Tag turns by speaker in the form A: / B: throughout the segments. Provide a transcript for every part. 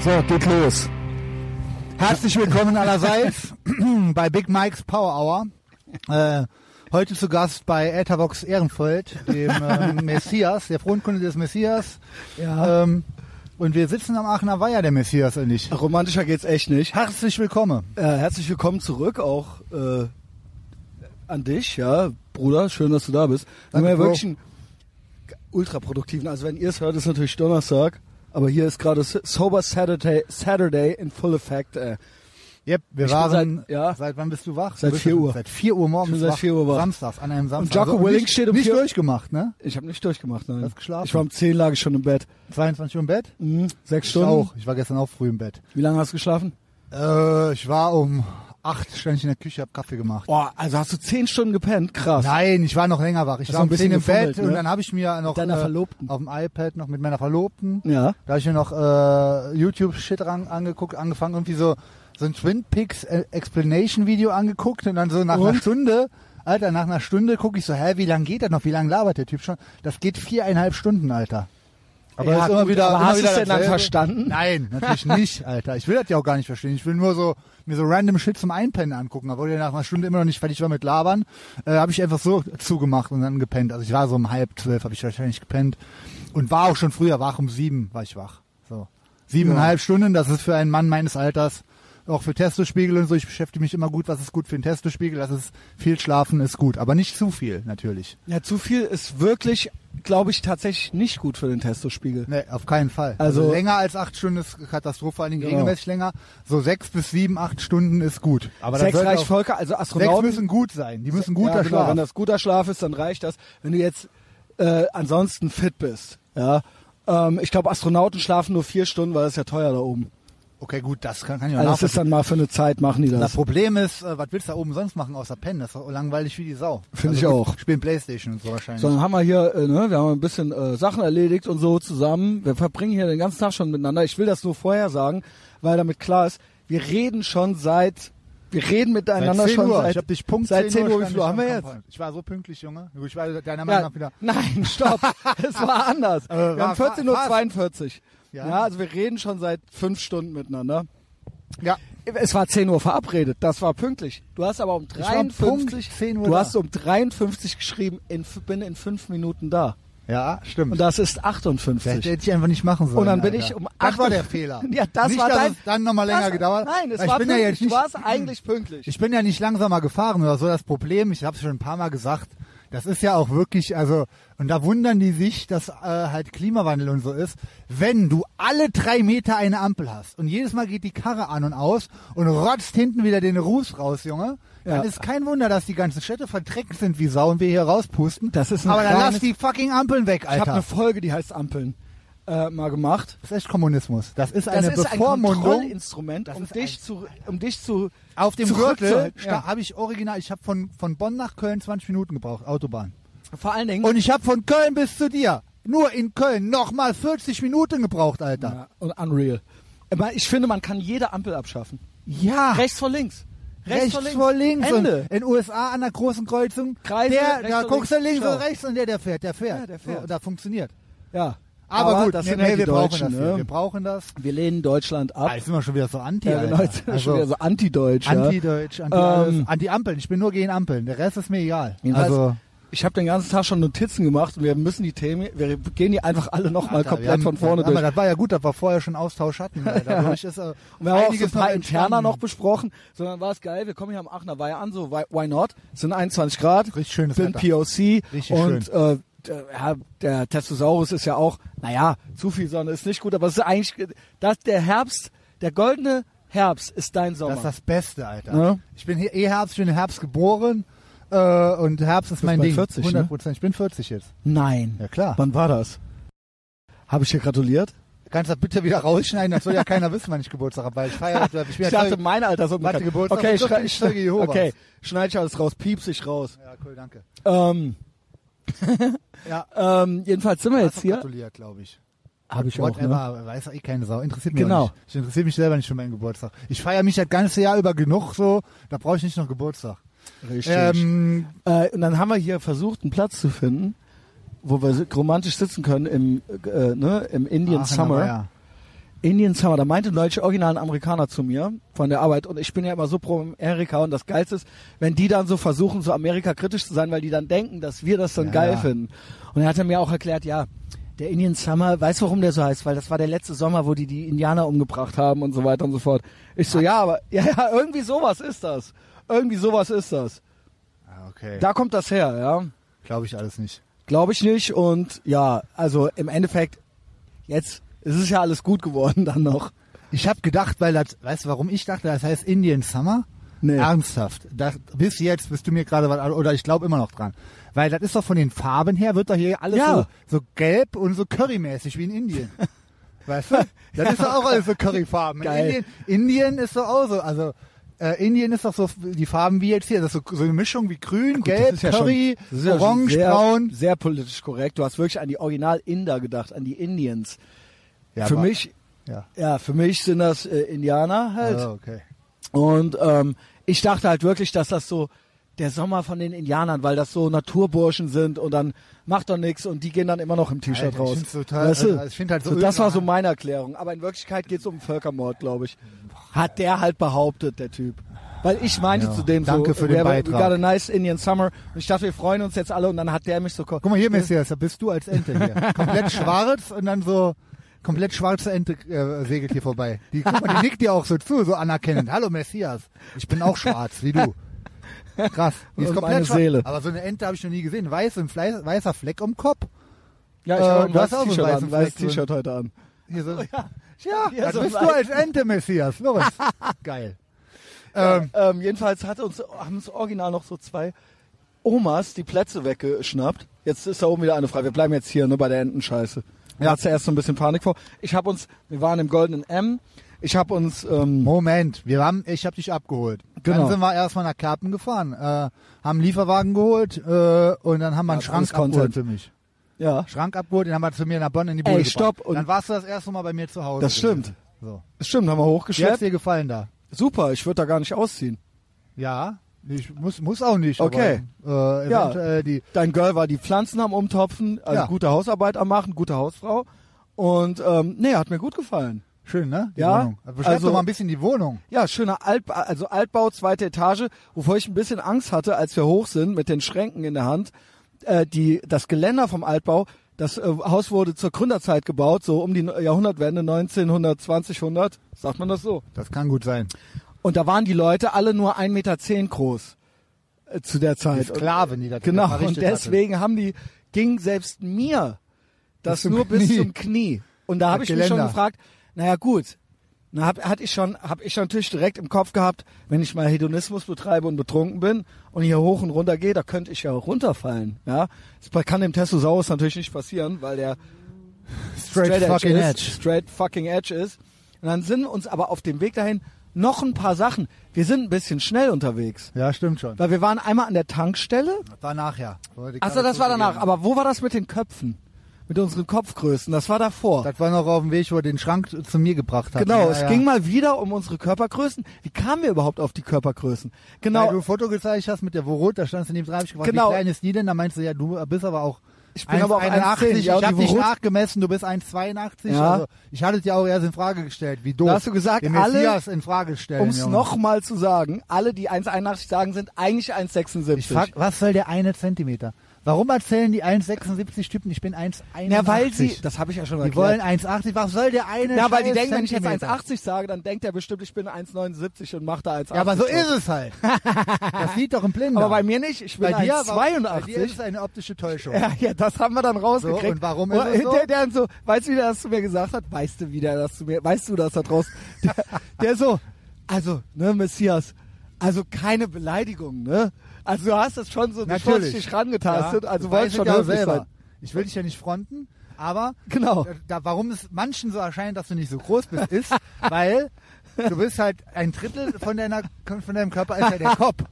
A: So, geht los. Herzlich willkommen allerseits bei Big Mike's Power Hour. Äh, heute zu Gast bei Etherbox Ehrenfeld, dem äh, Messias, der Frontkunde des Messias.
B: Ja.
A: Ähm, und wir sitzen am Aachener Weiher, der Messias und ich.
B: Romantischer geht's echt nicht.
A: Herzlich willkommen.
B: Äh, herzlich willkommen zurück, auch äh, an dich, ja, Bruder. Schön, dass du da bist. Wir haben
A: Danke,
B: ja
A: Bro.
B: wirklich einen ultra produktiven. Also wenn ihr es hört, ist natürlich Donnerstag, aber hier ist gerade S- Sober Saturday, Saturday in Full Effect. Äh.
A: Yep, wir
B: Ich bin
A: waren,
B: seit- ja.
A: seit wann bist du wach?
B: Seit
A: Bist
B: 4
A: du-
B: Uhr.
A: Seit 4 Uhr morgens
B: Ich bin seit
A: wach.
B: 4 Uhr wach.
A: Samstags, an einem Samstag. Also
B: Jaco Willink
A: nicht,
B: steht um
A: Nicht
B: 4 Uhr-
A: durchgemacht, ne?
B: Ich habe nicht durchgemacht, nein.
A: Hast geschlafen?
B: Ich war um 10 lag ich schon im Bett.
A: 22 Uhr im Bett?
B: Mhm. Sechs Stunden.
A: Ich auch. Ich war gestern auch früh im Bett.
B: Wie lange hast du geschlafen?
A: Äh, ich war um 8 stand ich in der Küche, hab Kaffee gemacht.
B: Boah, also hast du 10 Stunden gepennt? Krass.
A: Nein, ich war noch länger wach. Ich
B: Hast
A: war um
B: du ein bisschen
A: 10 im Bett
B: gefummelt, ne?
A: und dann habe ich mir noch äh,
B: Deiner Verlobten.
A: auf dem iPad noch mit meiner Verlobten,
B: Ja.
A: da habe ich mir noch äh, YouTube-Shit ran angeguckt, angefangen, irgendwie so, so ein Twin Peaks äh, Explanation-Video angeguckt und dann so nach einer
B: Und?
A: Stunde, Alter, nach einer Stunde gucke ich so, hä, wie lang geht das noch? Wie lange labert der Typ schon? Das geht viereinhalb Stunden, Alter. Aber
B: Ja,
A: das ist immer
B: gut,
A: wieder.
B: aber
A: immer
B: hast
A: wieder
B: du's denn dann
A: dasselbe.
B: verstanden?
A: Nein, natürlich nicht, Alter. Ich will das ja auch gar nicht verstehen. Ich will nur so mir so random Shit zum Einpennen angucken. Obwohl der nach einer Stunde immer noch nicht fertig war mit Labern, äh, habe ich einfach so zugemacht und dann gepennt. Also ich war so um halb zwölf, habe ich wahrscheinlich gepennt und war auch schon früher wach. Um sieben war ich wach. So siebeneinhalb Stunden. Das ist für einen Mann meines Alters auch für Testospiegel und so. Ich beschäftige mich immer gut, was ist gut für den Testospiegel. Das ist viel Schlafen ist gut, aber nicht zu viel natürlich.
B: Ja, zu viel ist wirklich, glaube ich, tatsächlich nicht gut für den Testospiegel.
A: Nee, auf keinen Fall. Also,
B: Also-
A: länger als acht Stunden ist Katastrophe, vor allen Dingen
B: Genau.
A: regelmäßig länger. So sechs bis sieben, acht Stunden ist gut. Aber das
B: Sechs
A: sollte
B: reicht
A: auch-
B: Volker, also
A: sechs
B: Astronauten
A: müssen gut sein. Die müssen guter
B: ja, genau,
A: Schlaf.
B: Wenn das guter Schlaf ist, dann reicht das. Wenn du jetzt äh, ansonsten fit bist, ja. Ähm, ich glaube, Astronauten schlafen nur vier Stunden, weil das ist ja teuer da oben.
A: okay, gut, das kann, kann ich auch
B: Also das ist
A: nachvollziehen.
B: dann mal für eine Zeit, machen die
A: das
B: das.
A: Problem ist, äh, was willst du da oben sonst machen außer pennen? Das ist doch langweilig wie die Sau.
B: Finde
A: also,
B: ich
A: gut,
B: auch.
A: Spielen Playstation und so wahrscheinlich.
B: So, dann haben wir hier, äh, ne, wir haben ein bisschen äh, Sachen erledigt und so zusammen. Wir verbringen hier den ganzen Tag schon miteinander. Ich will das nur vorher sagen, weil damit klar ist, wir reden schon seit, wir reden miteinander
A: seit 10
B: schon
A: Uhr.
B: seit,
A: ich hab dich Punkt
B: seit 10 Uhr, wie
A: stand
B: viel Uhr
A: ich
B: haben
A: am
B: wir jetzt?
A: Kampfhand. Ich war so pünktlich, Junge. Ich war deiner Meinung
B: Ja,
A: nach wieder.
B: nein, stopp. es war anders.
A: Äh,
B: wir
A: war
B: haben 14.42 Uhr.
A: Ja.
B: Ja. also wir reden schon seit fünf Stunden miteinander.
A: Ja,
B: Es war 10 Uhr verabredet, das war pünktlich. Du hast aber um
A: war um
B: 53,
A: Punkt 10 Uhr
B: du
A: da.
B: hast um 53 geschrieben, in, f- bin in fünf Minuten da.
A: ja, stimmt.
B: Und das ist
A: Das hätte
B: 58.
A: ich einfach nicht machen sollen.
B: Und dann bin
A: Alter.
B: ich um
A: Das
B: acht
A: war
B: Uhr-
A: der Fehler.
B: Ja, das
A: nicht,
B: war
A: dass
B: dein-
A: es dann nochmal länger
B: Das-
A: gedauert.
B: Nein, es
A: Weil
B: war
A: ich bin ja jetzt
B: pünktlich.
A: nicht,
B: Du warst eigentlich pünktlich.
A: ich bin ja nicht langsamer gefahren oder so. Das Problem, ich habe es schon ein paar Mal gesagt, das ist ja auch wirklich, also und da wundern die sich, dass äh, halt Klimawandel und so ist. Wenn du alle drei Meter eine Ampel hast und jedes Mal geht die Karre an und aus und rotzt hinten wieder den Ruß raus, Junge, dann
B: Ja.
A: ist kein Wunder, dass die ganzen Städte verdreckt sind wie Sau und wir hier rauspusten.
B: Das ist ein
A: Aber dann
B: kleines-
A: lass die fucking Ampeln weg,
B: ich habe
A: Alter.
B: eine Folge, die heißt Ampeln, äh, mal gemacht.
A: Das ist echt Kommunismus. Das ist
B: Das
A: eine
B: ist ein
A: Bevormundung.
B: Kontrollinstrument,
A: Das
B: um
A: ist
B: dich,
A: ein-
B: zu, um dich zu
A: Auf dem Gürtel
B: zurückzuhalten.
A: ja.
B: Ja.
A: habe ich original, ich habe von, von Bonn nach Köln 20 Minuten gebraucht, Autobahn.
B: Vor allen Dingen,
A: Und ich habe von Köln bis zu dir, nur in Köln, nochmal 40 Minuten gebraucht, Alter.
B: Ja, und Unreal. Aber Ich finde, man kann jede Ampel abschaffen.
A: Ja,
B: Rechts vor links.
A: Ah. rechts
B: vor links.
A: vor links.
B: Ende.
A: Und in USA an der großen Kreuzung,
B: Kreise,
A: der,
B: rechts
A: da
B: vor
A: guckst du
B: links,
A: links und
B: ciao.
A: rechts und der, der fährt, der fährt.
B: Ja, der fährt.
A: So, da funktioniert.
B: Ja.
A: Aber, gut,
B: das
A: nee,
B: sind
A: nee,
B: halt die
A: wir brauchen
B: Deutschen.
A: das hier. Wir
B: ne?
A: brauchen das.
B: Wir lehnen Deutschland ab.
A: Ah, jetzt sind wir schon wieder so anti,
B: ja, genau,
A: Alter.
B: jetzt sind wir
A: Also-
B: schon wieder so anti-deutsch. ja.
A: Anti-Deutsch, anti-alles,
B: Ähm.
A: anti-Ampeln. Ich bin nur gegen Ampeln. Der Rest ist mir egal.
B: Jedenfalls,
A: Also,
B: ich habe den ganzen Tag schon Notizen gemacht und wir müssen die Themen, wir gehen die einfach alle nochmal
A: Alter, wir
B: komplett
A: haben-
B: von vorne
A: aber
B: durch.
A: Das war ja gut, dass wir vorher schon Austausch hatten. weil Dadurch ist äh,
B: Und wir haben auch so
A: einiges
B: ein paar
A: noch entstanden.
B: Interner noch besprochen, sondern war es geil, wir kommen hier am Aachener Weiher an, so why, why not? Es sind 21 Grad,
A: Richtig schönes
B: sind
A: Wetter.
B: POC
A: Richtig
B: und äh, der, ja, der Testosaurus ist ja auch, naja, zu viel Sonne ist nicht gut, aber es ist eigentlich, das, der Herbst, der goldene Herbst ist dein Sommer. Ne?
A: Das ist das Beste, Alter.
B: Ja.
A: Ich bin hier eh Herbst, ich bin im Herbst geboren äh, und Herbst ist mein
B: bald
A: Ding.
B: 40, ne?
A: 100 Prozent. Ich bin 40 jetzt.
B: Nein.
A: Ja klar.
B: Wann war das? Habe ich dir gratuliert?
A: Kannst du das bitte wieder rausschneiden? Das soll ja keiner wissen, wann ich Geburtstag habe, weil ich feiere. Ich bin
B: Ich
A: ja
B: dachte,
A: Zeug-
B: mein Alter ist unbekannt.
A: Warte, Geburtstag
B: okay,
A: ist doch
B: schrei-
A: nicht Zeuge Jehovas.
B: okay, schneid ich alles raus, pieps ich raus.
A: Ja, cool, danke.
B: Ähm,
A: Ja.
B: ähm, jedenfalls sind wir
A: Hast
B: jetzt
A: doch
B: hier.
A: gratuliert, glaube ich.
B: Habe ich auch,
A: Whatever,
B: ne?
A: weiß auch eh keine Sau. Interessiert mich
B: Genau.
A: auch nicht. Ich interessiere mich selber nicht für meinen Geburtstag. Ich feiere mich das ganze Jahr über genug so, da brauche ich nicht noch Geburtstag.
B: ne? Richtig.
A: Ähm,
B: äh, und dann haben wir hier versucht, einen Platz zu finden, wo wir si- romantisch sitzen können im, äh, ne, im Indian
A: Aachener
B: Summer.
A: Weiher.
B: Indian Summer, da meinte neulich original ein Amerikaner zu mir von der Arbeit und ich bin ja immer so pro Amerika und das Geilste ist, wenn die dann so versuchen, so Amerika kritisch zu sein, weil die dann denken, dass wir das dann
A: Ja,
B: geil
A: ja.
B: finden. Und er hat er mir auch erklärt, ja, der Indian Summer, weißt du, warum der so heißt? Weil das war der letzte Sommer, wo die die Indianer umgebracht haben und so weiter und so fort. Ich so, ja, aber ja, ja, irgendwie sowas ist das. Irgendwie sowas ist das.
A: Ah, okay.
B: Da kommt das her, ja.
A: Glaube ich alles nicht.
B: Glaube ich nicht. Und ja, also im Endeffekt, jetzt es ist ja alles gut geworden dann noch.
A: Ich habe gedacht, weil das, weißt du, warum ich dachte, das heißt Indian Summer?
B: Nee.
A: Ah, Ernsthaft. Das, bis jetzt bist du mir gerade was, oder ich glaube immer noch dran. Weil das ist doch von den Farben her, wird doch hier alles
B: Ja.
A: so, so gelb und so currymäßig wie in Indien. Weißt du? Das ist doch auch alles so curryfarben. In
B: Geil.
A: Indien, Indien ist doch auch so, also, äh, Indien ist doch so die Farben wie jetzt hier, das ist so, so eine Mischung wie grün, gelb,
B: Das ist ja
A: curry,
B: schon- das ist ja schon
A: orange,
B: sehr,
A: braun.
B: Sehr politisch korrekt. Du hast wirklich an die Original-Inder gedacht, an die Indians.
A: Ja,
B: für
A: aber-
B: mich,
A: Ja.
B: ja, für mich sind das äh, Indianer halt.
A: Ah, okay.
B: Und ähm, ich dachte halt wirklich, dass das so der Sommer von den Indianern, weil das so Naturburschen sind und dann macht doch nichts und die gehen dann immer noch im T-Shirt
A: Alter, ich
B: raus.
A: find's total-
B: weißt du?
A: also, ich find halt so
B: das war so
A: irgendwann-
B: meine Erklärung. Aber in Wirklichkeit geht's um Völkermord, glaube ich. Hat der halt behauptet, der Typ. Weil ich meinte
A: Ja.
B: zu dem
A: Danke
B: so,
A: für
B: we
A: den
B: have-
A: Beitrag.
B: we got a nice Indian summer. Und ich dachte, wir freuen uns jetzt alle und dann hat der mich so... ko-
A: Guck mal hier, Messias, da bist du als Ente hier. Komplett schwarz und dann so komplett schwarze Ente äh, segelt hier vorbei. Die, guck mal, die nickt dir auch so zu, so anerkennend. Hallo Messias, ich bin auch schwarz, wie du. Krass. Die ist
B: Und
A: komplett
B: meine
A: schwarz.
B: Seele.
A: Aber so eine Ente habe ich noch nie gesehen. Weiß und Fleiß, weißer Fleck am Kopf.
B: Ja,
A: Äh,
B: ich habe ein
A: du hast
B: weißes
A: auch so ein
B: T-Shirt
A: weißes
B: an, weißes
A: Fleck drin.
B: T-Shirt heute an.
A: Hier so. Ja,
B: Oh Ja,
A: das
B: so
A: bist
B: ein
A: du als Ente, Messias. Lorenz. Geil. Ähm,
B: Ähm, jedenfalls hat uns, haben uns original noch so zwei Omas die Plätze weggeschnappt. Jetzt ist da oben wieder eine frei. Wir bleiben jetzt hier ne, bei der Entenscheiße. Ja.
A: Ja.
B: Hat erst so ein bisschen Panik vor. Ich habe uns, wir waren im Goldenen M. Ich habe uns, ähm,
A: Moment, wir haben, ich habe dich abgeholt.
B: Genau.
A: Dann sind wir erstmal nach Karpen gefahren, äh, haben einen Lieferwagen geholt äh, und dann haben wir einen
B: Ja, alles
A: Schrank
B: Content.
A: abgeholt für mich.
B: ja,
A: Schrank abgeholt, den haben wir zu mir nach Bonn in die
B: Ey,
A: Bude
B: stopp,
A: gebracht.
B: und-
A: Dann warst du das erste Mal bei mir zu Hause.
B: Das stimmt.
A: gewesen. So.
B: stimmt, haben
A: Wie
B: wir
A: hat's
B: hochgeschleppt.
A: dir gefallen da?
B: Super, ich würde da gar nicht ausziehen.
A: Ja, ich muss, muss auch nicht.
B: Okay.
A: Aber, äh,
B: Ja.
A: eventuell die,
B: Dein Girl war die Pflanzen am Umtopfen, also
A: Ja.
B: gute Hausarbeit am Machen, gute Hausfrau. Und ähm, nee, hat mir gut gefallen.
A: schön, ne? Die
B: Ja,
A: Wohnung. Beschreib
B: also-
A: doch mal ein bisschen die Wohnung.
B: Ja, schöner Alt, also Altbau, zweite Etage, wovor ich ein bisschen Angst hatte, als wir hoch sind mit den Schränken in der Hand. Äh, die, das Geländer vom Altbau, das äh, Haus wurde zur Gründerzeit gebaut, so um die Jahrhundertwende 1920, 100, sagt man das so.
A: Das kann gut sein.
B: Und da waren die Leute alle nur 1,10 Meter groß äh, zu der
A: Die
B: Zeit.
A: Sklaven, die das
B: Genau, und
A: verrichtet
B: deswegen haben die, ging selbst mir das
A: Bis zum
B: nur bis
A: Knie.
B: zum Knie. Und da habe
A: Das
B: ich mich schon
A: Geländer.
B: gefragt, naja gut, na, hab, hatte ich schon, habe ich schon natürlich direkt im Kopf gehabt, wenn ich mal Hedonismus betreibe und betrunken bin und hier hoch und runter gehe, da könnte ich ja auch runterfallen. Ja, das kann dem Testosaurus natürlich nicht passieren, weil der
A: hatten. Straight, fucking
B: ist,
A: edge.
B: Straight fucking Edge ist. Und dann sind uns aber auf dem Weg dahin noch ein paar Sachen. Wir sind ein bisschen schnell unterwegs,
A: Ja, stimmt schon.
B: weil wir waren einmal an der Tankstelle
A: Das war nachher. Wo wir die
B: Achso,
A: Karre
B: das war danach.
A: zurückgegeben
B: Aber wo war das mit den Köpfen? Mit unseren Kopfgrößen? Das war davor.
A: haben. Das war noch auf dem Weg, wo er den Schrank zu mir gebracht hat.
B: genau,
A: ja,
B: es
A: ja.
B: ging mal wieder um unsere Körpergrößen. Wie kamen wir überhaupt auf die Körpergrößen?
A: Weil
B: Genau,
A: du ein Foto gezeigt hast mit der Worot, da standst du neben dran, hab ich gefragt,
B: Genau.
A: wie klein ist die denn? Da meinst du, ja, du bist aber auch
B: Ich bin aber auch 1,10,
A: ich
B: ja, und
A: habe
B: die
A: dich
B: Worot-
A: nachgemessen, du bist 1,82.
B: Ja.
A: Also, ich hatte dir auch erst in Frage gestellt, wie doof.
B: Da hast du gesagt,
A: den
B: alle-
A: Messias in Frage stellen,
B: um es
A: Junge.
B: nochmal zu sagen, alle, die 1,81 sagen, sind eigentlich
A: Ich frag,
B: 1,76.
A: was soll der eine Zentimeter? Warum erzählen die 1,76 Typen, ich bin 1,81?
B: Ja, weil sie, das habe ich ja schon
A: die
B: erklärt.
A: wollen 1,80, was soll der eine
B: ja, weil die
A: scheiß
B: denken, wenn ich jetzt
A: Zentimeter?
B: 1,80 sage, dann denkt er bestimmt, ich bin 1,79 und macht da 1,80.
A: Ja, aber so
B: drauf.
A: ist es halt. Das sieht doch im Blinden.
B: Aber bei mir nicht, ich bin
A: bei dir, war- bei dir ist
B: 1,82.
A: es eine optische Täuschung.
B: Ja, ja, das haben wir dann rausgekriegt.
A: So, und warum ist
B: Und
A: es so?
B: Der, der dann so, weißt du, wie der das zu mir gesagt hat? Weißt du, wie der das zu mir, weißt du das da draußen? Der, der so, also, ne, Messias, also keine Beleidigung, ne? Also du hast das schon so, du hast
A: Natürlich.
B: dich rangetastet,
A: Ja,
B: also
A: du
B: wolltest
A: weißt
B: schon
A: es ja
B: höflich
A: selber.
B: sein.
A: Ich will dich ja nicht fronten, aber
B: Genau.
A: da, da, warum es manchen so erscheint, dass du nicht so groß bist, ist, weil du bist halt ein Drittel von, deiner, von deinem Körper ist ja der Kopf.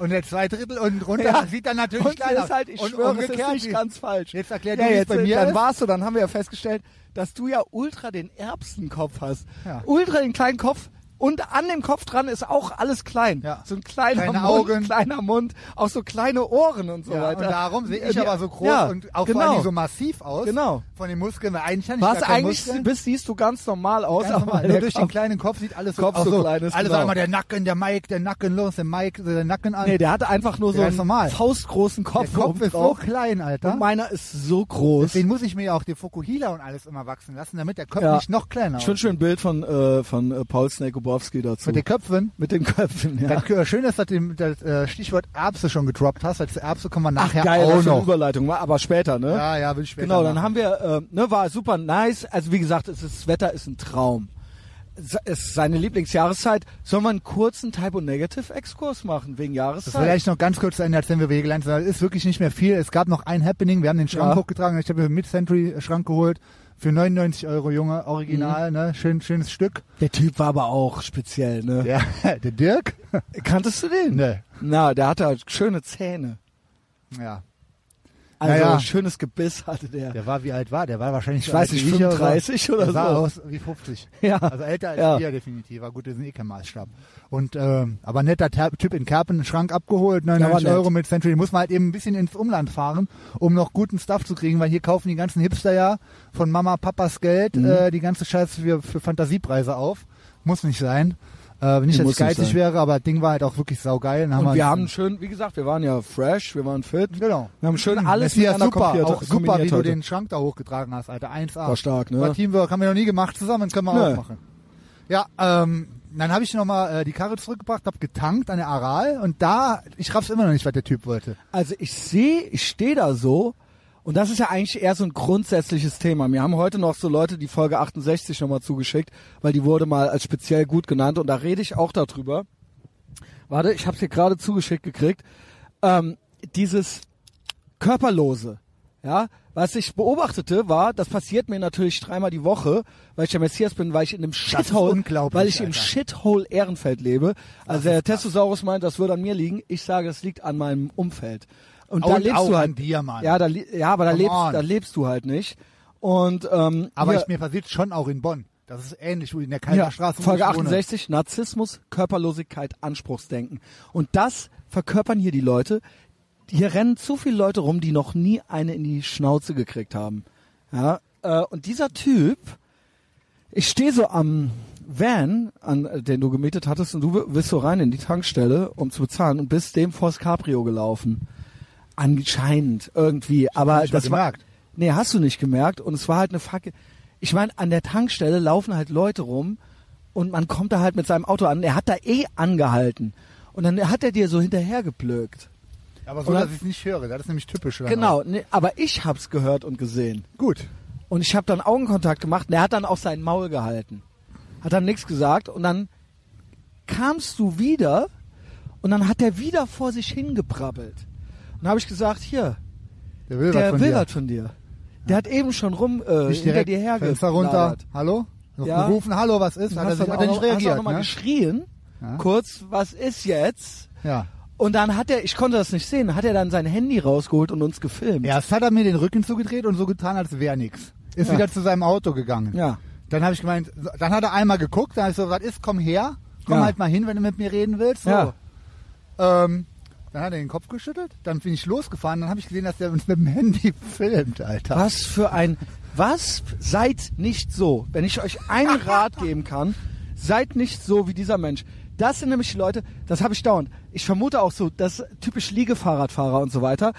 A: Und der zwei Drittel unten drunter
B: Ja.
A: sieht dann natürlich
B: Und
A: kleiner
B: das ist halt, ich
A: Und
B: schwöre, es ist
A: umgekehrt,
B: nicht
A: wie-
B: ganz falsch.
A: Jetzt erklär
B: ja,
A: du, wie es
B: jetzt,
A: bei mir
B: Dann
A: ist.
B: warst du, dann haben wir ja festgestellt, dass du ja ultra den Erbsenkopf hast.
A: Ja.
B: Ultra den kleinen Kopf. Und an dem Kopf dran ist auch alles klein.
A: Ja.
B: So ein kleiner
A: Kleine
B: Mund,
A: Augen.
B: kleiner Mund, auch so kleine Ohren und so
A: Ja,
B: weiter.
A: und darum sehe ich
B: Ja,
A: aber so groß
B: ja,
A: und auch vor
B: genau.
A: allem so massiv aus
B: Genau.
A: von den Muskeln, weil eigentlich kann ich
B: Was
A: gar keine
B: eigentlich
A: Muskeln.
B: bist, siehst du ganz normal aus,
A: Ganz
B: aber
A: normal.
B: der
A: Nur durch den
B: Kopf-
A: kleinen Kopf sieht alles
B: Kopf
A: so, auch
B: so
A: so
B: klein ist,
A: Alle
B: genau.
A: sagen immer der Nacken, der Mike, der Nacken los, der Mike, der Nacken an.
B: Nee, der hat einfach nur so
A: Der ist
B: einen
A: normal.
B: faustgroßen
A: der
B: Kopf.
A: Kopf ist so
B: obendrauf.
A: klein, Alter.
B: Und meiner ist so groß.
A: Deswegen muss ich mir ja auch die Fokuhila und alles immer wachsen lassen, damit der Kopf
B: Ja.
A: nicht noch kleiner
B: Ich wünsche mir ein Bild von, äh, von äh, Paul Snakobowski dazu.
A: Mit den Köpfen.
B: Mit den Köpfen, ja.
A: Dann, äh, schön, dass du dem- das äh, Stichwort Erbse schon gedroppt hast, weil zu Erbse kommen wir
B: Ach,
A: nachher
B: geil,
A: auch
B: das ist eine
A: noch.
B: Überleitung, war aber später, ne?
A: Ja, ja, will ich später
B: genau, dann
A: machen.
B: haben wir, äh, ne, war super nice. Also wie gesagt, es ist, das Wetter ist ein Traum. Es ist seine Lieblingsjahreszeit. Sollen wir einen kurzen Type- und Negative-Exkurs machen wegen
A: Das
B: Jahreszeit?
A: vielleicht noch ganz kurz zu Ende erzählen, wie wir gelandet sind. Es ist wirklich nicht mehr viel. Es gab noch ein Happening. Wir haben den Schrank
B: Ja.
A: hochgetragen. Ich habe mir einen Mid-Century-Schrank geholt. Für 99 Euro, Junge. Original,
B: Mhm.
A: ne? Schön, schönes Stück.
B: Der Typ war aber auch speziell, ne?
A: Ja, der Dirk?
B: Kanntest du den?
A: Ne.
B: Na, der hatte halt schöne Zähne.
A: Ja.
B: Also
A: Naja.
B: schönes Gebiss hatte der.
A: Der war, wie alt war? Der war wahrscheinlich
B: Ich
A: so
B: weiß
A: alt
B: nicht,
A: wie ich, aber
B: 35 oder
A: der sah
B: so.
A: aus wie 50.
B: Ja.
A: Also älter als
B: Ja.
A: wir definitiv. Aber gut, das ist ein eh kein Maßstab. Und, ähm, aber netter Ta- Typ in Kerpen, einen Schrank abgeholt, 99
B: nett.
A: Euro mit Century. Muss man halt eben ein bisschen ins Umland fahren, um noch guten Stuff zu kriegen, weil hier kaufen die ganzen Hipster ja von Mama, Papas Geld,
B: Mhm.
A: äh, die ganze Scheiße für, für Fantasiepreise auf. Muss nicht sein. Äh, nicht, dass
B: Muss
A: ich
B: nicht
A: geizig
B: sein.
A: wäre, aber das Ding war halt auch wirklich saugeil. Dann haben
B: Und
A: wir halt
B: wir haben schön, wie gesagt, wir waren ja fresh, wir waren fit.
A: Genau.
B: Wir haben schön alles
A: Messias
B: miteinander
A: super,
B: kombiniert-
A: auch super, wie
B: kombiniert
A: du
B: heute.
A: den Schrank da hochgetragen hast, Alter. 1A.
B: War stark, ne?
A: War Teamwork, haben wir noch nie gemacht zusammen, können wir
B: Nö.
A: auch machen. Ja, ähm, dann habe ich nochmal äh, die Karre zurückgebracht, habe getankt an der Aral und da, ich raff's immer noch nicht, was der Typ wollte.
B: Also ich sehe, ich stehe da so und das ist ja eigentlich eher so ein grundsätzliches Thema. Mir haben heute noch so Leute die Folge 68 nochmal zugeschickt, weil die wurde mal als speziell gut genannt und da rede ich auch darüber. Warte, ich habe hier gerade zugeschickt gekriegt. Ähm, dieses Körperlose, ja, was ich beobachtete war, das passiert mir natürlich dreimal die Woche, weil ich der Messias bin, weil ich in dem
A: ist
B: Shithole,
A: unglaublich,
B: weil ich im
A: Alter.
B: Shithole Ehrenfeld lebe. Also der Testosaurus meint, das würde an mir liegen. Ich sage, es liegt an meinem Umfeld. Und da
A: Oh, Und
B: lebst
A: auch
B: du
A: an
B: halt.
A: dir, Mann.
B: Ja, da, li- ja, aber da
A: Come
B: lebst,
A: on.
B: da lebst du halt nicht. Und ähm,
A: Aber
B: hier,
A: ich, mir passiert schon auch in Bonn. Das ist ähnlich wie in der Kalter
B: ja,
A: Straße. wo
B: Folge
A: ich wohne.
B: 68, Narzissmus, Körperlosigkeit, Anspruchsdenken. Und das verkörpern hier die Leute. Hier rennen zu viele Leute rum, die noch nie eine in die Schnauze gekriegt haben. Ja, äh, und dieser Typ, ich stehe so am Van, an, äh, den du gemietet hattest, und du bist so rein in die Tankstelle, um zu bezahlen, und bist dem vors Cabrio gelaufen. Anscheinend, irgendwie. aber
A: nicht mal
B: das war,
A: gemerkt.
B: Nee, hast du nicht gemerkt. Und es war halt eine Fackel. Ich meine, an der Tankstelle laufen halt Leute rum und man kommt da halt mit seinem Auto an. Er hat da eh angehalten. Und dann hat er dir so hinterher geblökt.
A: Aber so,
B: Oder?
A: dass ich nicht höre. Das ist nämlich typisch. dann
B: Genau, nee, aber ich hab's gehört und gesehen.
A: auch. Gut.
B: Und ich habe dann Augenkontakt gemacht und er hat dann auch sein Maul gehalten. Hat dann nichts gesagt und dann kamst du wieder und dann hat er wieder vor sich hingebrabbelt. Und dann habe ich gesagt, hier,
A: Der will was
B: der
A: von
B: will
A: dir.
B: was von dir. Der hat eben schon rum äh,
A: Nicht
B: hinter
A: direkt
B: dir
A: Fenster runter.
B: hergeladert.
A: Hallo? Noch
B: Ja.
A: gerufen, hallo, was ist?
B: Und
A: Hat er,
B: hast
A: sich,
B: dann
A: hat er
B: auch
A: nicht
B: noch- hast auch
A: reagiert,
B: nochmal
A: ne?
B: geschrien,
A: Ja.
B: kurz, was ist jetzt?
A: Ja.
B: Und dann hat er, ich konnte das nicht sehen, hat er dann sein Handy rausgeholt und uns gefilmt.
A: Erst hat er mir den Rücken zugedreht und so getan, als wäre nichts. Ist
B: Ja.
A: wieder zu seinem Auto gegangen.
B: Ja.
A: Dann habe ich gemeint, dann hat er einmal geguckt, dann habe ich so gesagt, ist, komm her, komm
B: Ja.
A: halt mal hin, wenn du mit mir reden willst. So.
B: Ja.
A: Ähm, dann hat er den Kopf geschüttelt, dann bin ich losgefahren, dann habe ich gesehen, dass der uns mit dem Handy filmt, Alter.
B: Was für ein. Was? Seid nicht so. Wenn ich euch einen Rat geben kann, seid nicht so wie dieser Mensch. Das sind nämlich die Leute, das habe ich dauernd. Ich vermute auch so, dass typisch Liegefahrradfahrer und so weiter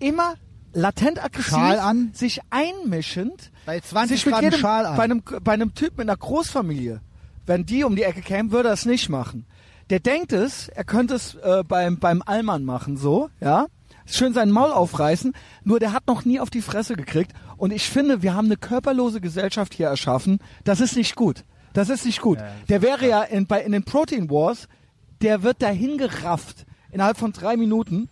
B: immer latent aggressiv
A: Schal an.
B: sich einmischend
A: Bei 20
B: sich mit
A: Grad einen
B: jedem,
A: Schal an.
B: Bei einem, bei einem Typ mit einer Großfamilie, wenn die um die Ecke kämen, würde er es nicht machen. Der denkt es, er könnte es äh, beim, beim Allmann machen, so, ja. Schön sein Maul aufreißen, nur der hat noch nie auf die Fresse gekriegt. Und ich finde, wir haben eine körperlose Gesellschaft hier erschaffen. Das ist nicht gut. Das ist nicht gut.
A: Ja, ja,
B: der wäre ja in, bei, in den Protein Wars, der wird dahin gerafft innerhalb von drei Minuten.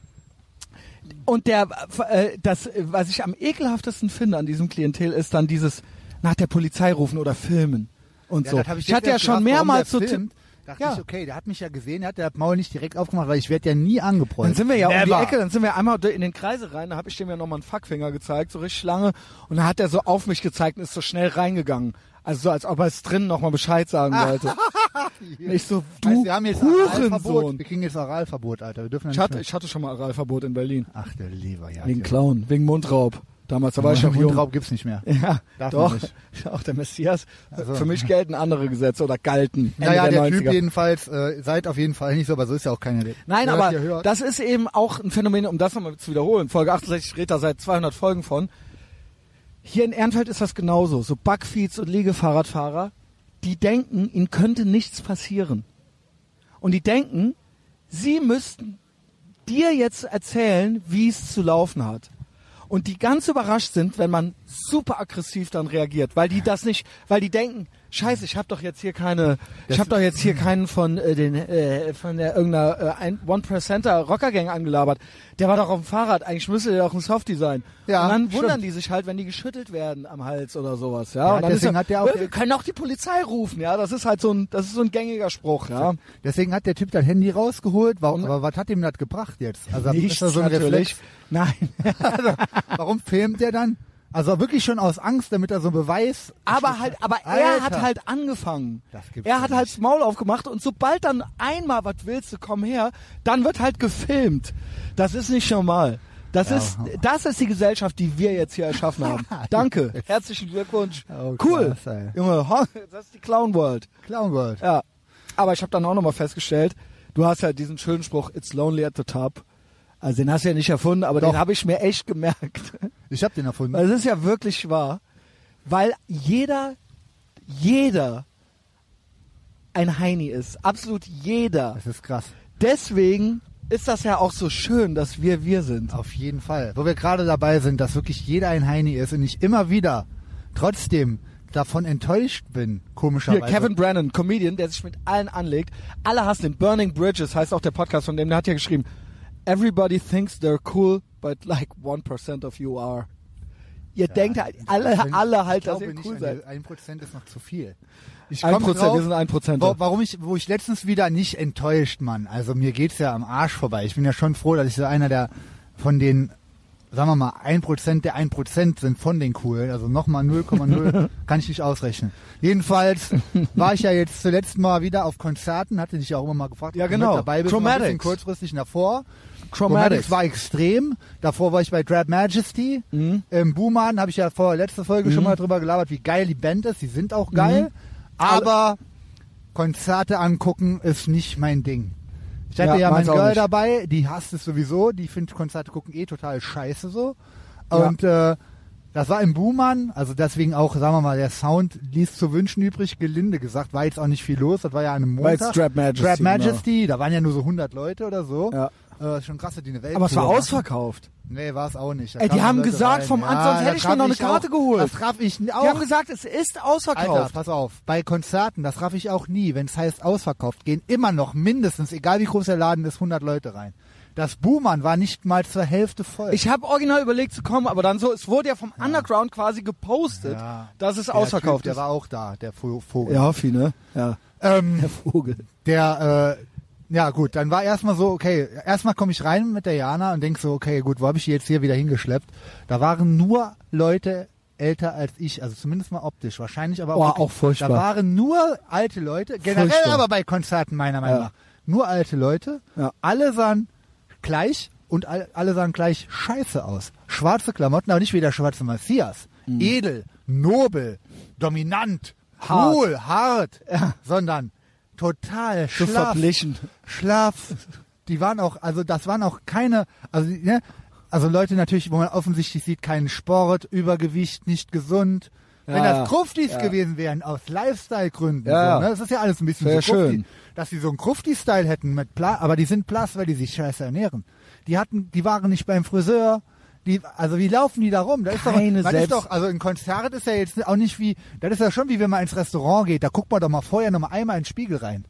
B: Und der, äh, das, äh, was ich am ekelhaftesten finde an diesem Klientel, ist dann dieses nach der Polizei rufen oder filmen und so.
A: das hab
B: ich hatte ja
A: jetzt
B: schon
A: erst gefragt, warum
B: mehrmals so
A: der
B: Tipp.
A: filmt. Dachte
B: Ja.
A: ich, okay, der hat mich ja gesehen, der hat der Maul nicht direkt aufgemacht, weil ich werde ja nie angebrüllt.
B: Dann sind wir ja um die
A: Never.
B: Ecke, dann sind wir einmal in den Kreise rein, da habe ich dem ja nochmal einen Fackfinger gezeigt, so richtig lange. Und dann hat er so auf mich gezeigt und ist so schnell reingegangen. Also so, als ob er es drinnen nochmal Bescheid sagen wollte. Nicht so,
A: Heißt,
B: du
A: wir haben jetzt Aralverbot.
B: Hurensohn.
A: Wir kriegen jetzt Aralverbot, Alter. Wir dürfen ja
B: Ich
A: nicht
B: hatte,
A: mehr-
B: ich hatte schon mal Aralverbot in Berlin.
A: Ach, der lieber, ja.
B: Wegen
A: ja.
B: Clown, wegen Mundraub. Damals da war ich noch jung.
A: Mundraub gibt's nicht mehr.
B: Ja,
A: Darf man
B: doch. Auch der Messias.
A: Also.
B: Für mich gelten andere Gesetze oder galten. Ende
A: Naja, der,
B: der 90er.
A: Typ jedenfalls, äh, seid auf jeden Fall nicht so, aber so ist ja auch keiner. der-
B: Nein,
A: der das hier
B: aber
A: hört.
B: das ist eben auch ein Phänomen, um das nochmal zu wiederholen. Folge 68 redet da seit 200 Folgen von. Hier in Ehrenfeld ist das genauso. So Bugfeeds und Liegefahrradfahrer, die denken, ihnen könnte nichts passieren. Und die denken, sie müssten dir jetzt erzählen, wie es zu laufen hat. Und die ganz überrascht sind, wenn man super aggressiv dann reagiert, weil die das nicht, weil die denken, Scheiße, ich habe doch jetzt hier keine, ich habe doch jetzt hier keinen von äh, den äh, von der irgendeiner äh, ein- One Percenter Rockergang angelabert. Der war doch auf dem Fahrrad. Eigentlich müsste der doch ein Softie sein.
A: Ja,
B: Und dann
A: stimmt.
B: wundern die sich halt, wenn die geschüttelt werden am Hals oder sowas. Ja.
A: Ja,
B: Und dann
A: deswegen
B: ist ja,
A: hat der auch-
B: "Ja, wir können auch die Polizei rufen. Ja, das ist halt so ein, das ist so ein gängiger Spruch. Ja.
A: Deswegen hat der Typ das Handy rausgeholt, warum, aber was hat ihm das gebracht jetzt? Also ist das so ein Reflex.
B: Nein.
A: Warum filmt der dann? Also wirklich schon aus Angst, damit er so einen Beweis.
B: Aber halt, aber er
A: Alter.
B: hat halt angefangen.
A: Das gibt's
B: er
A: doch
B: hat halt das Maul aufgemacht und sobald dann einmal was willst du, komm her, dann wird halt gefilmt. Das ist nicht normal. Das
A: Ja.
B: ist, das ist die Gesellschaft, die wir jetzt hier erschaffen haben. Danke. Herzlichen Glückwunsch.
A: Oh,
B: cool.
A: krass, ey.
B: Junge, ho, das ist die Clown World.
A: Clown World.
B: Ja. Aber ich habe dann auch nochmal festgestellt, du hast ja diesen schönen Spruch, it's lonely at the top. Also den hast du ja nicht erfunden, aber
A: Doch.
B: den habe ich mir echt gemerkt.
A: Ich hab den erfunden.
B: Weil es ist ja wirklich wahr, weil jeder, jeder ein Heini ist. Absolut jeder.
A: Das ist krass.
B: Deswegen ist das ja auch so schön, dass wir wir sind.
A: Auf jeden Fall. Wo wir gerade dabei sind, dass wirklich jeder ein Heini ist und ich immer wieder trotzdem davon enttäuscht bin,
B: Hier,
A: komischerweise.
B: Kevin Brennan, Comedian, der sich mit allen anlegt. Alle hassen ihn. Burning Bridges heißt auch der Podcast von dem, der hat ja geschrieben, Everybody thinks they're cool, but like 1% of you are. Ihr denkt halt, alle, alle halt,
A: ich
B: dass
A: glaube
B: ihr
A: nicht,
B: cool
A: an
B: seid.
A: die- Ein Prozent ist noch zu viel. Ich
B: Ein
A: komm
B: Prozent,
A: drauf,
B: wir sind ein Prozent.
A: Wo, warum ich, wo ich letztens wieder nicht enttäuscht, Mann. Also mir geht's ja am Arsch vorbei. Ich bin ja schon froh, dass ich so einer der von den, sagen wir mal, 1% der 1% sind von den coolen. Also nochmal 0,0 kann ich nicht ausrechnen. Jedenfalls war ich ja jetzt zuletzt mal wieder auf Konzerten, hatte dich ja auch immer mal gefragt,
B: Ja,
A: ob du mit
B: genau.
A: dabei bist. Mal Ein bisschen
B: Chromatics.
A: kurzfristig davor.
B: Chromatics.
A: Chromatics war extrem. Davor war ich bei Drab Majesty.
B: Mhm.
A: Im Booman habe ich ja vor letzter Folge schon mal drüber gelabert, wie geil die Band ist. Die sind auch geil.
B: Mhm.
A: Aber Konzerte angucken ist nicht mein Ding. Ich hatte
B: Ja,
A: ja,
B: meins
A: meinen
B: auch
A: Girl
B: nicht.
A: dabei, die hasst es sowieso. Die findet Konzerte gucken eh total scheiße so.
B: Ja.
A: Und äh, das war im Booman, also deswegen auch, sagen wir mal, der Sound ließ zu wünschen übrig, gelinde gesagt, war jetzt auch nicht viel los, das war ja an einem
B: Weil
A: Montag.
B: es Drab Majesty, genau.
A: Drab Majesty, da waren ja nur so 100 Leute oder so.
B: Ja.
A: Äh, schon krass, dass die eine Welt.
B: Aber es war
A: Tour machen.
B: ausverkauft.
A: Nee, war es auch nicht. Da
B: Ey, die
A: kamen
B: haben
A: Leute
B: gesagt
A: rein.
B: vom
A: ja,
B: Anfang, sonst
A: da
B: hätte ich
A: traf
B: mir noch eine
A: ich
B: Karte
A: auch,
B: geholt.
A: Das raff ich
B: Die haben
A: auch.
B: gesagt, es ist
A: Alter,
B: ausverkauft.
A: pass auf, bei Konzerten, das raff ich auch nie, wenn es heißt ausverkauft, gehen immer noch mindestens, egal wie groß der Laden ist, 100 Leute rein. Das Boomern war nicht mal zur Hälfte voll.
B: ich habe original überlegt zu kommen, aber dann so, es wurde ja vom Underground quasi gepostet,
A: Ja.
B: dass es
A: der
B: ausverkauft
A: typ,
B: ist.
A: Der war auch da, der Vo- Vogel.
B: Ja, Hoffi, ne? Ja.
A: Ähm,
B: Der Vogel.
A: der, äh, ja gut, dann war erstmal so, okay, erstmal komme ich rein mit der Jana und denk so, okay, gut, wo habe ich die jetzt hier wieder hingeschleppt? Da waren nur Leute älter als ich, also zumindest mal optisch, wahrscheinlich aber auch,
B: Boah,
A: wirklich-
B: Oh, auch furchtbar.
A: Da waren nur alte Leute, generell
B: Furchtbar.
A: aber bei Konzerten meiner Meinung
B: Ja.
A: nach, nur alte Leute,
B: Ja.
A: alle sahen gleich und all, alle sahen gleich scheiße aus. Schwarze Klamotten, aber nicht wie der schwarze Messias.
B: Mhm.
A: Edel, nobel, dominant,
B: Hart.
A: cool, hart, sondern total
B: So
A: schlaff.
B: verblichen.
A: Schlaf. Die waren auch, also das waren auch keine, also ne, also Leute natürlich, wo man offensichtlich sieht, keinen Sport, Übergewicht, nicht gesund. Wenn
B: Ja,
A: das Kruftis
B: ja.
A: gewesen wären, aus Lifestyle-Gründen,
B: Ja,
A: so,
B: ja.
A: ne? das ist ja alles ein bisschen
B: Sehr
A: so Krufti,
B: schön.
A: dass sie so einen Krufti-Style hätten, mit Pla aber die sind blass, weil die sich scheiße ernähren. Die hatten, die waren nicht beim Friseur, die, also wie laufen die da rum? Da ist doch,
B: Keine
A: das ist
B: Selbst-
A: doch, also ein Konzert ist ja jetzt auch nicht wie, das ist ja schon wie wenn man ins Restaurant geht, da guckt man doch mal vorher noch mal einmal in den Spiegel rein.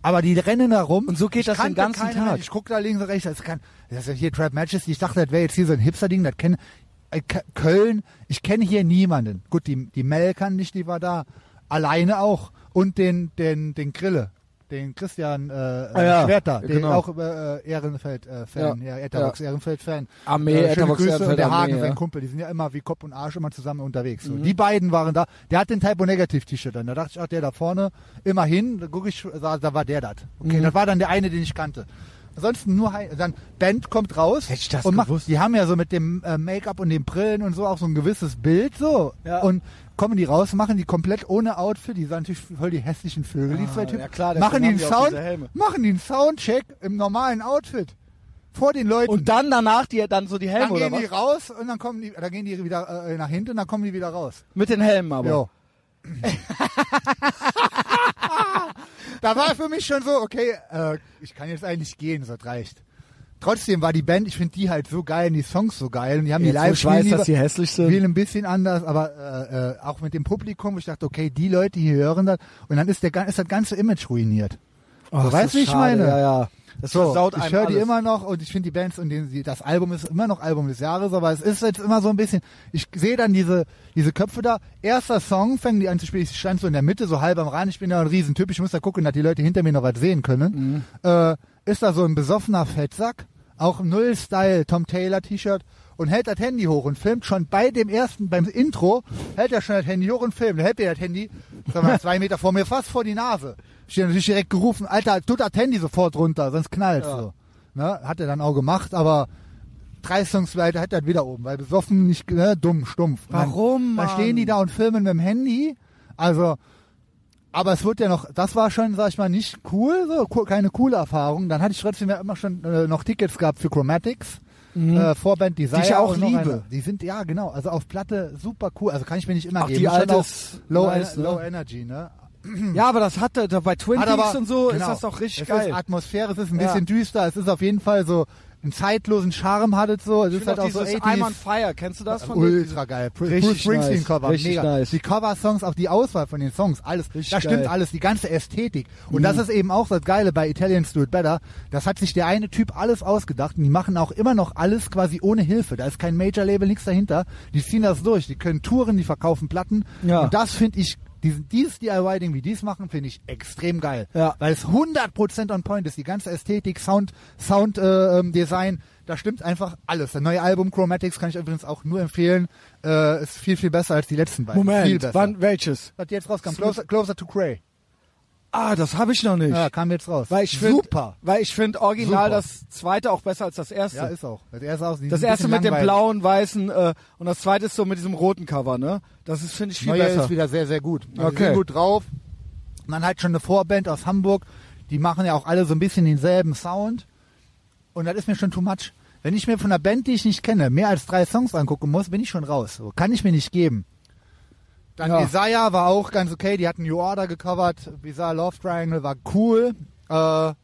A: Aber die rennen da rum.
B: Und so geht
A: ich
B: das
A: kannte
B: den ganzen
A: keine,
B: Tag.
A: Ich guck da links und rechts, das kann, das ist ja hier Trap Matches, ich dachte, das wäre jetzt hier so ein Hipster-Ding, das kenne, äh, K- Köln, ich kenne hier niemanden. Gut, die, die Mel kann nicht, die war da. Alleine auch. Und den, den, den Grille. den Christian äh,
B: Ah, ja.
A: Schwerter, den
B: Genau.
A: auch äh, Ehrenfeld-Fan, ja, Etherbox Ehrenfeld-Fan. Äh,
B: Armee,
A: schöne
B: Etherbox
A: Grüße
B: Ehrenfeld,
A: und der Hagen,
B: Armee,
A: sein
B: ja.
A: Kumpel, die sind ja immer wie Kopf und Arsch immer zusammen unterwegs.
B: Mhm.
A: So. Die beiden waren da. Der hat den Typo Negative T-Shirt an. Da dachte ich, ach, der da vorne, immerhin, da guck ich, da, da war der das.
B: Mhm.
A: Okay, das war dann der eine, den ich kannte. Ansonsten nur Hei- dann Band kommt raus
B: Hätte ich das
A: und macht,
B: gewusst.
A: die haben ja so mit dem äh, Make-up und den Brillen und so auch so ein gewisses Bild so
B: Ja.
A: und kommen die raus, machen die komplett ohne Outfit, die sind natürlich voll die hässlichen Vögel, die
B: Ah,
A: zwei Typen,
B: ja klar, deswegen
A: machen die
B: haben
A: einen
B: die auch
A: Sound,
B: diese Helme.
A: machen die einen Soundcheck im normalen Outfit vor den Leuten
B: Und dann danach die dann so die Helme
A: dann
B: oder
A: gehen die
B: was?
A: raus und dann kommen die, dann gehen die wieder äh, nach hinten und dann kommen die wieder raus.
B: Mit den Helmen aber.
A: Jo. da war für mich schon so, okay, äh, ich kann jetzt eigentlich gehen, das reicht. Trotzdem war die Band, ich finde die halt so geil und die Songs so geil und die haben die
B: Jetzt, wo
A: live
B: ich weiß, dass die
A: spielen
B: hässlich
A: die
B: sind.
A: ein bisschen anders, aber äh, äh, auch mit dem Publikum, wo ich dachte, okay, die Leute hier hören das und dann ist, der, ga- ist das ganze Image ruiniert.
B: Ach,
A: du
B: das
A: weißt,
B: ist
A: wie ich
B: schade.
A: meine?
B: Ja, ja. Das
A: So,
B: versaut
A: ich
B: einem
A: höre die
B: alles.
A: immer noch und ich finde die Bands und den, die, das Album ist immer noch Album des Jahres, aber es ist jetzt immer so ein bisschen, ich sehe dann diese, diese Köpfe da, erster Song, fangen die an zu spielen, ich stand so in der Mitte, so halb am Rand, ich bin ja ein Riesentyp, ich muss da gucken, dass die Leute hinter mir noch was sehen können, äh, ist da so ein besoffener Fettsack, auch Null Style, Tom Taylor T-Shirt und hält das Handy hoch und filmt schon bei dem ersten, beim Intro, hält er schon das Handy hoch und filmt, Da hält er das Handy, sag mal, zwei Meter vor mir, fast vor die Nase. Ich hab natürlich direkt gerufen, Alter, tut das Handy sofort runter, sonst knallt so. Ne? Hat er dann auch gemacht, aber drei Songs weiter hat er wieder oben, weil besoffen nicht, ne? dumm, stumpf. Und Dann,
B: Warum,
A: dann
B: Mann?
A: stehen die da und filmen mit dem Handy, also, aber es wird ja noch, das war schon, sag ich mal, nicht cool, so, co- keine coole Erfahrung. Dann hatte ich trotzdem ja immer schon äh, noch Tickets gehabt für Chromatics. Äh, Vorband Desire.
B: Mhm. Die ich ja auch
A: und noch
B: liebe.
A: eine. Die sind, ja, genau. Also auf Platte super cool. Also kann ich mir nicht immer
B: Ach,
A: geben.
B: die
A: Schon
B: alte
A: auch
B: ist
A: low,
B: nice,
A: en
B: ne?
A: low Energy, ne?
B: Ja, aber das hatte da bei Twin
A: Hat
B: Peaks
A: aber-
B: und so ist
A: genau.
B: das doch richtig
A: es
B: geil.
A: Ist Atmosphäre, es ist ein
B: Ja.
A: bisschen düster. Es ist auf jeden Fall so einen zeitlosen Charme hat es so. Es
B: ich
A: ist
B: finde
A: halt
B: auch
A: auch so
B: dieses
A: 80s.
B: I'm on Fire, kennst du das von denen?
A: Ultra geil. Bru-
B: Richtig
A: Bruce Springsteen
B: nice,
A: Cover,
B: richtig
A: mega.
B: nice.
A: Die Cover-Songs, auch die Auswahl von den Songs, alles.
B: Richtig
A: da stimmt
B: geil. Mhm.
A: alles, die ganze Ästhetik. Und das ist eben auch das Geile bei Italians Do It Better. Das hat sich der eine Typ alles ausgedacht und die machen auch immer noch alles quasi ohne Hilfe. Da ist kein Major-Label, nichts dahinter. Die ziehen das durch, die können Touren, die verkaufen Platten.
B: Ja.
A: Und das finde ich, diesen, dieses DIY-Ding, wie die es machen, finde ich extrem geil.
B: Ja.
A: Weil es 100% on point ist. Die ganze Ästhetik, Sound, Sound äh, ähm, Design, da stimmt einfach alles. Das neue Album Chromatics kann ich übrigens auch nur empfehlen. Äh, ist viel, viel besser als die letzten beiden. viel
B: Moment,
A: besser.
B: wann welches?
A: was jetzt rauskam, Closer, Closer to Grey.
B: Ah, das habe ich noch nicht.
A: Ja, kam jetzt raus.
B: weil ich find,
A: Super.
B: Weil ich finde original
A: Super.
B: das zweite auch besser als das erste.
A: Ja, ist auch. Das erste, auch,
B: das erste mit dem blauen, weißen äh, und das zweite ist so mit diesem roten Cover, ne? Das ist finde ich viel
A: Neue
B: besser.
A: ist wieder sehr, sehr gut. Also
B: Okay.
A: Sind gut drauf. Und dann halt schon eine Vorband aus Hamburg. Die machen ja auch alle so ein bisschen denselben Sound. Und das ist mir schon too much. Wenn ich mir von einer Band, die ich nicht kenne, mehr als drei Songs angucken muss, bin ich schon raus. So, kann ich mir nicht geben. Dann
B: Ja.
A: Desire war auch ganz okay. Die hatten New Order gecovert. Bizarre Love Triangle war cool. Äh,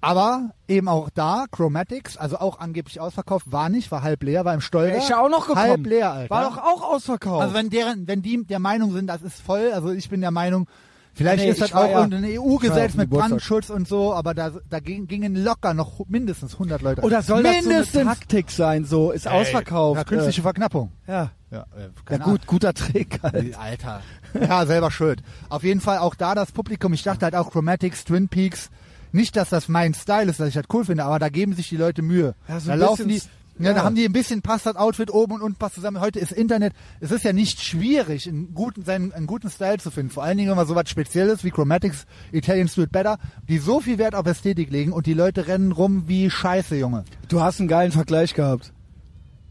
A: aber eben auch da, Chromatics, also auch angeblich ausverkauft, war nicht, war halb leer, war im Stolper.
B: Wär ich ja auch noch gekommen.
A: Halb leer, Alter.
B: War doch auch ausverkauft.
A: Also wenn deren, wenn die der Meinung sind, das ist voll, also ich bin der Meinung, vielleicht
B: Nee,
A: ist das
B: ich war
A: auch
B: ja-
A: ein
B: ich war ja auf
A: EU-Gesetz
B: dem
A: E mit
B: Geburtstag.
A: Brandschutz und so, aber da, da ging- gingen locker noch hu- mindestens 100 Leute. rein.
B: Oder soll das
A: mindestens
B: so eine Taktik sein, so ist ausverkauft.
A: Ja, künstliche Verknappung.
B: Äh, ja.
A: Ja, äh,
B: ja
A: keine Ahnung.
B: gut, guter Trick. Halt.
A: Alter. Ja, selber schuld. Auf jeden Fall auch da das Publikum. Ich dachte halt auch Chromatics, Twin Peaks. Nicht, dass das mein Style ist, dass ich das cool finde, aber da geben sich die Leute Mühe.
B: Ja, so
A: da
B: ein
A: laufen die,
B: bisschen-
A: ja, da
B: ja.
A: haben die ein bisschen passt das Outfit oben und unten passt zusammen. Heute ist Internet. Es ist ja nicht schwierig, einen guten, seinen, einen guten Style zu finden. Vor allen Dingen, wenn man sowas Spezielles wie Chromatics, Italians Do It Better, die so viel Wert auf Ästhetik legen und die Leute rennen rum wie Scheiße, Junge.
B: Du hast einen geilen Vergleich gehabt.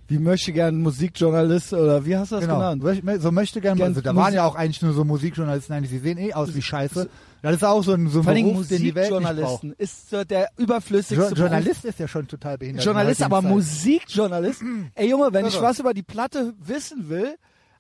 B: Wie möchte gern Musikjournalist oder wie hast du das
A: Genau.
B: genannt?
A: Möcht- So möchte gerne.
B: Gern
A: Also da
B: Musik-
A: waren ja auch eigentlich nur so Musikjournalisten, eigentlich, die sehen eh aus wie Scheiße. Das ist auch so ein, so ein
B: Vor allem
A: Beruf, den die Welt nicht braucht.
B: Musikjournalisten ist so der
A: Jo
B: überflüssigste Beruf.
A: Journalist ist ja schon total behindert.
B: Journalist,
A: in der
B: aber
A: heutigen Zeit.
B: Musikjournalist. Ey Junge, wenn ich
A: Mhm. Irre.
B: was über die Platte wissen will,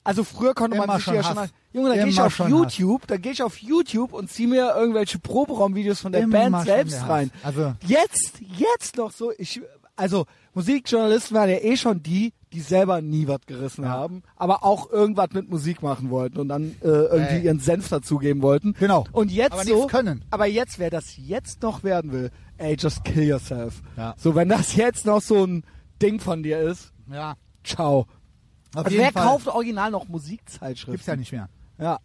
B: also früher konnte man
A: Immer
B: sich
A: schon
B: ja schon
A: Hass.
B: Junge, dann gehe ich
A: Immer
B: auf
A: schon
B: YouTube, dann gehe ich auf YouTube und zieh mir irgendwelche Proberaumvideos von der
A: Immer
B: Band
A: schon
B: selbst
A: der Hass.
B: rein.
A: Also-
B: jetzt, jetzt noch so, ich also Musikjournalisten waren ja eh schon die, die selber nie was gerissen haben, aber auch irgendwas mit Musik machen wollten und dann äh, irgendwie
A: Ey.
B: ihren Senf dazugeben wollten.
A: Genau.
B: Und jetzt
A: Aber
B: so
A: nichts können.
B: aber jetzt, wer das jetzt noch werden will, ey, just kill yourself.
A: Ja.
B: So, wenn das jetzt noch so ein Ding von dir ist,
A: Ja.
B: ciao.
A: Auf jeden
B: Und Also wer
A: Fall
B: kauft original noch Musikzeitschriften?
A: Gibt's ja nicht mehr.
B: Ja.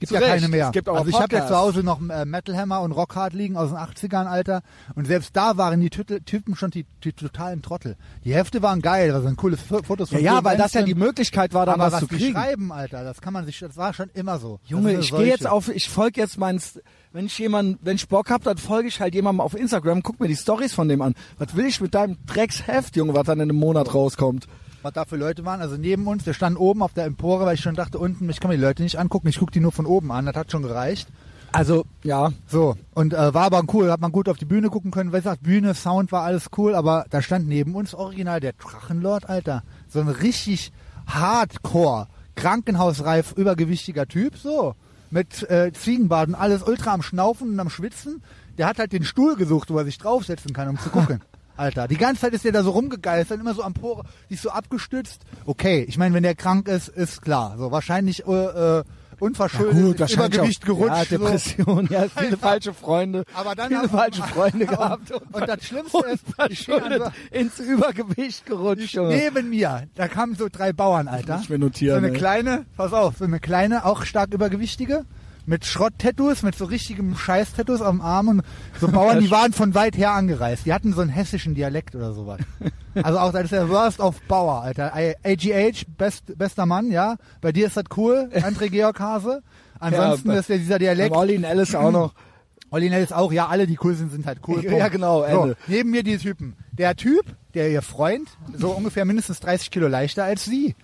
A: Gibt
B: Zu
A: ja
B: Recht.
A: keine mehr.
B: Es gibt auch
A: also ich habe ja
B: Podcasts.
A: zu Hause noch äh, Metal Hammer und Rockhard liegen aus den 80ern, Alter. Und selbst da waren die Tüte- Typen schon die, die totalen Trottel. Die Hefte waren geil, da sind coole F Fotos
B: Ja,
A: von
B: ja,
A: coolen
B: weil das ja
A: Bands
B: die
A: drin.
B: Möglichkeit war, da
A: aber
B: was,
A: was
B: zu
A: die
B: kriegen.
A: schreiben, also Alter, das kann man sich, das war schon immer so. Das
B: Junge,
A: ist
B: ich
A: eine
B: gehe jetzt
A: Seuche.
B: auf, ich folge jetzt meins, wenn ich jemanden, wenn ich Bock hab, dann folge ich halt jemandem auf Instagram, guck mir die Stories von dem an. Was will ich mit deinem Drecksheft, Junge, was dann in einem Monat rauskommt?
A: was da für Leute waren. Also neben uns, wir standen oben auf der Empore, weil ich schon dachte, unten, ich kann mir die Leute nicht angucken, ich gucke die nur von oben an, das hat schon gereicht.
B: Also, ja,
A: So, und äh, war aber cool, hat man gut auf die Bühne gucken können. Wie gesagt, Bühne, Sound war alles cool, aber da stand neben uns original der Drachenlord, Alter. So ein richtig hardcore, krankenhausreif, übergewichtiger Typ, so. Mit äh, Ziegenbart und alles ultra am Schnaufen und am Schwitzen. Der hat halt den Stuhl gesucht, wo er sich draufsetzen kann, um zu gucken. Alter, die ganze Zeit ist der da so rumgegeistert, immer so am Pore, sich so abgestützt. Okay, ich meine, wenn der krank ist, ist klar. So, wahrscheinlich äh, äh, unverschuldet,
B: gut,
A: ins
B: wahrscheinlich
A: Übergewicht
B: auch,
A: gerutscht.
B: Ja,
A: so.
B: Depression, ja, viele falsche Freunde,
A: Aber dann
B: viele
A: haben-
B: falsche Freunde gehabt und,
A: Und das Schlimmste ist, ich stehe an
B: unverschuldet
A: so-
B: ins Übergewicht gerutscht, Junge.
A: neben mir, da kamen so drei Bauern, Alter.
B: Muss ich mir notieren,
A: so eine
B: ey.
A: kleine, pass auf, so eine kleine, auch stark übergewichtige, mit Schrott-Tattoos, mit so richtigem Scheiß-Tattoos am Arm und so Bauern, die waren von weit her angereist. Die hatten so einen hessischen Dialekt oder sowas. Also auch, das ist der Worst of Bauer, Alter. I- AGH, best, bester Mann, ja. Bei dir ist das cool, André Georg Hase. Ansonsten
B: Ja,
A: ist ja dieser Dialekt.
B: Haben Olli und Alice auch noch.
A: Olli Nell ist auch, ja, alle, die cool sind, sind halt cool.
B: Ja,
A: Punkt.
B: genau,
A: So,
B: Ende.
A: neben mir die Typen. Der Typ, der ihr Freund, so ungefähr mindestens 30 Kilo leichter als sie.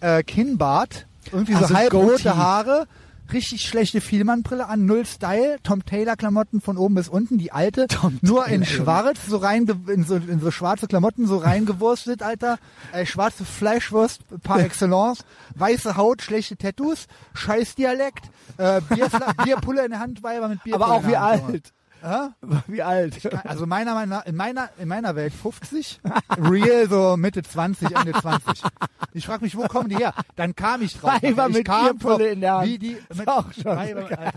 A: Äh, Kinnbart, irgendwie
B: Also
A: so halb
B: Goatee.
A: rote Haare, richtig schlechte Vielmannbrille an, null Style, Tom Taylor Klamotten von oben bis unten, die alte,
B: Tom
A: nur in
B: Taylor.
A: schwarz, so rein, in so, in so schwarze Klamotten, so reingewurstet, Alter, äh, schwarze Fleischwurst par excellence, weiße Haut, schlechte Tattoos, scheiß Dialekt, äh, Bierfla- Bierpulle in der Hand, Weiber mit Bier
B: Aber auch wie
A: Hand,
B: alt.
A: Hä?
B: Wie alt?
A: Also meiner Meinung nach, in meiner, in meiner Welt 50, real so Mitte 20, Ende 20. Ich frage mich, wo kommen die her? Dann kam ich drauf.
B: Weiber
A: ich
B: mit
A: kam
B: Bierpulle
A: drauf,
B: in der Hand.
A: Wie die, mit
B: auch schon
A: Weiber, Alter.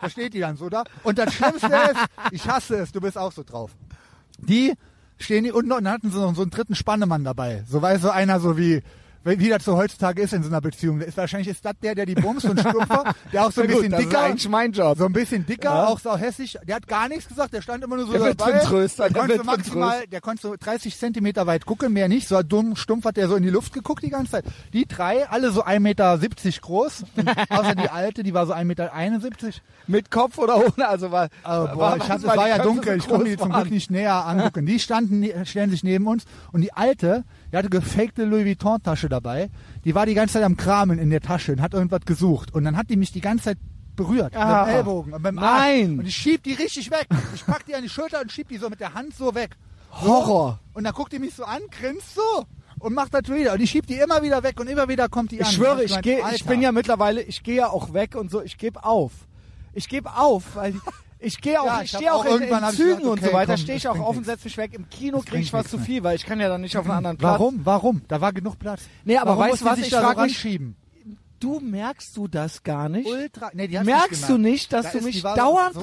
A: Versteht die ganz, oder? Und das Schlimmste ist, ich hasse es, du bist auch so drauf. Die stehen hier unten und dann hatten sie noch so einen dritten Spannemann dabei. So weiß so einer so wie, wie wie das so heutzutage ist in so einer Beziehung. Ist, wahrscheinlich ist das der, der die Bums und Stumpfer, der auch so ein
B: Na gut,
A: bisschen
B: das ist
A: dicker,
B: eigentlich mein Job.
A: so ein bisschen dicker,
B: Ja.
A: auch sau hässlich. Der hat gar nichts gesagt, der stand immer nur so
B: Der
A: dabei.
B: Witwentröster,
A: der
B: der
A: konnte maximal, der konnte so 30 Zentimeter weit gucken, mehr nicht. So dumm, stumpf hat der so in die Luft geguckt die ganze Zeit. Die drei, alle so 1,70 Meter groß. Und außer die alte, die war so 1,71 Meter.
B: Mit Kopf oder ohne? Also war,
A: Aber Oh, boah,
B: war,
A: ich
B: weiß
A: hab, es
B: mal,
A: war
B: die
A: ja
B: Köpfe
A: dunkel,
B: so
A: ich konnte
B: groß
A: die zum
B: waren.
A: Glück nicht näher angucken. Die standen, ne- stellen sich neben uns und die alte, die hatte gefakte Louis Vuitton Tasche dabei, die war die ganze Zeit am Kramen in der Tasche und hat irgendwas gesucht und dann hat die mich die ganze Zeit berührt,
B: Ah.
A: mit dem Ellbogen und beim
B: Nein.
A: Arsch. und ich schieb die richtig weg. Ich pack die an die Schulter und schieb die so mit der Hand so weg. So.
B: Horror.
A: Und dann guckt die mich so an, grinst so und macht das wieder und ich schieb die immer wieder weg und immer wieder kommt die
B: Ich
A: an.
B: schwöre,
A: Und
B: ich,
A: mein,
B: geh, ich
A: Alter.
B: bin ja mittlerweile, ich gehe ja auch weg und so, ich gebe auf. Ich gebe auf, weil ich gehe auch,
A: Ja,
B: ich
A: ich hab
B: stehe auch
A: auch
B: in, in
A: irgendwann hab ich
B: Zügen
A: gesagt,
B: und
A: okay,
B: so weiter,
A: komm,
B: stehe ich
A: das
B: auch
A: bringt
B: auf und
A: nix.
B: setze mich weg. Im Kino kriege ich
A: bringt
B: was
A: nix,
B: zu
A: nein.
B: viel, weil ich kann ja dann nicht auf einen anderen Platz.
A: Mhm. Warum? Warum? Da war genug Platz.
B: Nee, aber
A: Warum
B: weißt
A: muss
B: du
A: die
B: was?
A: sich
B: Ich
A: da so
B: frag mich-
A: ranschieben?
B: Du merkst du das gar nicht?
A: ultra. Nee, die hat's
B: Merkst du
A: gemerkt.
B: nicht, dass
A: Da
B: du
A: ist-
B: mich
A: die war
B: dauernd
A: ange-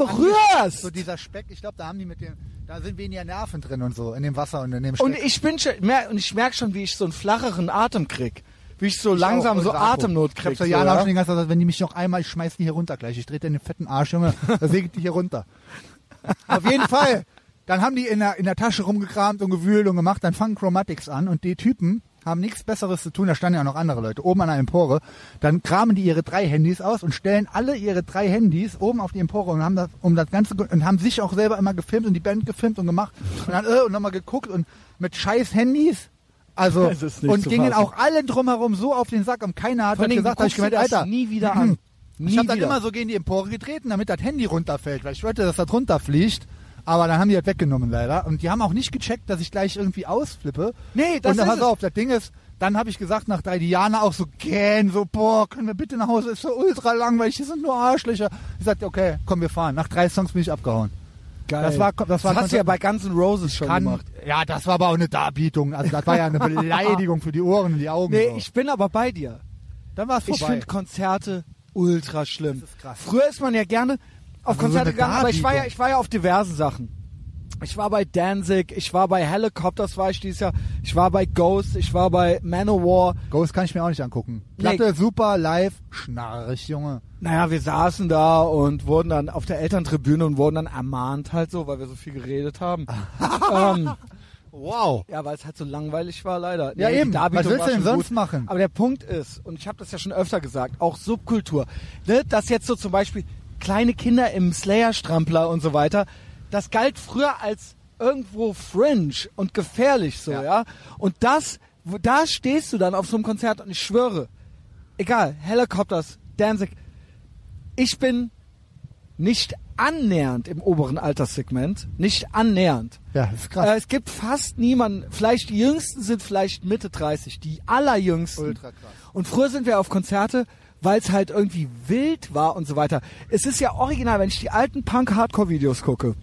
B: berührst?
A: So dieser Speck, ich glaube, da haben die mit dem, da sind weniger Nerven drin und so in dem Wasser und in dem Speck.
B: Und ich bin schon, mer und ich merk schon, wie ich so einen flacheren Atem krieg. Wie ich so
A: Ich
B: langsam
A: auch,
B: so
A: ultra
B: Atemnot
A: Ich hab
B: krieg.
A: so
B: so,
A: Jana
B: ja?
A: schon den ganzen Tag gesagt, wenn die mich noch einmal, ich schmeiß die hier runter gleich. Ich drehe dir den fetten Arsch, Junge. Da segelt die hier runter. Auf jeden Fall. Dann haben die in der, in der Tasche rumgekramt und gewühlt und gemacht. Dann fangen Chromatics an und die Typen haben nichts Besseres zu tun. Da standen ja auch noch andere Leute oben an der Empore. Dann kramen die ihre drei Handys aus und stellen alle ihre drei Handys oben auf die Empore und haben das, um das ganze ge- und haben sich auch selber immer gefilmt und die Band gefilmt und gemacht und dann äh, und nochmal geguckt und mit scheiß Handys. Also
B: Es ist nicht
A: und
B: zu
A: gingen
B: fassen.
A: auch alle drumherum so auf den Sack und keiner hat was
B: Vor allen Dingen,
A: gesagt.
B: du
A: Hab ich
B: guckst dir
A: gemeint,
B: das
A: Alter,
B: nie wieder an. Nie
A: ich habe dann
B: wieder.
A: immer so gegen die Empore getreten, damit das Handy runterfällt, weil ich wollte, dass das runterfliegt. Aber dann haben die das weggenommen leider. Und die haben auch nicht gecheckt, dass ich gleich irgendwie ausflippe.
B: Nee, das
A: Und dann
B: ist
A: pass
B: es.
A: auf, das Ding ist, dann habe ich gesagt nach drei Diana auch so gähn, so boah, können wir bitte nach Hause, ist so ultra langweilig, hier sind nur Arschlöcher. Ich sagte, okay, komm, wir fahren. Nach drei Songs bin ich abgehauen.
B: Geil.
A: Das war- das war-
B: hast du ja bei Guns N' Roses schon
A: Kann-
B: gemacht.
A: ja, das war aber auch eine Darbietung. Also das war ja eine Beleidigung für die Ohren und die Augen.
B: Nee,
A: so.
B: ich bin aber bei dir.
A: dann war es
B: Ich
A: vorbei.
B: finde Konzerte ultra schlimm.
A: Das ist krass.
B: Früher ist man ja gerne auf
A: Also so
B: Konzerte
A: eine
B: gegangen, aber ich war, ja,
A: Darbietung.
B: ich war ja auf diversen Sachen. Ich war bei Danzig, ich war bei Helicopters, war ich dieses Jahr, ich war bei Ghost, ich war bei Manowar.
A: Ghost kann ich mir auch nicht angucken.
B: Nee.
A: Platte, super, live, schnarrig, Junge.
B: Naja, wir saßen da und wurden dann auf der Elterntribüne und wurden dann ermahnt halt so, weil wir so viel geredet haben. ähm,
A: Wow.
B: ja, weil es halt so langweilig war leider.
A: Ja,
B: die
A: eben. Was
B: Darbietung
A: willst
B: war
A: du denn
B: schon
A: sonst machen?
B: Aber der Punkt ist, und ich habe das ja schon öfter gesagt, auch Subkultur, ne, dass jetzt so zum Beispiel kleine Kinder im Slayer-Strampler und so weiter, das galt früher als irgendwo fringe und gefährlich so, ja.
A: Ja.
B: Und das, wo, da stehst du dann auf so einem Konzert und ich schwöre, egal, Helicopters, Danzig, ich bin nicht annähernd im oberen Alterssegment, nicht annähernd.
A: Ja, das ist
B: Äh,
A: krass.
B: es gibt fast niemanden, vielleicht die Jüngsten sind vielleicht Mitte 30, die allerjüngsten.
A: Ultra krass.
B: Und früher sind wir auf Konzerte, weil es halt irgendwie wild war und so weiter. Es ist ja original, wenn ich die alten Punk-Hardcore-Videos gucke,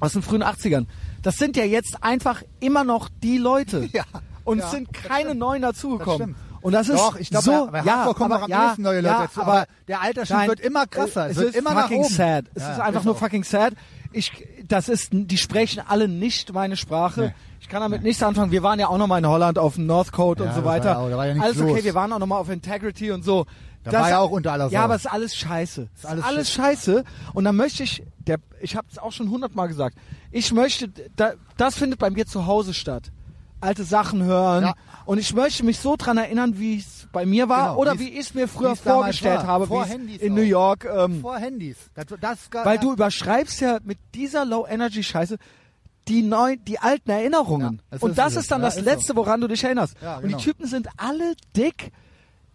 B: aus den frühen 80ern, das sind ja jetzt einfach immer noch die Leute.
A: Ja.
B: Und
A: Ja,
B: es sind
A: das
B: keine neuen dazugekommen.
A: Das stimmt.
B: Und das ist
A: Doch, ich glaube,
B: so,
A: bei, bei
B: ja,
A: Hardcore kommen
B: aber,
A: auch am
B: ja,
A: ehesten neue Leute
B: ja,
A: dazu.
B: Aber,
A: Aber der Altersschnitt wird immer krasser.
B: äh,
A: Es, wird
B: ist
A: immer nach
B: fucking
A: oben.
B: sad. Es
A: Ja,
B: ist einfach
A: ist
B: nur
A: auch.
B: fucking sad. Ich, das ist, die sprechen alle nicht meine Sprache.
A: Nee.
B: Ich kann damit nichts anfangen. Wir waren ja auch nochmal in Holland auf dem Northcote
A: Ja,
B: und so
A: das war
B: weiter.
A: ja auch- da war ja nichts
B: alles okay,
A: los.
B: wir waren auch nochmal auf Integrity und so.
A: Da war ja auch unter aller
B: Ja,
A: Sau.
B: aber es ist alles scheiße. Es ist alles,
A: alles
B: scheiße. Und dann möchte ich, der, ich habe es auch schon hundertmal gesagt, ich möchte, da, das findet bei mir zu Hause statt. Alte Sachen hören.
A: Ja.
B: Und ich möchte mich so dran erinnern, wie es bei mir war
A: Genau,
B: oder
A: wie's-
B: wie ich es mir früher
A: wie's damals
B: vorgestellt
A: war.
B: habe,
A: Vor
B: wie
A: Handys
B: es in
A: auch.
B: New York. Ähm,
A: Vor Handys. Das, das
B: weil du überschreibst ja mit dieser Low-Energy-Scheiße die neuen, die alten Erinnerungen.
A: Ja, das
B: und
A: ist
B: das
A: es.
B: ist dann
A: Ja,
B: das
A: ist so.
B: Letzte, woran du dich erinnerst.
A: Ja,
B: Und
A: genau.
B: die Typen sind alle dick.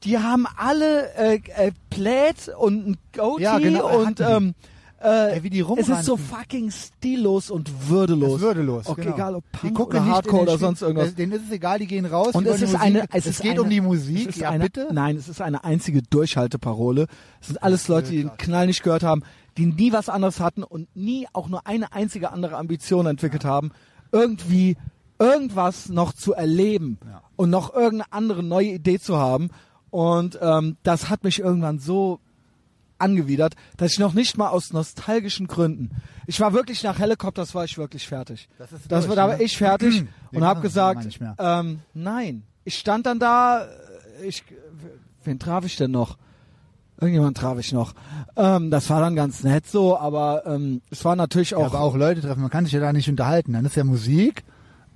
B: Die haben alle äh, äh, Plaid und ein Goatee
A: Ja, genau,
B: und ähm,
A: hatten
B: äh,
A: Ey, wie die
B: es ist so
A: rumrannten.
B: fucking stillos und würdelos.
A: Das ist würdelos.
B: Okay,
A: genau.
B: egal ob
A: die
B: Punk
A: gucken
B: oder
A: nicht in
B: Hardcore
A: den
B: oder
A: Spiel-
B: sonst irgendwas.
A: Denen ist es egal, die gehen raus.
B: Und
A: die
B: es
A: wollen
B: ist
A: die
B: eine,
A: Musik.
B: es, ist
A: geht
B: eine,
A: um die
B: Es
A: Musik.
B: ist
A: Ja,
B: eine,
A: bitte.
B: Nein, es ist eine einzige Durchhalteparole. Es sind alles Leute, die den Knall nicht gehört haben, die nie was anderes hatten und nie auch nur eine einzige andere Ambition entwickelt haben, irgendwie irgendwas noch zu erleben
A: Ja.
B: und noch irgendeine andere neue Idee zu haben. Und ähm, das hat mich irgendwann so angewidert, dass ich noch nicht mal aus nostalgischen Gründen. Ich war wirklich nach Helikopters war ich wirklich fertig.
A: Das ist genau,
B: das
A: durch,
B: war da
A: ne?
B: war ich fertig
A: Den
B: und
A: kann
B: habe
A: man
B: gesagt,
A: nicht mehr.
B: ähm, nein. Ich stand dann da, äh, ich wen traf ich denn noch? Irgendjemand traf ich noch. Ähm, das war dann ganz nett so, aber ähm, es war natürlich
A: Ja,
B: auch,
A: aber auch Leute treffen. Man kann sich ja da nicht unterhalten. Dann ist ja Musik.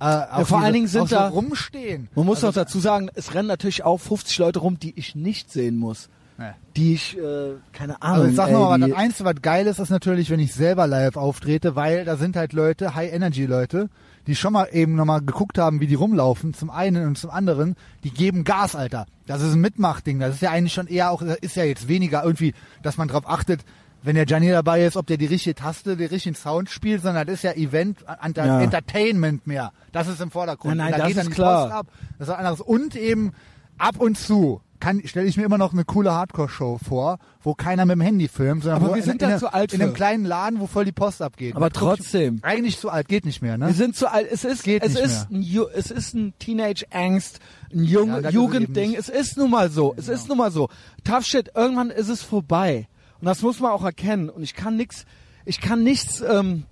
A: Äh, auch diese-
B: vor allen Dingen sind
A: auch so
B: da-
A: rumstehen. Also,
B: Man muss noch dazu sagen, es rennen natürlich auch 50 Leute rum, die ich nicht sehen muss,
A: Nee.
B: die ich äh, keine Ahnung.
A: Also ich sag
B: ey,
A: nochmal,
B: die-
A: das Einzige, was geil ist, ist natürlich, wenn ich selber live auftrete, weil da sind halt Leute, High-Energy-Leute, die schon mal eben nochmal geguckt haben, wie die rumlaufen, zum einen und zum anderen, die geben Gas, Alter. Das ist ein Mitmachding, das ist ja eigentlich schon eher auch, ist ja jetzt weniger irgendwie, dass man drauf achtet, wenn der Gianni dabei ist, ob der die richtige Taste, den richtigen Sound spielt, sondern das ist ja Event, Enter
B: Ja.
A: Entertainment mehr. Das ist im Vordergrund.
B: Nein,
A: Und
B: nein,
A: da
B: das
A: geht dann
B: ist
A: die
B: klar.
A: Post ab. Das ist was anderes. Und eben ab und zu kann stelle ich mir immer noch eine coole Hardcore-Show vor, wo keiner mit dem Handy filmt, sondern
B: Aber
A: wo
B: wir
A: in,
B: sind
A: in,
B: da
A: einer-
B: zu alt
A: in
B: für.
A: einem kleinen Laden, wo voll die Post abgeht.
B: Aber
A: Da guck ich-
B: trotzdem.
A: Eigentlich zu alt, geht nicht mehr, ne?
B: Wir sind zu alt. Es ist,
A: Geht
B: es
A: nicht
B: ist, ein, Ju- es ist ein Teenage-Angst, ein
A: Ja,
B: junge
A: das ist es eben Genau.
B: Jugendding.
A: nicht.
B: Es ist nun mal so. Es ist nun mal so. Tough Shit. Irgendwann ist es vorbei. Und das muss man auch erkennen. Und ich kann nichts, ich kann nichts ähm,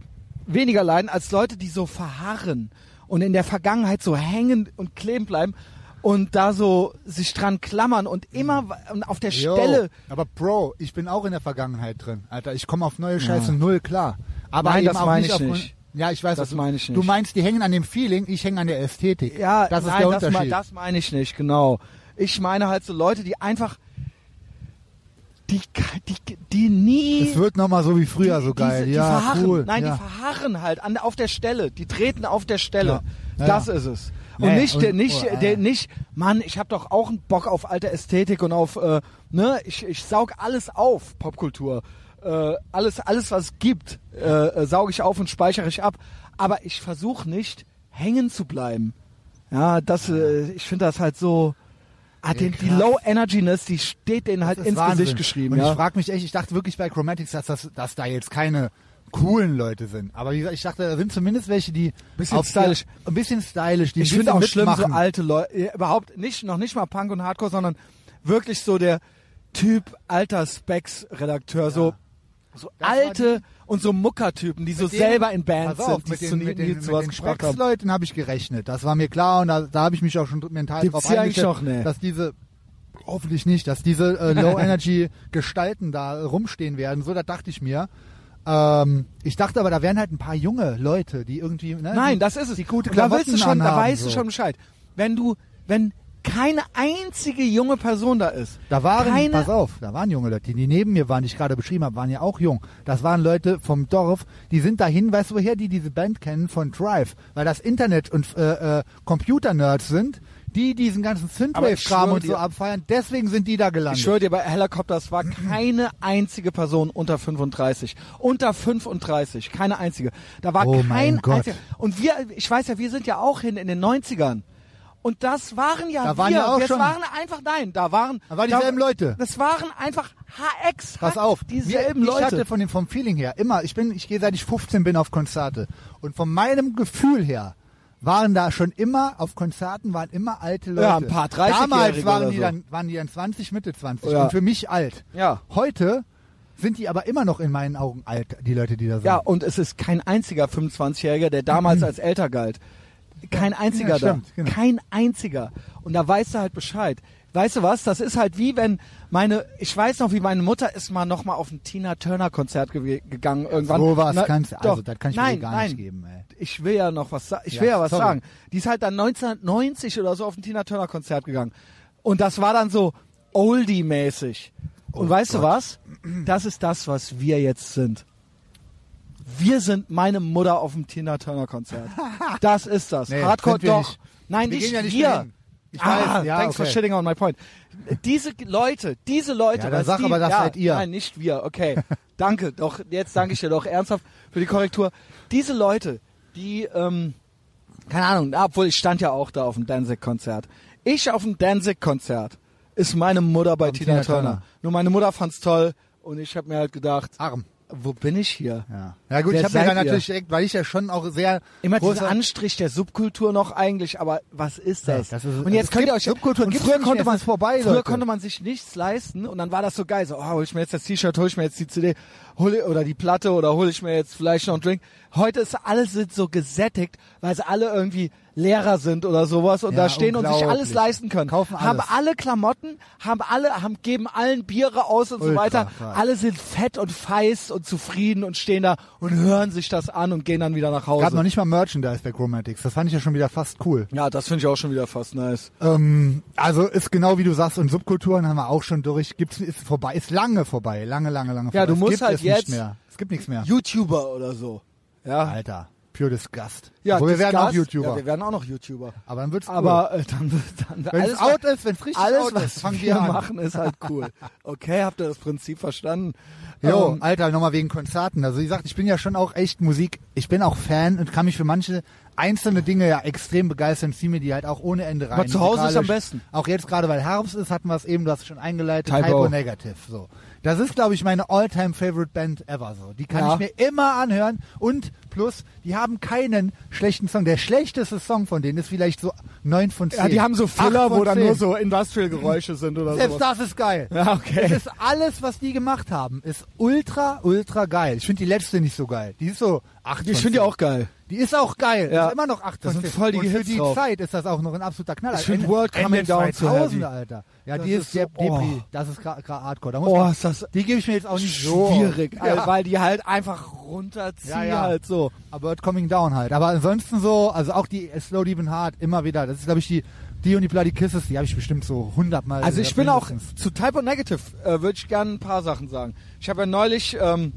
B: weniger leiden als Leute, die so verharren und in der Vergangenheit so hängen und kleben bleiben und da so sich dran klammern und immer wa- und auf der
A: Yo,
B: Stelle.
A: Aber Bro, ich bin auch in der Vergangenheit drin. Alter, ich komme auf neue Scheiße null klar. Aber
B: Nein,
A: eben
B: das
A: auch
B: meine
A: nicht
B: ich
A: auf,
B: nicht.
A: Ja, ich weiß,
B: Das
A: was du,
B: meine ich
A: Du
B: nicht.
A: meinst, die hängen an dem Feeling, ich hänge an der Ästhetik.
B: Ja,
A: das ist
B: nein,
A: der
B: das
A: Unterschied.
B: mein- Das meine ich nicht, genau. Ich meine halt so Leute, die einfach die ka- die, die nie
A: es wird nochmal so wie früher
B: die,
A: so geil.
B: diese- die
A: ja,
B: verharren,
A: cool.
B: nein,
A: ja.
B: die verharren halt an, auf der Stelle, die treten auf der Stelle.
A: Ja. Ja,
B: das
A: ja.
B: ist es. Und
A: Nee,
B: nicht
A: und-
B: der nicht
A: oh,
B: der
A: äh.
B: nicht Mann, ich habe doch auch einen Bock auf alte Ästhetik und auf äh, ne, ich ich saug alles auf Popkultur. Äh, alles alles was es gibt, äh, äh, sauge ich auf und speichere ich ab, aber ich versuche nicht hängen zu bleiben. Ja, das äh, ich finde das halt so Ah, den, die
A: krass.
B: Low Energiness, die steht denen halt
A: Das ist
B: ins
A: Wahnsinn.
B: Gesicht geschrieben.
A: Und
B: ja.
A: ich frage mich echt, ich dachte wirklich bei Chromatics, dass, das, dass da jetzt keine coolen Leute sind. Aber wie gesagt, ich dachte, da sind zumindest welche, die
B: Bisschen
A: auf-
B: stylisch.
A: ein bisschen stylisch, die
B: ich
A: ein
B: finde auch
A: bisschen
B: schlimm, so
A: mitmachen.
B: alte Leute, ja, überhaupt nicht, noch nicht mal Punk und Hardcore, sondern wirklich so der Typ alter Specs-Redakteur, so So
A: Das war
B: alte und so Muckertypen, die so
A: Mit denen-
B: selber in Bands
A: Pass auf,
B: sind, die
A: mit
B: zu
A: den, mit den,
B: nie
A: mit
B: zu was
A: den
B: gebracht haben.
A: Schrecksleuten habe ich gerechnet. Das war mir klar und da, da habe ich mich auch schon mental
B: Gibt's
A: drauf
B: hier eigentlich
A: eingestellt,
B: noch, ne?
A: dass diese hoffentlich nicht, dass diese äh, Low-Energy-Gestalten da rumstehen werden. So, da dachte ich mir. Ähm, ich dachte aber, da wären halt ein paar junge Leute, die irgendwie... Ne,
B: Nein,
A: die,
B: das ist es.
A: Die gute
B: und da willst
A: Klamotten
B: du schon, da
A: anhaben,
B: weißt du
A: so.
B: schon Bescheid. Wenn du, wenn keine einzige junge Person da ist,
A: Da waren,
B: keine,
A: pass auf, da waren junge Leute, die, die neben mir waren, die ich gerade beschrieben habe, waren ja auch jung. Das waren Leute vom Dorf, die sind dahin, weißt du woher die diese Band kennen? Von Drive. Weil das Internet und äh, äh, Computer-Nerds sind, die diesen ganzen
B: Aber ich
A: Synthwave-Kram
B: schwöre
A: und so
B: dir-
A: abfeiern, deswegen sind die da
B: ich
A: gelandet.
B: schwöre dir, bei Helicopters war keine einzige Person unter 35. Unter 35, keine einzige. Da war
A: Oh mein
B: kein
A: Gott.
B: einziger. Und wir, ich weiß ja, wir sind ja auch hin in den 90ern. Und das waren ja
A: Da waren
B: wir.
A: ja auch
B: das
A: schon-
B: waren einfach, nein, da waren,
A: Da waren dieselben Leute.
B: Das waren einfach HX.
A: Pass auf,
B: dieselben
A: mir, ich
B: Leute.
A: hatte von dem vom Feeling her immer, ich bin, ich gehe seit ich 15 bin auf Konzerte und von meinem Gefühl her waren da schon immer auf Konzerten waren immer alte Leute.
B: Ja, ein paar 30-Jährige
A: Damals waren
B: oder
A: die
B: so.
A: dann waren die dann 20, Mitte 20
B: Ja.
A: und für mich alt.
B: Ja.
A: Heute sind die aber immer noch in meinen Augen alt, die Leute, die da sind.
B: Ja, und es ist kein einziger 25-Jähriger, der damals als älter galt. Kein einziger
A: Ja, stimmt,
B: da.
A: genau.
B: Kein einziger. Und da weißt du halt Bescheid. Weißt du was? Das ist halt wie wenn meine, ich weiß noch, wie meine Mutter ist mal nochmal auf ein Tina Turner Konzert gewe- gegangen irgendwann.
A: so was
B: Na,
A: kannst
B: doch.
A: also das kann ich
B: nein,
A: mir gar
B: nein.
A: nicht geben, ey.
B: Ich will ja noch was, sa- ich
A: Ja,
B: will ja was
A: sorry.
B: sagen. Die ist halt dann 1990 oder so auf ein Tina Turner Konzert gegangen. Und das war dann so Oldie-mäßig. Und
A: Oh
B: weißt du
A: Gott.
B: was? Das ist das, was wir jetzt sind. Wir sind meine Mutter auf dem Tina Turner Konzert. Das ist das.
A: Nee,
B: Hardcore
A: sind wir
B: doch.
A: nicht.
B: Nein,
A: Wir
B: nicht
A: gehen ja nicht
B: wir.
A: dahin. Ich
B: ah,
A: weiß, ja,
B: thanks for
A: okay.
B: shitting on my point. Diese Leute, diese Leute.
A: Ja, dann
B: weißt
A: sag
B: die,
A: aber, das
B: ja,
A: seid ihr.
B: Nein, nicht wir. Okay, danke. Doch jetzt danke ich dir doch ernsthaft für die Korrektur. Diese Leute, die ähm, keine Ahnung, na, obwohl ich stand ja auch da auf dem Danzig-Konzert. Ich auf dem Danzig-Konzert ist meine Mutter bei
A: Am
B: Tina,
A: Tina
B: Turner.
A: Turner.
B: Nur meine Mutter fand's toll und ich habe mir halt gedacht,
A: Arm.
B: wo bin ich hier?
A: Ja. Ja gut,
B: Wer
A: ich habe mir
B: seid
A: dann
B: ihr?
A: natürlich direkt, weil ich ja schon auch sehr
B: Immer
A: großer,
B: diesen Anstrich der Subkultur noch eigentlich, aber was ist das?
A: Nee, das ist-
B: und jetzt
A: es
B: könnt ihr
A: gibt-
B: euch
A: Subkultur
B: und
A: gibt's
B: früher
A: nicht
B: konnte
A: mehr,
B: man
A: es ist vorbei,
B: Früher
A: Leute.
B: konnte man sich nichts leisten und dann war das so geil, so oh, hol ich mir jetzt das T-Shirt, hol ich mir jetzt die CD, hol oder die Platte oder hol ich mir jetzt vielleicht noch einen Drink. Heute ist alles sind so gesättigt, weil sie alle irgendwie Lehrer sind oder sowas und
A: Ja,
B: da stehen und sich alles
A: unglaublich.
B: leisten können.
A: Kaufen
B: Haben
A: alles.
B: alle Klamotten, haben alle haben geben allen Biere aus und so
A: Ultra
B: weiter.
A: krass.
B: Alle sind fett und feist und zufrieden und stehen da und hören sich das an und gehen dann wieder nach Hause.
A: gab noch nicht mal Merchandise bei Chromatics. Das fand ich ja schon wieder fast cool.
B: Ja, das finde ich auch schon wieder fast nice.
A: Ähm, also ist genau wie du sagst, und Subkulturen haben wir auch schon durch. Gibt's, ist vorbei, ist lange vorbei, lange, lange, lange
B: Ja,
A: vorbei.
B: du
A: es
B: musst
A: gibt
B: halt
A: es
B: jetzt-
A: nicht mehr. Es gibt nichts mehr.
B: YouTuber oder so. Ja.
A: Alter, pure Disgust.
B: Ja,
A: Obwohl, wir
B: Disgust.
A: werden auch YouTuber.
B: Ja, wir werden auch noch YouTuber.
A: aber dann wird's
B: Aber äh, dann, dann
A: cool. wenn
B: alles,
A: es out ist, wenn es richtig
B: alles
A: out ist,
B: was
A: fangen
B: wir
A: wir an.
B: machen, ist halt cool. Okay, habt ihr das Prinzip verstanden?
A: Jo,
B: Ähm,
A: Alter, nochmal wegen Konzerten. Also wie gesagt, ich bin ja schon auch echt Musik, ich bin auch Fan und kann mich für manche einzelne Dinge ja extrem begeistern, ziehe mir die halt auch ohne Ende rein.
B: Aber zu Hause ist am
A: Musikalisch.
B: besten.
A: Auch jetzt gerade, weil Herbst ist, hatten wir es eben, du hast es schon eingeleitet,
B: Typo.
A: Typo, Negative. So. Das ist, glaube ich, meine all-time favorite Band ever. So. Die kann
B: Ja.
A: ich mir immer anhören und plus, die haben keinen schlechten Song. Der schlechteste Song von denen ist vielleicht so 9 von 10.
B: ja, die haben so
A: Acht
B: Filler,
A: von
B: wo dann
A: 10.
B: nur so Industrial-Geräusche sind oder
A: Selbst
B: sowas.
A: das ist geil.
B: Ja, okay.
A: Es ist alles, was die gemacht haben, ist ultra, ultra geil. Ich finde die letzte nicht so geil. Die ist so 8
B: Ich finde die auch geil.
A: Die ist auch geil.
B: Ja.
A: Ist immer noch 8
B: Da
A: von
B: sind
A: 10.
B: voll die
A: Und für
B: Hits
A: die
B: drauf.
A: Zeit ist das auch noch ein absoluter Knaller.
B: Ich find
A: Ende-
B: World Coming
A: Ende
B: Down zu
A: 2000er,
B: heavy.
A: Alter. Ja,
B: Das
A: die
B: ist
A: ist,
B: so-
A: der Depri.
B: oh.
A: Das ist gra- gra- hardcore. Da muss
B: Oh,
A: man,
B: ist das
A: die gebe ich mir jetzt auch nicht so.
B: schwierig,
A: Ja.
B: Alter, weil die halt einfach runterziehen
A: Ja, ja.
B: halt so.
A: Aber Bird Coming Down halt. Aber ansonsten so, also auch die Slow Deep and Hard immer wieder. Das ist, glaube ich, die, die und die Bloody Kisses, die habe ich bestimmt so hundertmal.
B: Also ich
A: gehört,
B: bin auch
A: mindestens.
B: zu Type O Negative äh, würde ich gerne ein paar Sachen sagen. Ich habe ja neulich ähm,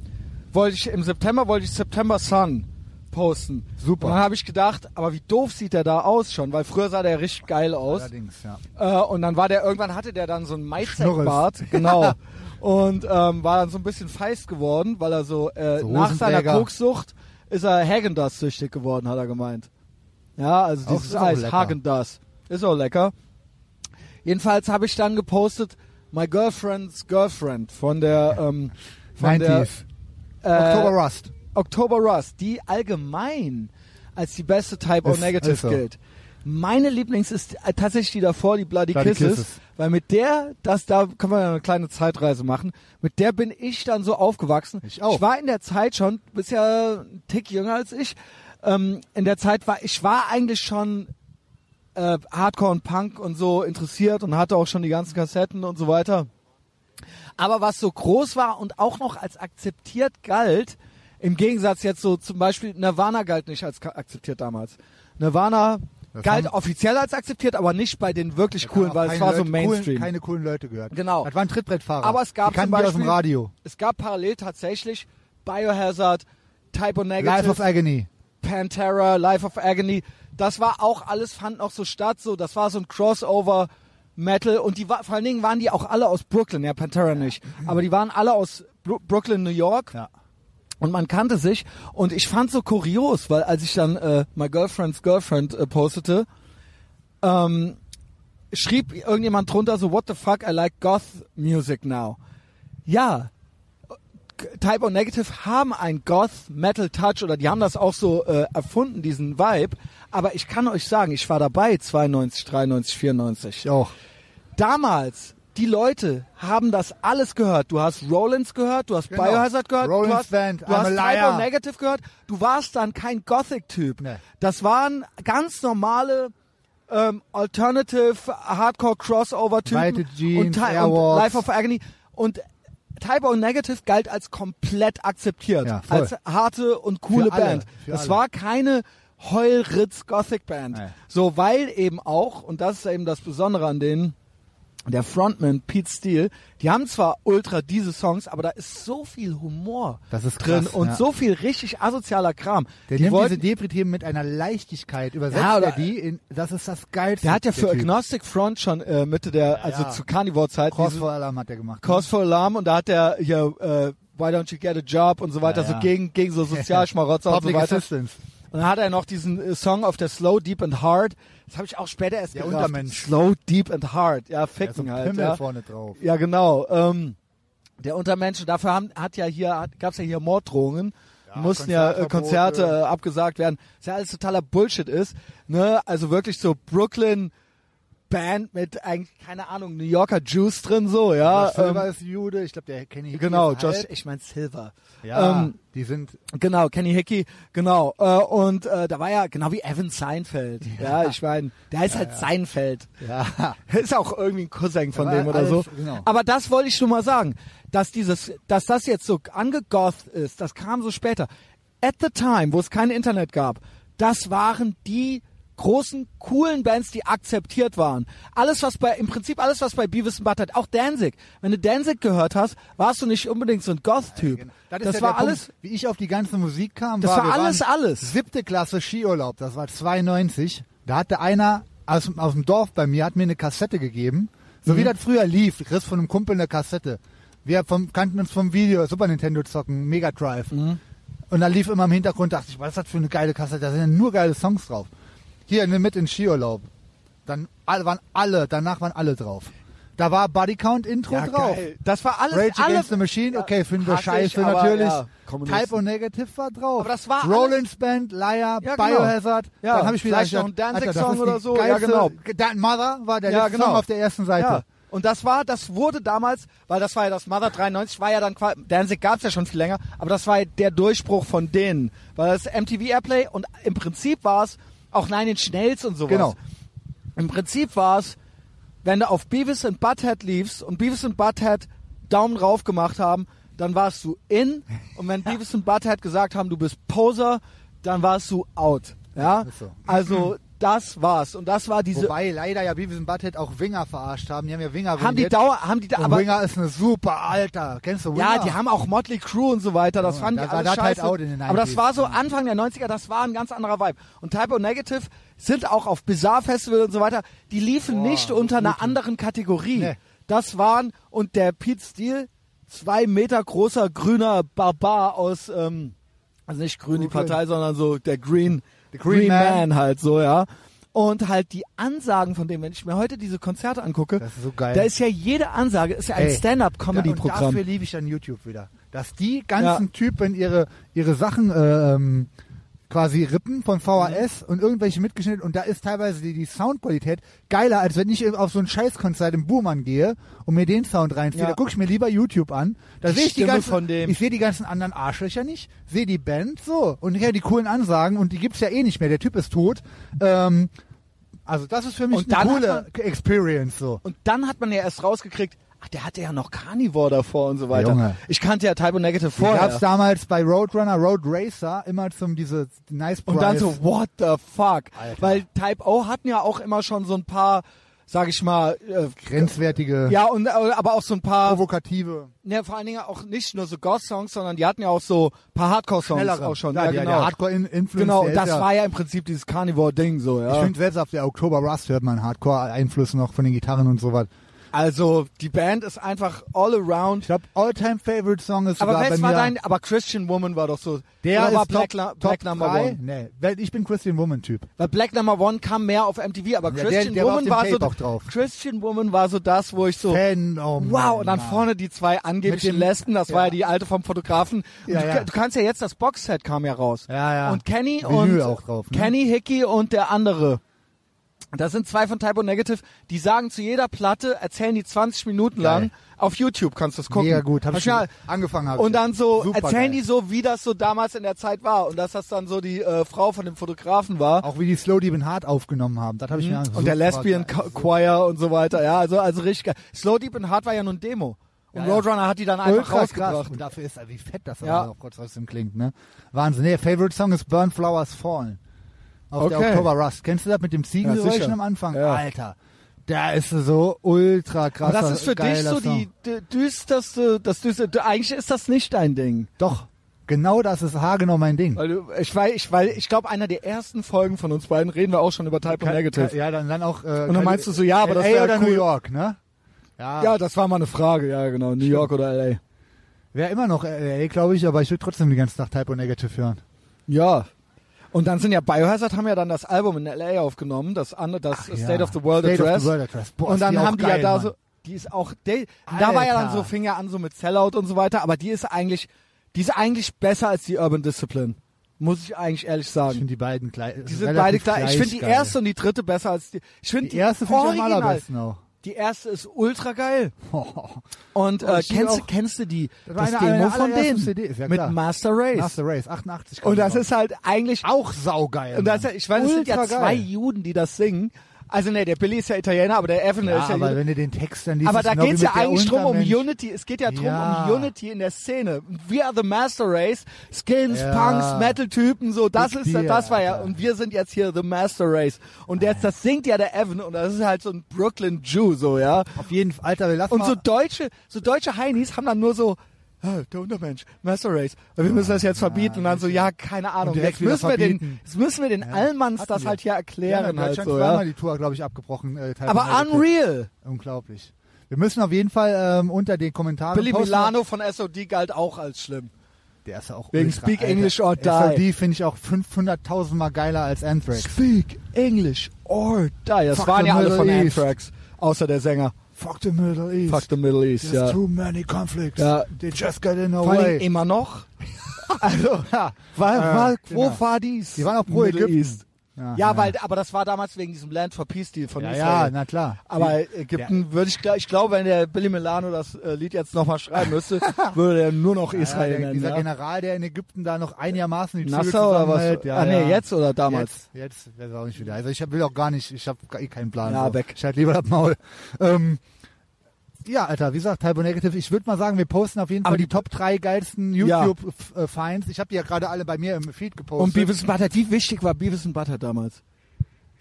B: wollte ich im September wollte ich September Sun posten.
A: Super.
B: Und dann habe ich gedacht, aber wie doof sieht der da aus schon, weil früher sah der richtig geil aus.
A: Allerdings, ja.
B: Äh, und dann war der irgendwann hatte der dann so einen Maizeckbart, genau. Und ähm, war dann so ein bisschen feist geworden, weil er so, äh,
A: So
B: nach seiner
A: Hosenträger.
B: Koksucht ist er Hagendas süchtig geworden, hat er gemeint. Ja, also
A: Auch-
B: dieses
A: ist auch
B: Eis
A: lecker.
B: Hagendas ist auch lecker. Jedenfalls habe ich dann gepostet My Girlfriend's Girlfriend von der ähm, von
A: 90s.
B: der äh,
A: Oktober Rust.
B: October Rust, die allgemein als die beste Type O
A: Ist-
B: Negative
A: ist so.
B: gilt. Meine Lieblings ist äh, tatsächlich die davor, die Bloody,
A: Bloody
B: Kisses,
A: Kisses.
B: weil mit der, das da können wir ja eine kleine Zeitreise machen. Mit der bin ich dann so aufgewachsen.
A: Ich auch.
B: Ich war in der Zeit schon, du bist ja ein Tick jünger als ich. Ähm, in der Zeit war ich war eigentlich schon äh, Hardcore und Punk und so interessiert und hatte auch schon die ganzen Kassetten und so weiter. Aber was so groß war und auch noch als akzeptiert galt, im Gegensatz jetzt so zum Beispiel Nirvana galt nicht als ka- akzeptiert damals. Nirvana
A: Das
B: galt
A: haben-
B: offiziell als akzeptiert, aber nicht bei den wirklich
A: Haben
B: coolen,
A: auch
B: weil es
A: Genau, keine
B: war
A: Leute,
B: so Mainstream.
A: Coolen, keine coolen Leute gehört.
B: Genau.
A: Das waren Trittbrettfahrer.
B: Aber es gab
A: die kannten
B: zum
A: die aus dem
B: Beispiel-
A: Radio.
B: es gab parallel tatsächlich Biohazard, Type O
A: Life
B: Negative,
A: of Agony.
B: Pantera, Life of Agony, das war auch alles, fand noch so statt, so, das war so ein Crossover Metal und die war, vor allen Dingen waren die auch alle aus Brooklyn, ja, Pantera nicht, aber die waren alle aus Bru Brooklyn, New York
A: Ja.
B: und man kannte sich und ich fand so kurios, weil als ich dann äh, My Girlfriend's Girlfriend äh, postete, ähm, schrieb irgendjemand drunter so, what the fuck, I like Goth Music now. Ja, Type O Negative haben einen Goth Metal Touch oder die haben das auch so äh, erfunden, diesen Vibe. Aber ich kann euch sagen, ich war dabei 92, 93, 94.
A: Ich auch.
B: Damals, die Leute haben das alles gehört. Du hast Rollins gehört, du hast
A: Genau.
B: Biohazard gehört,
A: Rollins
B: du hast,
A: Band,
B: du
A: I'm
B: hast
A: a
B: Type
A: liar.
B: O Negative gehört. Du warst dann kein Gothic-Typ.
A: Nee.
B: Das waren ganz normale ähm, Alternative Hardcore Crossover Typen
A: Weited Jeans,
B: und, Ti- und
A: Airwalks.
B: Life of Agony und Type O Negative galt als komplett akzeptiert,
A: Ja, voll.
B: als harte und coole
A: Für alle,
B: Band.
A: für
B: Es
A: alle.
B: war keine Heulritz Gothic Band.
A: Nee.
B: So weil eben auch und das ist eben das Besondere an denen der Frontman Pete Steele, die haben zwar ultra diese Songs, aber da ist so viel Humor
A: Das ist
B: drin
A: krass,
B: und
A: ja.
B: so viel richtig asozialer Kram.
A: Der
B: die
A: nimmt
B: wollten,
A: diese Depri-Themen mit einer Leichtigkeit, übersetzt
B: Ja, oder-
A: er die in, das ist das Geilste.
B: der hat ja für
A: Typ.
B: Agnostic Front schon äh, Mitte der, also
A: ja.
B: zu Carnivore-Zeit,
A: Cross
B: diese-
A: for Alarm hat er gemacht.
B: Cause for Alarm und da hat er hier, äh, why don't you get a job und so weiter,
A: Ja, ja.
B: so gegen, gegen so Sozialschmarotzer und so
A: Public
B: weiter.
A: Assistance.
B: Und dann hat er noch diesen äh, Song auf der Slow, Deep and Hard. Das habe ich auch später erst
A: Der
B: gerafft.
A: Untermensch.
B: Slow, Deep and Hard. Ja,
A: Da ist so
B: ficken
A: ein
B: halt.
A: Pimmel
B: Ja.
A: vorne drauf.
B: Ja, genau. Ähm, der Untermensch, und dafür haben, hat ja hier, hat, gab's ja hier Morddrohungen. mussten ja äh,
A: Konzertverbote.
B: Konzerte äh, abgesagt werden. Was ja alles totaler Bullshit ist. Ne? Also wirklich so Brooklyn Band mit eigentlich, keine Ahnung, New Yorker Juice drin, so, ja.
A: Josh Silver
B: ähm,
A: ist Jude, ich glaube, der Kenny Hickey
B: genau,
A: ist
B: Josh,
A: halb.
B: ich mein Silver.
A: Ja,
B: ähm,
A: die sind,
B: Genau, Kenny Hickey, genau. Äh, und äh, da war ja genau wie Evan Seinfeld. Ja, ich meine, der ist halt Seinfeld.
A: ja,
B: Ist auch irgendwie ein Cousin von
A: Aber
B: dem oder
A: alles-
B: so.
A: genau.
B: Aber das wollte ich schon mal sagen, dass dieses, dass das jetzt so angegoth ist, das kam so später. At the time, wo es kein Internet gab, das waren die großen, coolen Bands, die akzeptiert waren. Alles, was bei, im Prinzip alles, was bei Beavis and Butthead, auch Danzig. Wenn du Danzig gehört hast, warst du nicht unbedingt so ein Goth-Typ.
A: Genau. Das, ist ja
B: das
A: der
B: war
A: Punkt,
B: alles,
A: wie ich auf die ganze Musik kam,
B: Das
A: war,
B: war
A: wir
B: alles,
A: waren
B: alles.
A: Siebte Klasse Skiurlaub, das war 92. Da hatte einer aus, aus dem Dorf bei mir, hat mir eine Kassette gegeben.
B: Mhm.
A: So wie das früher lief, Riss von einem Kumpel eine Kassette. Wir vom, kannten uns vom Video, Super Nintendo zocken, Mega Drive.
B: Mhm.
A: Und da lief immer im Hintergrund, dachte ich, was ist das für eine geile Kassette, da sind ja nur geile Songs drauf. Hier, nimm mit in Skiurlaub. Dann alle, waren alle, danach waren alle drauf. Da war Body Count Intro
B: Ja,
A: drauf.
B: geil. Das war alles.
A: Rage
B: alle,
A: Against the Machine, okay, finden wir
B: hasse
A: scheiße
B: ich, aber
A: natürlich.
B: ja, Kommunisten.
A: Type O Negative war drauf.
B: Aber das war
A: Rollins Band, Liar,
B: Ja, genau.
A: Biohazard.
B: Ja,
A: dann habe ich mir
B: vielleicht
A: gedacht,
B: noch ein Danzig-Song
A: Alter, das ist die
B: oder so. Ja,
A: Geilste,
B: genau.
A: Dan Mother war der
B: Ja,
A: letzte
B: genau.
A: Song auf der ersten Seite.
B: Ja. Und das war, das wurde damals, weil das war ja das Mother 93, war ja dann, qua- Danzig gab es ja schon viel länger, aber das war ja der Durchbruch von denen. Weil das MTV Airplay und im Prinzip war es auch Nein in Schnells und sowas.
A: Genau.
B: Im Prinzip war es, wenn du auf Beavis and Butthead liefst und Beavis and Butthead Daumen rauf gemacht haben, dann warst du in. Und wenn Beavis and Butthead gesagt haben, du bist Poser, dann warst du out. Ja.
A: Ist so.
B: Also das war's. Und das war diese
A: Wobei leider ja Beavis und Butthead auch Winger verarscht haben. Die haben ja Winger
B: haben die
A: ruiniert.
B: Dauer, haben die da,
A: Und
B: aber
A: Winger ist eine super Alter. Kennst du Winger?
B: ja, die haben auch Motley Crue und so weiter. Das
A: Ja,
B: fanden
A: da
B: die
A: war
B: alles
A: das halt
B: scheiße.
A: out in den
B: Aber das
A: 90s.
B: war so Anfang der 90er, das war ein ganz anderer Vibe. Und Type O Negative sind auch auf Bizarre Festival und so weiter. Die liefen
A: Boah,
B: nicht
A: so
B: unter einer anderen Kategorie.
A: Nee.
B: Das waren, und der Pete Steele, zwei Meter großer grüner Barbar aus, ähm, also nicht grün die
A: Brooklyn.
B: Partei, sondern so der Green,
A: The Green Man.
B: halt so, ja. Und halt die Ansagen von dem, wenn ich mir heute diese Konzerte angucke,
A: Das ist so geil.
B: da ist ja jede Ansage, ist ja ein
A: Ey. Ja, und
B: Stand-up-Comedy-Programm.
A: dafür liebe ich dann YouTube wieder. Dass die ganzen Typen ihre, ihre Sachen äh, ähm, quasi Rippen von VHS
B: Mhm.
A: und irgendwelche mitgeschnitten und da ist teilweise die, die Soundqualität geiler, als wenn ich auf so ein Scheißkonzert im Buhmann gehe und mir den Sound reinziehe.
B: Ja.
A: Da gucke ich mir lieber YouTube an. Da
B: Die
A: sehe ich die
B: Stimme
A: ganzen,
B: von dem.
A: ich sehe die ganzen anderen Arschlöcher nicht, sehe die Band so und ich höre die coolen Ansagen und die gibt's ja eh nicht mehr. Der Typ ist tot. Ähm, also das ist für mich
B: Und
A: eine
B: dann
A: coole
B: hat
A: Experience so.
B: Und dann hat man ja erst rausgekriegt, ach, der hatte ja noch Carnivore davor und so weiter.
A: Junge.
B: Ich kannte ja Typo Negative
A: Die
B: vorher.
A: gab's damals bei Roadrunner, Road Racer immer zum diese Nice Price.
B: Und dann so, what the fuck?
A: Alter.
B: Weil Type O hatten ja auch immer schon so ein paar, sag ich mal, äh,
A: grenzwertige,
B: ja, und äh, aber auch so ein paar,
A: provokative.
B: ne, vor allen Dingen auch nicht nur so Goth-Songs, sondern die hatten ja auch so ein paar Hardcore-Songs
A: Schnellere.
B: auch schon.
A: Ja,
B: Ja,
A: der-
B: genau.
A: der Hardcore-Influencer.
B: genau,
A: ist
B: das
A: ja,
B: war ja im Prinzip dieses Carnivore-Ding so,
A: Ich
B: ja.
A: finde, selbst auf der Oktober Rust hört man Hardcore-Einfluss noch von den Gitarren und sowas.
B: Also, die Band ist einfach all around.
A: Ich glaube, All-Time-Favorite-Song ist
B: Aber
A: sogar bei
B: was
A: mir...
B: war dein, aber Christian Woman war doch so,
A: der
B: oder
A: ist
B: war
A: Top,
B: Black, La-
A: Top
B: Black Number
A: drei.
B: One.
A: Nee, weil ich bin Christian Woman-Typ.
B: Weil Black Number One kam mehr auf MTV, aber
A: der-
B: Christian
A: der war auf
B: Woman
A: dem
B: war,
A: Tape
B: so,
A: auch drauf.
B: Christian Woman war so das, wo ich so,
A: Fan, oh
B: Wow, und dann
A: Mann.
B: vorne die zwei angeblichen
A: Mit dem-
B: Lesben, das
A: ja.
B: war ja die alte vom Fotografen. Und
A: Ja,
B: du,
A: ja.
B: du kannst ja jetzt, das Boxset kam ja raus.
A: Ja, ja.
B: Und Kenny
A: Vinyl
B: und
A: auch drauf, ne?
B: Kenny Hickey und der andere. Das sind zwei von Typo Negative, die sagen zu jeder Platte, erzählen die 20 Minuten lang,
A: Geil.
B: auf YouTube kannst du das gucken.
A: Mega gut, hab
B: Hast
A: ich
B: du mal-
A: schon angefangen. Hab ich.
B: und dann so
A: Super geil.
B: erzählen die so, wie das so damals in der Zeit war und dass das dann so die äh, Frau von dem Fotografen war
A: Auch wie die Slow Deep in Hard aufgenommen haben, das habe ich mir angeguckt.
B: Mhm. und der
A: Super
B: Lesbian
A: geil.
B: Co- Choir und so weiter. Ja, also also richtig geil. Slow Deep in Hard war ja nur ein Demo. Und
A: Ja, ja.
B: Roadrunner hat die dann einfach
A: Ultra krass.
B: rausgebracht.
A: Und dafür ist, wie fett das
B: Ja.
A: aber auch trotzdem klingt, ne? Wahnsinn. Nee, Favorite Song ist Burn Flowers Fallen. Auf der
B: Okay.
A: Oktober Rust. Kennst du das mit dem Ziegengeräuschen
B: sicher.
A: am Anfang?
B: Ja.
A: Alter. Da ist so ultra krass.
B: Aber das ist für dich so die d- düsterste, das düsterste. Eigentlich ist das nicht dein Ding.
A: Doch. Genau das ist haargenau mein Ding.
B: Weil du, ich weiß, ich, weil ich glaube, einer der ersten Folgen von uns beiden reden wir auch schon über Type of Negative.
A: Ja, dann, dann auch. Äh,
B: Und dann meinst du so, ja, aber das
A: LA
B: wäre
A: oder
B: cool.
A: New York, ne? Ja.
B: Ja, das war mal eine Frage, ja genau. New York oder LA.
A: Wäre immer noch LA, glaube ich, aber ich würde trotzdem die ganze Nacht Typo Negative hören.
B: Ja. Und dann sind ja Biohazard haben ja dann das Album in LA aufgenommen, das andere, das State
A: ja.
B: of the World
A: State of
B: Address.
A: the World Address. Boah,
B: und
A: ist
B: dann
A: die auch
B: haben die
A: geil,
B: ja da
A: Mann.
B: so, die ist auch, die, da war ja dann
A: Alter.
B: so, fing ja an so mit Sellout und so weiter, aber die ist eigentlich, die ist eigentlich besser als die Urban Discipline. Muss ich eigentlich ehrlich
A: Ich
B: sagen.
A: finde die beiden gleich.
B: Die sind
A: relativ
B: beide gleich. Ich finde die
A: geil.
B: erste und die dritte besser als die. Ich finde
A: Die erste finde ich am
B: original.
A: allerbesten auch.
B: Die erste ist ultra geil. Und
A: Oh,
B: äh,
A: ich liebe
B: kennst,
A: auch-
B: kennst du die
A: Das war
B: das
A: eine- eine
B: Demo von
A: allerersten
B: denen
A: CD, ist ja
B: mit
A: klar.
B: Master Race?
A: Master Race, 88.
B: und das
A: genau.
B: ist halt eigentlich
A: auch saugeil.
B: und das,
A: Mann.
B: ich weiß, es sind ja
A: Ultra
B: zwei
A: geil.
B: Juden, die das singen. Also ne, der Billy ist ja Italiener, aber der Evan
A: Ja,
B: ist ja
A: aber
B: Jude.
A: wenn du den Text dann liest,
B: Aber
A: ist
B: da
A: genau wie
B: geht's ja
A: mit der
B: eigentlich drum um
A: Untermensch.
B: Unity. Es geht ja drum
A: Ja.
B: um Unity in der Szene. We are the Master Race. Skins,
A: Ja.
B: Punks, Metal-Typen, so. Das
A: Mit
B: ist,
A: dir,
B: das war ja.
A: Alter.
B: Und wir sind jetzt hier the Master Race. Und jetzt, das singt ja der Evan. Und das ist halt so ein Brooklyn Jew, so, ja.
A: Auf jeden Fall, Alter, wir lassen
B: Und so
A: mal.
B: deutsche, so deutsche Heinis haben dann nur so, "Ah, der Untermensch, Master Race, wir müssen das jetzt verbieten und dann so, ja, keine Ahnung,
A: direkt
B: jetzt
A: wieder
B: müssen, wir den,
A: verbieten.
B: jetzt müssen wir den Allmanns
A: hatten
B: das
A: wir.
B: halt hier
A: ja,
B: erklären
A: in
B: halt
A: Deutschland
B: so,
A: zweimal
B: ja.
A: die Tour, glaube ich, abgebrochen. Äh, teilweise.
B: Aber Unreal,
A: Unglaublich. Wir müssen auf jeden Fall ähm, unter den Kommentaren.
B: Billy
A: posten.
B: Milano von SOD galt auch als schlimm.
A: Der ist ja auch
B: Wegen
A: ultra,
B: Speak
A: Alter.
B: English or Die.
A: SOD finde ich auch 500.000 Mal geiler als Anthrax.
B: Speak English or die. Das
A: Fuck
B: waren
A: the
B: ja alle von
A: Middle East.
B: Anthrax, außer der Sänger.
A: Fuck the Middle East.
B: Fuck the Middle East,
A: There's
B: ja.
A: too many conflicts.
B: Ja.
A: They just got in the
B: Vor allem
A: way.
B: immer noch. also,
A: Ja.
B: war,
A: Ja,
B: war, wo
A: genau.
B: war dies?
A: Die waren auch pro
B: Middle
A: Ägypten. Ah,
B: East. Ja, weil, aber das war damals wegen diesem Land for Peace Deal von
A: Ja, ja,
B: Israel.
A: na klar.
B: aber Ägypten würde ich, gl- ich glaube, wenn der Billy Milano das äh, Lied jetzt nochmal schreiben müsste, würde er nur noch Israel
A: ja, der,
B: nennen.
A: dieser
B: ja.
A: General, der in Ägypten da noch einigermaßen die Zügel
B: Nasser oder was?
A: zusammenhält. Ja,
B: ah, nee,
A: ja.
B: jetzt oder damals?
A: Jetzt, jetzt weiß auch nicht wieder. Also ich hab, will auch gar nicht, ich habe eh keinen Plan.
B: Ja,
A: so.
B: weg.
A: Ich halt lieber das Maul. Ähm, ja, Alter, wie gesagt, Typo Negative. Ich würde mal sagen, wir posten auf jeden
B: Aber
A: Fall die,
B: die-
A: Top 3 geilsten
B: Ja.
A: YouTube-Finds. Ich habe die ja gerade alle bei mir im Feed gepostet.
B: Und Beavis and Butter, wie wichtig war Beavis and Butter damals?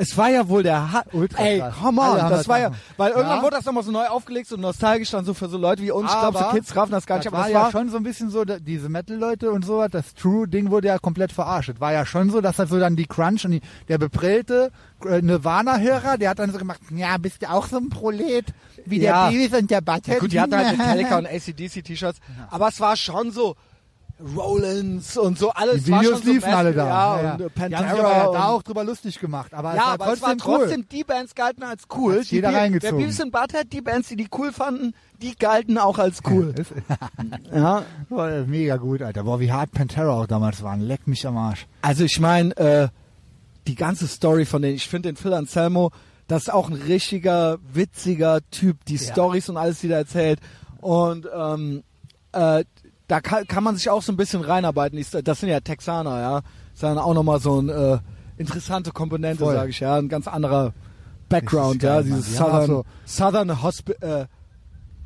B: Es war ja wohl der ha
A: Ultra
B: Ey,
A: krass.
B: come on,
A: Alle haben
B: das
A: das
B: war ja,
A: gemacht.
B: weil irgendwann
A: Ja.
B: wurde das nochmal so neu aufgelegt, so nostalgisch dann so für so Leute wie uns. ich glaube, so
A: Aber
B: Kids raffen das gar nicht, aber
A: war
B: das
A: ja
B: war,
A: schon so ein bisschen so, da- diese Metal-Leute und so, das True-Ding wurde ja komplett verarscht. War ja schon so, dass halt so dann die Crunch und die, der beprillte äh, Nirvana-Hörer, der hat dann so gemacht, ja, bist du auch so ein Prolet wie
B: Ja.
A: der Beavis und der Butthead?
B: halt ja gut, die hatten halt Metallica und ACDC T-Shirts, aber es war schon so, Rollins und so alles.
A: Die
B: war
A: Videos
B: schon so
A: liefen
B: Metal,
A: alle da.
B: Ja,
A: Ja, ja.
B: und äh,
A: die
B: Pantera.
A: haben sich aber ja
B: und,
A: da auch drüber lustig gemacht. Aber
B: ja,
A: es
B: aber
A: war
B: es war
A: trotzdem,
B: trotzdem, die Bands galten als cool.
A: Hat sich jeder
B: die, Be-
A: reingezogen.
B: Der Beavis and Butthead, die Bands, die die cool fanden, die galten auch als cool. ja,
A: cool. Ist, mega gut, Alter. Boah, wie hart Pantera auch damals waren. Leck mich am Arsch.
B: Also ich meine, äh, die ganze Story von denen, ich finde den Phil Anselmo, das ist auch ein richtiger, witziger Typ, die
A: Ja.
B: Stories und alles, die der erzählt. Und ähm, äh, da kann, kann man sich auch so ein bisschen reinarbeiten. Die Sto- Das sind ja Texaner, ja. Das ist dann auch nochmal so eine äh, interessante Komponente,
A: Voll.
B: sage ich, ja. Ein ganz anderer Background,
A: Das ist geil,
B: ja. Dieses
A: Mann. also Die haben auch
B: Southern,
A: so-
B: Southern Hospi äh,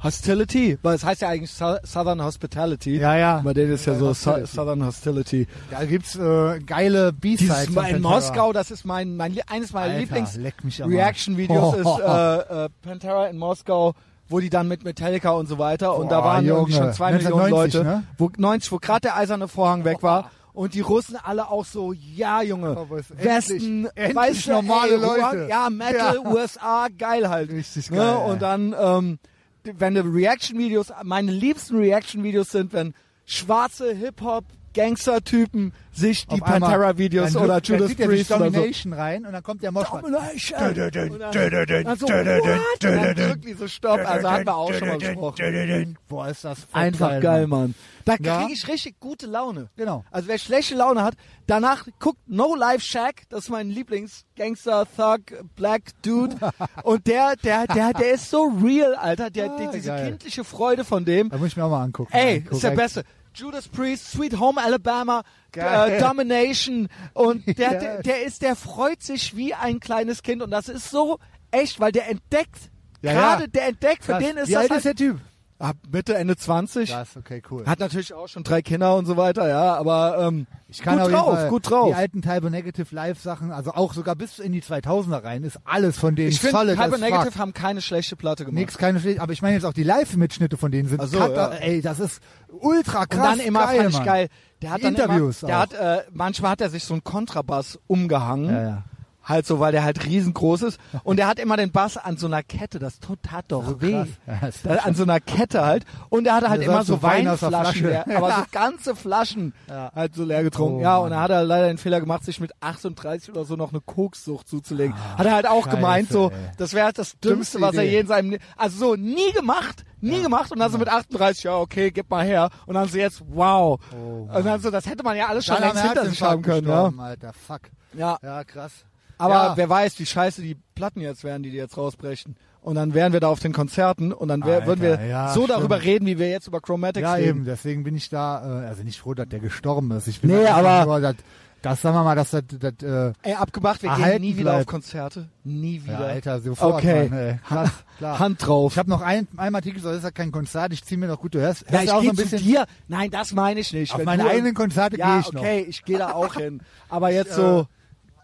B: Hostility, weil es heißt ja eigentlich Sou- Southern Hospitality.
A: Ja, ja.
B: Bei denen ist ja so Sou-
A: Hostility.
B: Southern Hostility.
A: Da gibt's äh, geile B-Sides.
B: Dieses
A: von
B: Mal in
A: Pantera.
B: Moskau, das ist mein, mein Lie- eines meiner
A: Alter,
B: Lieblings
A: leck mich am Arsch.
B: Reaction Videos ist äh, äh, Pantera in Moskau, wo die dann mit Metallica und so weiter und da
A: Boah,
B: waren irgendwie
A: Junge.
B: schon zwei Millionen
A: 1990,
B: Leute,
A: ne?
B: wo 90, wo gerade der eiserne Vorhang weg war. Und die Russen alle auch so, ja Junge,
A: Aber es-
B: Westen,
A: Oh, endlich- endlich
B: weißt du,
A: normale
B: ey, Rock,
A: Leute.
B: ja, Metal,
A: Ja.
B: USA, geil halt.
A: Richtig
B: ne?
A: geil,
B: Und
A: ey.
B: dann, ähm, d- wenn du Reaction-Videos, meine liebsten Reaction-Videos sind, wenn schwarze Hip-Hop, Gangster-Typen sich die
A: Auf einmal-
B: Pantera-Videos
A: dann
B: oder
A: drückt- dann
B: Judas
A: zieht er durch
B: Priest oder so.
A: Domination rein und dann kommt der Moschmann.
B: Domination!
A: Dö,
B: Und
A: dö, dö,
B: dann-
A: dö, dö, dö,
B: dann so,
A: dö, dö, dö,
B: what?
A: dö,
B: Und dann
A: dö,
B: drückt die so Stopp, also haben wir auch schon mal gesprochen.
A: Boah, ist das voll
B: Einfach geil,
A: Mann.
B: Mann. Da
A: Ja.
B: kriege ich richtig gute Laune.
A: Genau.
B: Also wer schlechte Laune hat, danach guckt No Life Shack, das ist mein Lieblings-Gangster, Thug, Black Dude. Und der, der, der, der ist so real, Alter. Der,
A: Ah,
B: der, diese
A: geil.
B: kindliche Freude von dem.
A: Da muss ich mir auch mal angucken.
B: Ey,
A: Ja,
B: ist der
A: korrekt.
B: Beste. Judas Priest, Sweet Home Alabama,
A: Geil.
B: äh, Domination und der,
A: Ja.
B: der, der ist, der freut sich wie ein kleines Kind und das ist so echt, weil der entdeckt,
A: Ja,
B: gerade
A: ja.
B: der entdeckt, für
A: Krass.
B: den ist
A: Wie
B: das
A: alt
B: halt,
A: ist der Typ?
B: ab Mitte, Ende 20,
A: Krass, okay, cool.
B: hat natürlich auch schon drei Kinder und so weiter, ja, aber ähm,
A: ich kann auf
B: gut
A: jeden
B: drauf,
A: Fall
B: gut drauf.
A: Die alten Type Negative Live Sachen, also auch sogar bis in die 2000er rein, ist alles von denen
B: ich finde,
A: solid
B: Hyper
A: as fuck.
B: Negative haben keine schlechte Platte gemacht.
A: Nix, keine Schläge. Aber ich meine jetzt auch die Live-Mitschnitte von denen sind
B: Ach so,
A: kata-
B: ja.
A: Ey, das ist ultra krass
B: und dann immer
A: geil,
B: fand ich
A: Mann.
B: geil, der hat
A: Die
B: dann
A: Interviews
B: immer, der
A: auch.
B: hat, äh, manchmal hat er sich so einen Kontrabass umgehangen.
A: Ja, ja.
B: Halt so, weil der halt riesengroß ist. Und er hat immer den Bass an so einer Kette. Das tut, tat doch weh.
A: krass. Ja, das ist
B: Da- an so einer Kette halt. Und er hatte halt
A: Das
B: immer
A: heißt,
B: so
A: so Wein aus der
B: Weinflaschen,
A: Flasche.
B: leer, aber so ganze Flaschen
A: Ja.
B: halt so leer getrunken.
A: Oh,
B: ja, und
A: Mann.
B: er hat halt leider den Fehler gemacht, sich mit 38 oder so noch eine Kokssucht zuzulegen. hat er halt auch
A: Ah, Scheiße,
B: gemeint, so,
A: ey.
B: das wäre halt das Dümmste,
A: Dümmste
B: was er
A: Idee.
B: je in seinem, Le- also so, nie gemacht, nie gemacht. Und dann so mit 38, ja, okay, gib mal her. Und dann so jetzt, wow.
A: Oh,
B: und dann so, das hätte man ja alles schon
A: Dann am
B: längst hinter sich
A: Herzinfarkt
B: haben können, ja.
A: gestorben, Alter, fuck.
B: Ja,
A: Ja, krass.
B: aber
A: ja.
B: wer weiß, wie scheiße die Platten jetzt wären, die die jetzt rausbrechen. Und dann wären wir da auf den Konzerten und dann wär,
A: Alter,
B: würden wir
A: ja,
B: so darüber
A: stimmt.
B: reden, wie wir jetzt über Chromatics
A: Ja,
B: reden.
A: eben, deswegen bin ich da, äh, also nicht froh, dass der gestorben ist. Ich bin
B: Nee,
A: einfach
B: aber-
A: nur, dass, das sagen wir mal, dass das, das äh,
B: Ey, abgemacht, wir gehen
A: Erhalten
B: nie wieder
A: bleibt.
B: auf Konzerte. Nie
A: ja,
B: wieder.
A: Alter, sofort,
B: Okay.
A: Mann, ey. Krass, klar.
B: Hand drauf.
A: Ich habe noch ein, einmal Artikel, so das ist ja kein Konzert, ich ziehe mir noch gut, du hörst,
B: ja,
A: hörst
B: ich
A: auch so
B: gehe
A: ein
B: zu
A: bisschen.
B: dir. Nein, das meine ich nicht.
A: Auf
B: Wenn
A: meine
B: du-
A: eigenen Konzerte
B: Ja,
A: gehe ich noch.
B: okay, ich gehe da auch hin. Aber jetzt
A: Ich, äh,
B: so,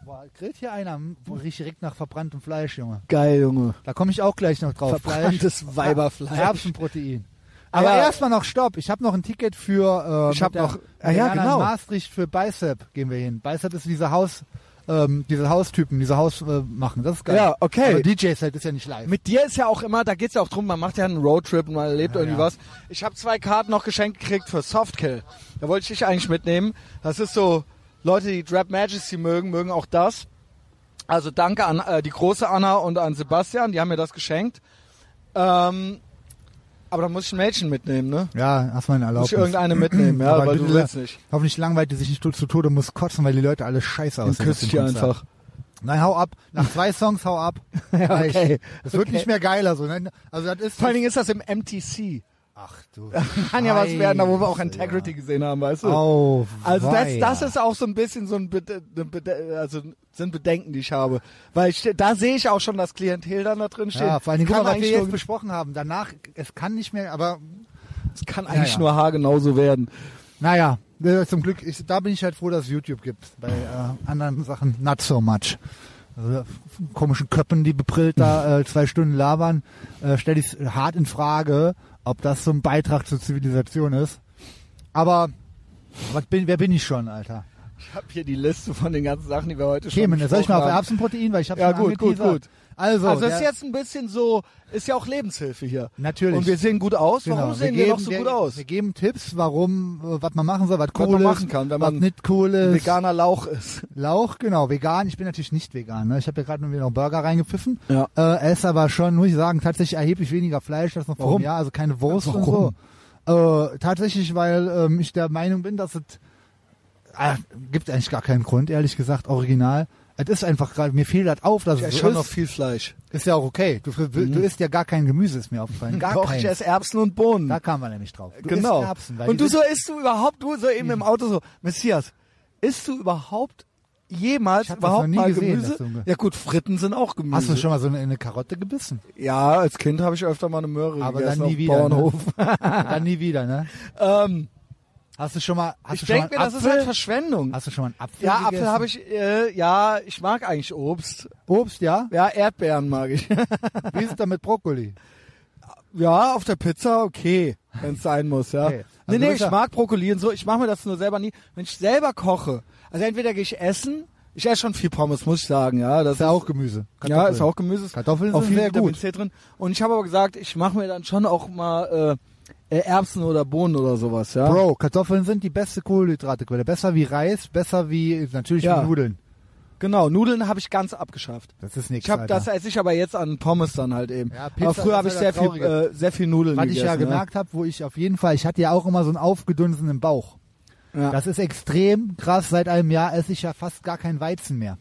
A: Boah, grillt hier einer, wo riecht direkt nach verbranntem Fleisch, Junge.
B: geil, Junge.
A: Da komme ich auch gleich noch drauf.
B: Verbranntes
A: Fleisch.
B: Weiberfleisch.
A: Erbsenprotein. Aber
B: Ja.
A: erstmal noch Stopp. Ich habe noch ein Ticket für. Äh,
B: Ich hab
A: mit der-
B: noch-
A: mit
B: Ah, ja,
A: Jana in
B: genau.
A: Maastricht für Bicep gehen wir hin. Bicep ist dieser Haus, ähm, diese Haustypen, diese Haus äh, machen. Das ist geil.
B: Ja, okay.
A: Aber DJ-Set ist ja nicht live.
B: Mit dir ist ja auch immer, da geht's ja auch drum, man macht ja einen Roadtrip und man erlebt irgendwie
A: ja.
B: was. Ich habe zwei Karten noch geschenkt gekriegt für Softkill. Da wollte ich dich eigentlich mitnehmen. Das ist so, Leute, die Drap Majesty mögen, mögen auch das. Also danke an äh, die große Anna und an Sebastian, die haben mir das geschenkt. Ähm, aber da muss ich ein Mädchen mitnehmen, ne?
A: ja, hast mal eine
B: Muss ich
A: Erlaubnis.
B: irgendeine mitnehmen, ja,
A: Aber
B: weil du
A: bitte-
B: willst nicht.
A: Hoffentlich langweilt die sich nicht zu Tode, muss kotzen, weil die Leute alle scheiße
B: Dann
A: aussehen. auf
B: küsse
A: dem
B: ich die
A: Konzert.
B: einfach.
A: Nein, hau ab. Nach zwei Songs hau ab.
B: Ja, okay.
A: Es wird
B: Okay.
A: nicht mehr geiler. So. Nein, Also das ist.
B: Vor allen Dingen ist das im MTC.
A: Ach du.
B: Kann ja was werden, da wo wir auch
A: Scheiße,
B: Integrity
A: ja.
B: gesehen haben, weißt du?
A: Oh,
B: Also das,
A: weia.
B: das ist auch so ein bisschen so ein Bede ne Bede also sind Bedenken, die ich habe, weil ich, da sehe ich auch schon das Klientel dann da drin stehen.
A: Ja, vor allen Dingen, guck
B: Es kann
A: mal, was wir
B: eigentlich,
A: jetzt
B: nur,
A: besprochen haben. Danach, es kann nicht mehr, aber
B: es kann eigentlich
A: Ja, ja.
B: nur haargenau so werden.
A: naja, äh, zum Glück, ich, da bin ich halt froh, dass es YouTube gibt. Bei äh, anderen Sachen not so much. Also, komischen Köppen, die beprillt da äh, zwei Stunden labern, äh, stelle ich hart in Frage, ob das so ein Beitrag zur Zivilisation ist. Aber, aber bin, wer bin ich schon, Alter?
B: Ich habe hier die Liste von den ganzen Sachen, die wir heute schon
A: Themen.
B: besprochen
A: Soll ich mal auf
B: haben.
A: Erbsenprotein, weil ich habe
B: Ja, gut, gut, gut.
A: Also,
B: Also
A: der-
B: ist jetzt ein bisschen so, ist ja auch Lebenshilfe hier.
A: Natürlich.
B: Und wir sehen gut aus.
A: genau.
B: Warum
A: wir
B: sehen wir,
A: geben,
B: noch so
A: wir,
B: gut aus?
A: Wir geben Tipps, warum, äh, was man machen soll, was
B: man
A: cool
B: machen
A: ist,
B: kann, wenn
A: was
B: man
A: nicht cool
B: Ein
A: ist.
B: Veganer Lauch ist.
A: Lauch, genau, vegan. Ich bin natürlich nicht vegan. Ne? Ich habe ja gerade nur wieder noch Burger reingepfiffen.
B: Ja.
A: Äh, esse aber schon, muss ich sagen, tatsächlich erheblich weniger Fleisch als noch vor
B: Warum?
A: einem Jahr. Also keine Wurst und
B: Warum?
A: so. Äh, tatsächlich, weil ähm, ich der Meinung bin, dass es... Ah, gibt eigentlich gar keinen Grund, ehrlich gesagt, original. Es ist einfach gerade, mir fiel das auf, dass
B: Ja,
A: es so
B: schon
A: ist.
B: noch viel Fleisch.
A: Ist ja auch okay. Du, du isst ja gar kein Gemüse, ist mir aufgefallen. Gar
B: Doch, ich
A: kein.
B: esse Erbsen und Bohnen.
A: Da kamen wir nämlich drauf. Du
B: Hm. genau.
A: Isst Erbsen, weil
B: und
A: die
B: du
A: sind-
B: so isst du überhaupt, du so eben im Auto so, Messias, isst du überhaupt jemals
A: Ich hab das noch
B: überhaupt
A: nie
B: mal
A: gesehen,
B: Gemüse?
A: dass du ge-
B: ja gut, Fritten sind auch Gemüse.
A: Hast du schon mal so eine, eine Karotte gebissen?
B: Ja, als Kind habe ich öfter mal eine Möhre
A: Aber
B: gegessen
A: dann nie
B: auf dem
A: wieder, ne?
B: Bauernhof.
A: Dann nie wieder, ne?
B: ähm,
A: Hast du schon mal, hast
B: ich
A: du schon mal
B: denke mir,
A: einen
B: das ist
A: Apfel?
B: halt Verschwendung.
A: Hast du schon mal einen Apfel
B: Ja,
A: gegessen?
B: Apfel habe ich, äh, ja, ich mag eigentlich Obst.
A: Obst, ja?
B: Ja, Erdbeeren mag ich.
A: Wie ist es denn mit Brokkoli?
B: ja, auf der Pizza, okay, wenn es sein muss, ja.
A: Okay.
B: Nee,
A: Also
B: nee,
A: du
B: ich
A: bist ja-
B: mag Brokkoli und so, ich mache mir das nur selber nie. Wenn ich selber koche, also entweder gehe ich essen, ich esse schon viel Pommes, muss ich sagen, ja. Das
A: Ist ja auch Gemüse.
B: ja,
A: Kartoffeln.
B: ist auch Gemüse.
A: Kartoffeln
B: auch
A: sind
B: viel
A: sehr
B: Vitamin
A: gut.
B: C drin. Und ich habe aber gesagt, ich mache mir dann schon auch mal äh, äh, Erbsen oder Bohnen oder sowas, ja.
A: Bro, Kartoffeln sind die beste Kohlenhydratequelle. Besser wie Reis, besser wie natürlich
B: Ja.
A: wie Nudeln.
B: Genau, Nudeln habe ich ganz abgeschafft.
A: Das ist nichts.
B: Ich habe das esse ich aber jetzt an Pommes dann halt eben.
A: Ja, Pizza
B: aber früher
A: ist
B: habe ich
A: ja
B: sehr
A: das
B: viel,
A: Traurige.
B: äh, sehr viel Nudeln
A: Was ich
B: gegessen. ne?
A: ja gemerkt habe, wo ich auf jeden Fall, ich hatte ja auch immer so einen aufgedunsenen Bauch.
B: Ja.
A: Das ist extrem krass. Seit einem Jahr esse ich ja fast gar kein Weizen mehr.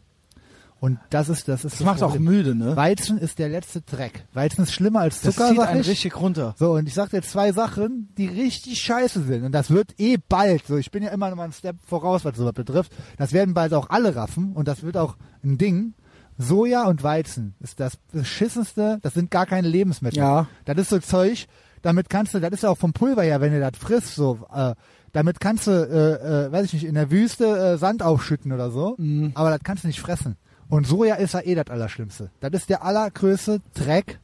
A: Und das ist das ist
B: Das macht auch
A: Problem.
B: müde, ne?
A: Weizen ist der letzte Dreck. Weizen ist schlimmer als
B: Das
A: Zucker,
B: zieht
A: sag
B: einen
A: ich.
B: richtig runter.
A: So, und ich sag dir zwei Sachen, die richtig scheiße sind. Und das wird eh bald. So, ich bin ja immer noch mal einen Step voraus, was sowas betrifft. Das werden bald auch alle raffen und das wird auch ein Ding. Soja und Weizen ist das beschissenste, das sind gar keine Lebensmittel.
B: Ja.
A: Das ist so Zeug, damit kannst du, das ist ja auch vom Pulver her, wenn du das frisst, so, äh, damit kannst du, äh, äh, weiß ich nicht, in der Wüste äh, Sand aufschütten oder so,
B: Mhm.
A: aber das kannst du nicht fressen. Und Soja ist ja eh das Allerschlimmste. Das ist der allergrößte Dreck.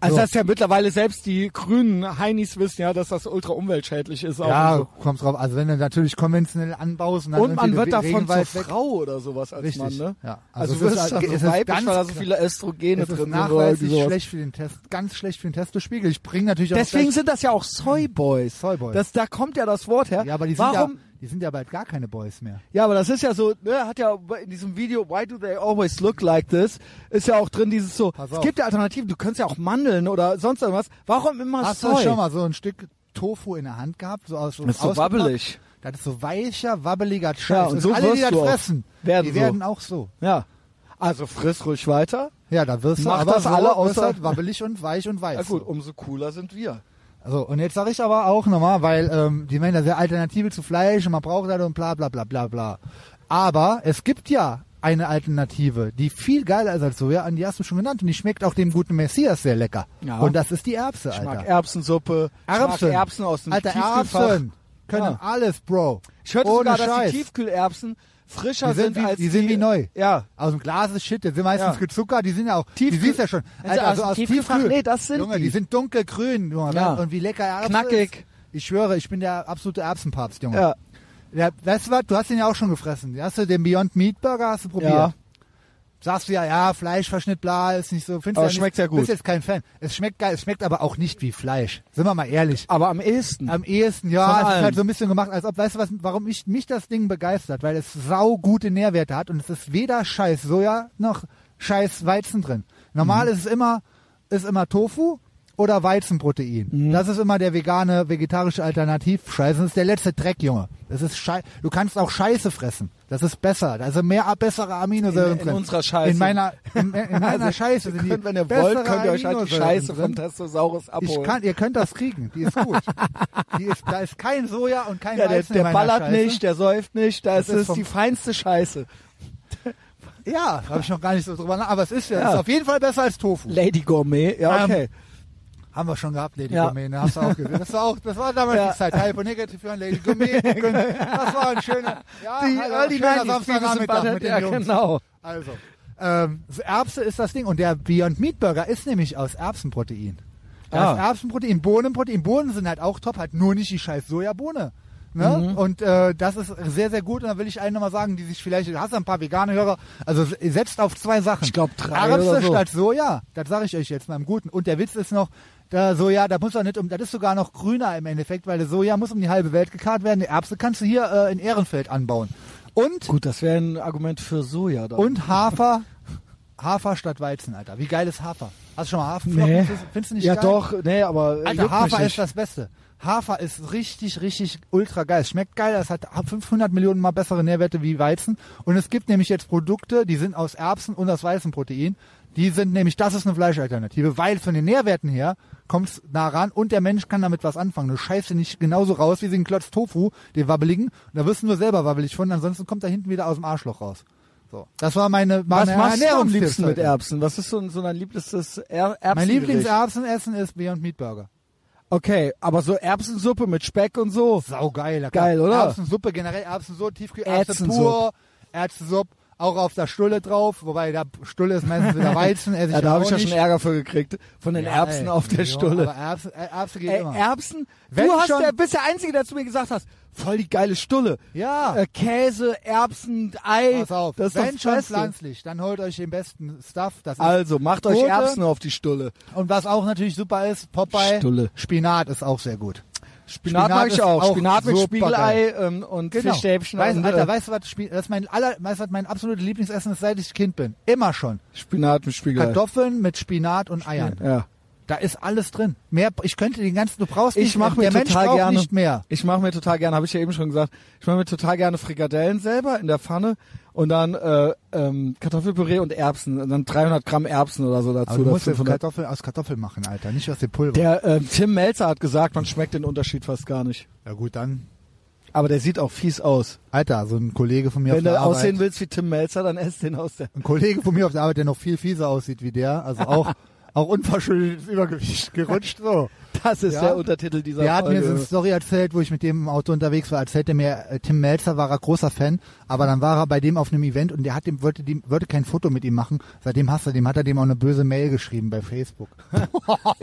B: Also
A: So.
B: das ist ja mittlerweile selbst die grünen Heinis wissen ja, dass das ultra umweltschädlich ist. Auch
A: Ja,
B: und, so.
A: kommt drauf. Also wenn du natürlich konventionell anbaust und dann
B: und man
A: irgendwie
B: wird
A: der
B: davon zur
A: Regenwald weg-
B: Frau oder sowas als
A: Richtig.
B: Mann, ne?
A: Ja.
B: Also,
A: Also es
B: du
A: ist
B: wirst
A: halt-
B: dann
A: es
B: so
A: ist
B: weiblich,
A: ganz
B: weil da so
A: klar-
B: viele Östrogene
A: Es ist
B: drin sind oder irgendwie
A: nachweislich
B: sowas.
A: schlecht für den Test, ganz schlecht für den Testospiegel. Ich bringe natürlich auch
B: Deswegen
A: gleich,
B: sind das ja auch Soyboys.
A: Soyboys.
B: Das, da kommt ja das Wort her.
A: ja, aber die sind
B: Warum?
A: ja, die sind ja bald gar keine Boys mehr.
B: Ja, aber das ist ja so, ne, hat ja in diesem Video Why do they always look like this? Ist ja auch drin dieses so,
A: Pass
B: es
A: auf.
B: gibt ja Alternativen, du kannst ja auch Mandeln oder sonst irgendwas. Warum immer
A: Hast
B: Soy?
A: du schon mal so ein Stück Tofu in der Hand gehabt, so aus
B: Das ist so
A: ausgepackt?
B: wabbelig.
A: Das ist so weicher, wabbeliger Scheiß.
B: Ja, und so
A: alle, die
B: wirst
A: das
B: du auch.
A: fressen,
B: Werden
A: die
B: so.
A: werden auch so.
B: Ja. Also friss ruhig weiter.
A: Ja, da wirst du
B: Macht
A: aber
B: das
A: so,
B: alle
A: wirst
B: außer-
A: halt wabbelig und weich und weiß.
B: Na gut,
A: So.
B: umso cooler sind wir.
A: So, und jetzt sage ich aber auch nochmal, weil ähm, die meinen, das ist ja Alternative zu Fleisch und man braucht das und bla bla bla bla bla. Aber es gibt ja eine Alternative, die viel geiler ist als Soja, und die hast du schon genannt und die schmeckt auch dem guten Messias sehr lecker.
B: Ja.
A: Und das ist die Erbse,
B: Ich mag
A: Alter.
B: Erbsensuppe, ich
A: Erbsen.
B: mag Erbsen aus dem
A: Alter,
B: Tiefkühlfach.
A: Erbsen können
B: Ja.
A: alles, Bro.
B: Ich hörte
A: Ohne
B: sogar, dass
A: Scheiß.
B: die Tiefkühlerbsen frischer
A: Die sind wie-
B: als
A: die sind wie neu.
B: Ja.
A: aus dem Glas ist Shit, die sind meistens
B: Ja.
A: gezuckert, die sind ja auch,
B: Tiefkühl-
A: die siehst ja schon.
B: Also aus dem Tiefkühlfach?
A: Tiefkühl-
B: Nee, das sind
A: Junge,
B: die.
A: die sind dunkelgrün, Junge,
B: Ja.
A: und wie lecker Erbsen
B: Knackig.
A: Ist. Ich schwöre, ich bin der absolute Erbsenpapst, Junge.
B: Ja.
A: Ja, weißt du was? Du hast den ja auch schon gefressen. Hast du den Beyond Meat Burger hast du probiert?
B: Ja.
A: Sagst du ja, ja, Fleischverschnitt, bla, ist nicht so. Findest
B: Aber
A: ja
B: schmeckt
A: nicht,
B: sehr gut.
A: Bist jetzt kein Fan. Es schmeckt geil, es schmeckt aber auch nicht wie Fleisch. Sind wir mal ehrlich.
B: Aber am ehesten.
A: Am ehesten,
B: Hm. Von
A: ja, es
B: allem.
A: ist halt so ein bisschen gemacht, als ob, weißt du was, warum ich, mich das Ding begeistert? Weil es saugute Nährwerte hat und es ist weder scheiß Soja noch scheiß Weizen drin. Normal
B: Mhm.
A: ist es immer, ist immer Tofu oder Weizenprotein.
B: Mhm.
A: Das ist immer der vegane, vegetarische Alternativ-Scheiß. Das ist der letzte Dreck, Junge. Das ist schei du kannst auch Scheiße fressen. Das ist besser. Da sind mehr bessere Aminosäuren
B: In- in
A: drin.
B: unserer Scheiße.
A: Also,
B: Also
A: In meiner, in, in meiner Scheiße. sind die
B: könnt, wenn ihr
A: bessere
B: wollt, könnt ihr euch halt die
A: Aminosäuren
B: Scheiße
A: drin.
B: vom Testosaurus abholen.
A: Ich kann, ihr könnt das kriegen, die ist gut. die ist, da ist kein Soja und kein
B: Ja, der,
A: Weizen in
B: der
A: meiner
B: ballert
A: Scheiße.
B: nicht, der säuft nicht, das,
A: Das ist
B: ist die
A: vom-
B: feinste Scheiße.
A: Ja, habe ich noch gar nicht so drüber nach. Aber es ist ja,
B: Ja.
A: ist auf jeden Fall besser als Tofu.
B: Lady Gourmet, ja,
A: Ähm,
B: okay.
A: Haben wir schon gehabt, Lady
B: Ja.
A: Gourmet, ne? Hast du auch gesehen. Das war auch, das war damals
B: Ja.
A: die Zeit. Halb und negativ hören, Lady Gourmet gucken. Das war ein schöner, ja,
B: die
A: hallo,
B: Early
A: schöner
B: 90s, Beavis and
A: Samstagnachmittag
B: Butthead,
A: mit den
B: ja,
A: Jungs.
B: genau.
A: Also, ähm, Erbse ist das Ding. Und der Beyond Meat Burger ist nämlich aus Erbsenprotein. Da
B: Ah.
A: ist Erbsenprotein, Bohnenprotein. Bohnen sind halt auch top, halt nur nicht die scheiß Sojabohne. Ne?
B: Mhm.
A: Und äh, das ist sehr, sehr gut. Und da will ich allen nochmal sagen, die sich vielleicht, du hast ja ein paar vegane Hörer, also se- setzt auf zwei Sachen.
B: Ich glaub, drei
A: Erbse
B: oder so.
A: statt Soja, das sage ich euch jetzt mal im Guten. Und der Witz ist noch, da Soja, da muss doch nicht um, das ist sogar noch grüner im Endeffekt, weil das Soja muss um die halbe Welt gekarrt werden. Die Erbse kannst du hier äh, in Ehrenfeld anbauen. Und,
B: Gut, das wäre ein Argument für Soja dann.
A: und Hafer, Hafer statt Weizen, Alter. Wie geil ist Hafer? Hast du schon mal Haferflocken?
B: Nee.
A: Findest du- Findest du nicht
B: ja
A: geil?
B: doch, nee, aber äh,
A: Alter,
B: juckt mich
A: Hafer
B: nicht.
A: ist das Beste. Hafer ist richtig, richtig ultra geil. Es schmeckt geil. Es hat 500 Millionen mal bessere Nährwerte wie Weizen. Und es gibt nämlich jetzt Produkte, die sind aus Erbsen und aus weißem Protein. Die sind nämlich, das ist eine Fleischalternative, weil von den Nährwerten her kommt's nah ran und der Mensch kann damit was anfangen. Du scheißt den nicht genauso raus wie den Klotz Tofu, den wabbeligen. Und da wirst du nur selber wabbelig von, ansonsten kommt er hinten wieder aus dem Arschloch raus. So. Das war meine,
B: Was
A: meine
B: machst du am
A: Ernährungstipps
B: liebsten mit
A: heute.
B: Erbsen? Was ist so, ein- so dein liebstes er Erbsengericht?
A: Mein Lieblingserbsenessen ist Beyond Meat Burger.
B: Okay, aber so Erbsensuppe mit Speck und so.
A: Saugeil. da
B: Geil,
A: kann-
B: oder?
A: Erbsensuppe generell, Erbsensuppe, Tiefkühl, Erbsen
B: Ätzensupp.
A: pur, Erbsensuppe, auch auf der Stulle drauf, wobei da Stulle ist meistens wieder Weizen, esse ich
B: Ja, da habe
A: auch
B: ich ja
A: nicht.
B: schon Ärger für gekriegt. Von den Erbsen
A: ey,
B: auf der
A: ja,
B: Stulle.
A: Aber Erbsen, äh, Erbsen geht
B: Ey,
A: immer.
B: Erbsen?
A: Wenn
B: du hast
A: schon-
B: der, bist der Einzige, der zu mir gesagt hast, voll die geile Stulle.
A: Ja.
B: Äh, Käse, Erbsen, Ei.
A: Pass auf,
B: das ist doch
A: wenn
B: das
A: schon
B: Beste.
A: pflanzlich, dann holt euch den besten Stuff. Das ist
B: Also, macht euch
A: Gurke.
B: Erbsen auf die Stulle.
A: Und was auch natürlich super ist, Popeye,
B: Stulle.
A: Spinat ist auch sehr gut.
B: Spinat, mag ich
A: ist
B: auch. Spinat mit
A: super geil.
B: Spiegelei ähm, und Fischstäbchen.
A: Weißt,
B: und,
A: Alter,
B: äh,
A: weißt du, was, Spin- das ist mein aller, weißt du, was mein absolutes Lieblingsessen ist, seit ich Kind bin? Immer schon.
B: äh, Spinat mit Spiegelei.
A: Kartoffeln mit Spinat und Eiern.
B: Ja.
A: Da ist alles drin. Mehr, ich könnte den ganzen, du brauchst
B: Ich
A: nicht,
B: mache mir
A: der Mensch
B: total
A: braucht
B: gerne.
A: nicht mehr.
B: Ich mache mir total gerne, habe ich ja eben schon gesagt. Ich mache mir total gerne Frikadellen selber in der Pfanne und dann äh, ähm, Kartoffelpüree und Erbsen, und dann 300 Gramm Erbsen oder so dazu.
A: Aber du
B: oder
A: musst jetzt
B: 500.
A: Kartoffeln aus Kartoffeln machen, Alter, nicht aus dem Pulver.
B: der ähm, Tim Melzer hat gesagt, man schmeckt den Unterschied fast gar nicht.
A: ja gut, dann,
B: Aber der sieht auch fies aus.
A: Alter, so ein Kollege von mir auf
B: Wenn
A: der
B: du
A: Arbeit,
B: aussehen willst wie Tim Melzer, dann ess den aus der.
A: ein Kollege von mir auf der Arbeit, der noch viel fieser aussieht wie der, also auch, auch unverschuldet ins Übergewicht gerutscht, so.
B: Das ist
A: Ja.
B: der Untertitel dieser
A: Der hat mir
B: Folge.
A: so eine Story erzählt, wo ich mit dem im Auto unterwegs war, erzählte mir, äh, Tim Melzer war er großer Fan, aber dann war er bei dem auf einem Event und der hat dem, wollte, dem, wollte kein Foto mit ihm machen, seitdem hasst er, dem hat er dem auch eine böse Mail geschrieben bei Facebook.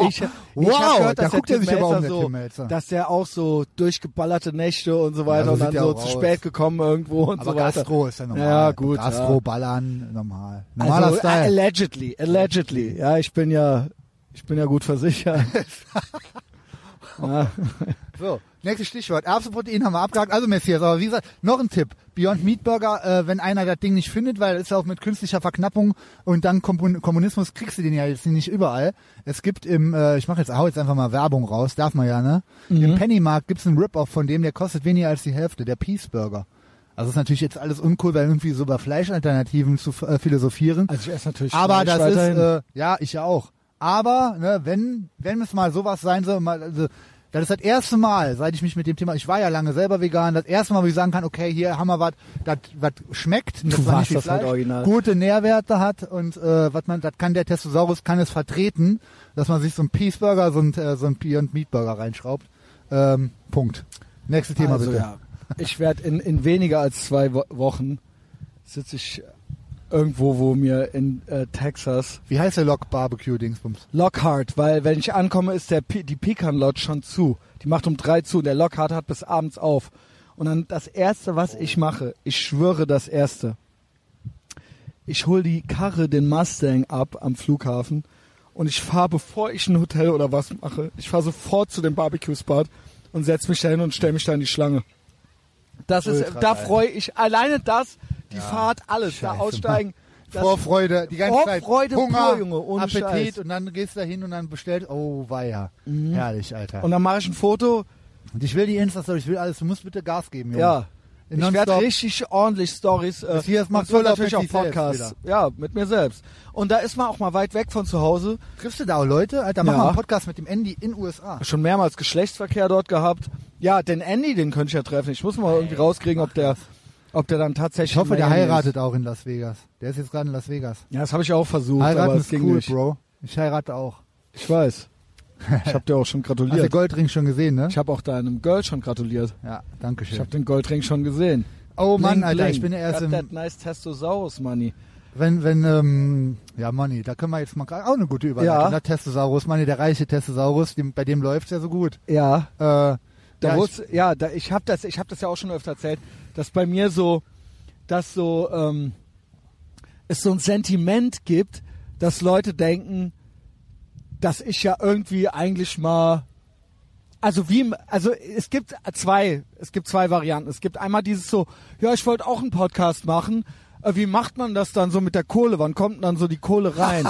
B: Ich, ich
A: Wow,
B: hab gehört,
A: da
B: dass der
A: guckt er
B: Tim
A: sich aber um,
B: Melzer
A: der
B: so,
A: Tim Melzer.
B: dass der auch so durchgeballerte Nächte und so weiter
A: so
B: und
A: sieht
B: dann
A: der
B: so
A: auch
B: zu
A: aus.
B: spät gekommen irgendwo und
A: Aber
B: so weiter.
A: Gastro ist ja normal.
B: Ja, gut,
A: Gastro,
B: ja.
A: Ballern, normal. Normaler
B: also,
A: Style.
B: allegedly, allegedly. Ja, ich bin ja, ich bin ja gut versichert. ja.
A: So, nächstes Stichwort. Erbsenprotein haben wir abgehakt. Also Messias, aber wie gesagt, noch ein Tipp. Beyond Meat Burger, äh, wenn einer das Ding nicht findet, weil es ist ja auch mit künstlicher Verknappung und dann Kompon- Kommunismus kriegst du den ja jetzt nicht überall. Es gibt im, äh, ich mache jetzt, hau jetzt einfach mal Werbung raus, darf man ja, ne?
B: Mhm.
A: Im Pennymarkt gibt's einen Rip-Off von dem, der kostet weniger als die Hälfte, der Peace Burger. Also ist natürlich jetzt alles uncool, weil irgendwie so über Fleischalternativen zu äh, philosophieren.
B: Also ich esse natürlich
A: Aber
B: Fleisch
A: das ist,
B: weiterhin.
A: äh, ja, ich ja auch. Aber ne, wenn, wenn es mal sowas sein soll, mal, also, das ist das erste Mal, seit ich mich mit dem Thema, ich war ja lange selber vegan, das erste Mal, wo ich sagen kann, okay, hier haben wir was, das was schmeckt, das
B: Du
A: war nicht
B: warst
A: wie
B: das halt
A: Fleisch,
B: original.
A: gute Nährwerte hat und äh, was man, das kann der Testosaurus kann es vertreten, dass man sich so ein Peace Burger, so ein, äh, so ein Beyond Meat Burger reinschraubt. Ähm, Punkt. Nächstes Thema
B: also,
A: bitte.
B: Ja. Ich werde in, in weniger als zwei Wo Wochen sitze ich irgendwo, wo mir in äh, Texas
A: Wie heißt der Lock Barbecue Dingsbums?
B: Lockhart, weil wenn ich ankomme, ist der Pe- die Pecan Lodge schon zu. Die macht um drei zu und der Lockhart hat bis abends auf. Und dann das erste, was ich mache, ich schwöre das erste. Ich hol die Karre, den Mustang ab am Flughafen und ich fahre, bevor ich ein Hotel oder was mache, ich fahre sofort zu dem Barbecue-Spot und setz mich dahin und stell mich da in die Schlange. Das ist,
A: Ultra
B: da
A: geil.
B: freue ich alleine das, die Fahrt, alles, da
A: Scheiße,
B: aussteigen. das-
A: Vorfreude, die ganze
B: Vorfreude
A: Zeit Hunger,
B: pur, Junge, ohne
A: Appetit
B: Scheiß.
A: und dann gehst du da hin und dann bestellst, oh weia, herrlich, Alter.
B: Mhm. Und
A: Und,
B: dann mache ich ein Foto,
A: ich will die Insta-Story, ich will alles, du musst bitte Gas geben, Junge.
B: ja. Ich
A: Nonstop.
B: werde richtig ordentlich Stories. Äh,
A: hier, es macht
B: und so
A: voll
B: natürlich auch
A: Appetit selbst
B: Podcasts. Ja, mit mir selbst. Und da ist man auch mal weit weg von zu Hause.
A: Triffst du da auch Leute? Alter, mach
B: Ja.
A: mal einen Podcast mit dem Andy in USA.
B: Schon mehrmals Geschlechtsverkehr dort gehabt. Ja, den Andy, den könnte ich ja treffen. Ich muss mal irgendwie rauskriegen, ob der, ob der dann tatsächlich.
A: Ich hoffe, der
B: Miami
A: heiratet auch in Las Vegas. Der ist jetzt gerade in Las Vegas.
B: Ist. Ja, das habe ich auch versucht, aber
A: Heiraten
B: es
A: ist
B: ging
A: cool,
B: nicht.
A: Bro. Ich heirate auch.
B: Ich weiß. Ich habe dir auch schon
A: Hast du
B: gratuliert.
A: Goldring schon gesehen, ne?
B: Ich habe auch deinem Girl schon gratuliert.
A: Ja, danke
B: Ich
A: schön.
B: habe den Goldring schon gesehen.
A: Oh Mann,
B: Bling,
A: Alter,
B: bling.
A: ich bin ja erst
B: Got
A: im,
B: that nice Testosaurus Money.
A: Wenn, wenn, ähm, ja, Manni, da können wir jetzt mal gerade auch eine gute Überleitung.
B: Ja.
A: Der Testosaurus, Manni, der reiche Testosaurus, dem, bei dem läuft's ja so gut.
B: Ja.
A: Äh,
B: Da
A: Ja,
B: ja,
A: ich-
B: ja da, ich habe das, ich hab das ja auch schon öfter erzählt, dass bei mir so, dass so, ähm, es so ein Sentiment gibt, dass Leute denken, dass ich ja irgendwie eigentlich mal also wie im- also es gibt zwei es gibt zwei Varianten. Es gibt einmal dieses so, ja, ich wollte auch einen Podcast machen. Äh, Wie macht man das dann so mit der Kohle? Wann kommt denn dann so die Kohle rein?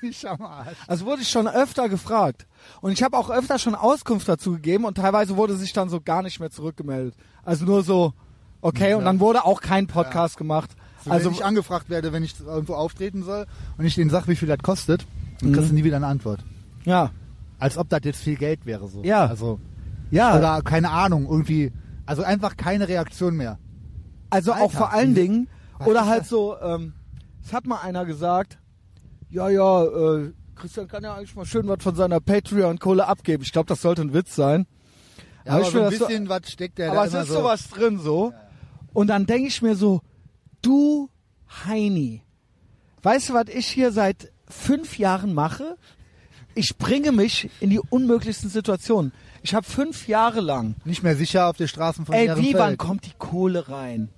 A: Ich am Arsch.
B: Also wurde ich schon öfter gefragt. Und ich habe auch öfter schon Auskunft dazu gegeben und teilweise wurde sich dann so gar nicht mehr zurückgemeldet. Also nur so,
A: Mhm,
B: okay, und dann wurde auch kein Podcast gemacht.
A: So, also
B: also
A: wenn ich angefragt werde, wenn ich irgendwo auftreten soll und ich denen sage, wie viel das kostet, dann
B: Mhm.
A: kriegst du nie wieder eine Antwort.
B: ja,
A: Als ob das jetzt viel Geld wäre so.
B: Ja.
A: Also
B: ja.
A: oder keine Ahnung, irgendwie also einfach keine Reaktion mehr.
B: Also auch
A: Alter. Mhm.
B: vor allen Dingen,
A: Was
B: oder
A: ist
B: halt
A: das?
B: so, ähm, es hat mal einer gesagt, ja, ja, äh, Christian kann ja eigentlich mal schön was von seiner Patreon-Kohle abgeben. Ich glaube, das sollte ein Witz sein.
A: Ja,
B: Aber
A: aber
B: ich
A: so ein
B: will das so-
A: bisschen was steckt der
B: Aber
A: da
B: es
A: immer
B: ist
A: so.
B: sowas drin so. Und dann denke ich mir so, du Heini, weißt du, was ich hier seit fünf Jahren mache? Ich bringe mich in die unmöglichsten Situationen. Ich habe fünf Jahre lang
A: nicht mehr sicher auf den Straßen von
B: Ey,
A: ihrem
B: wie,
A: Feld.
B: wann kommt die Kohle rein?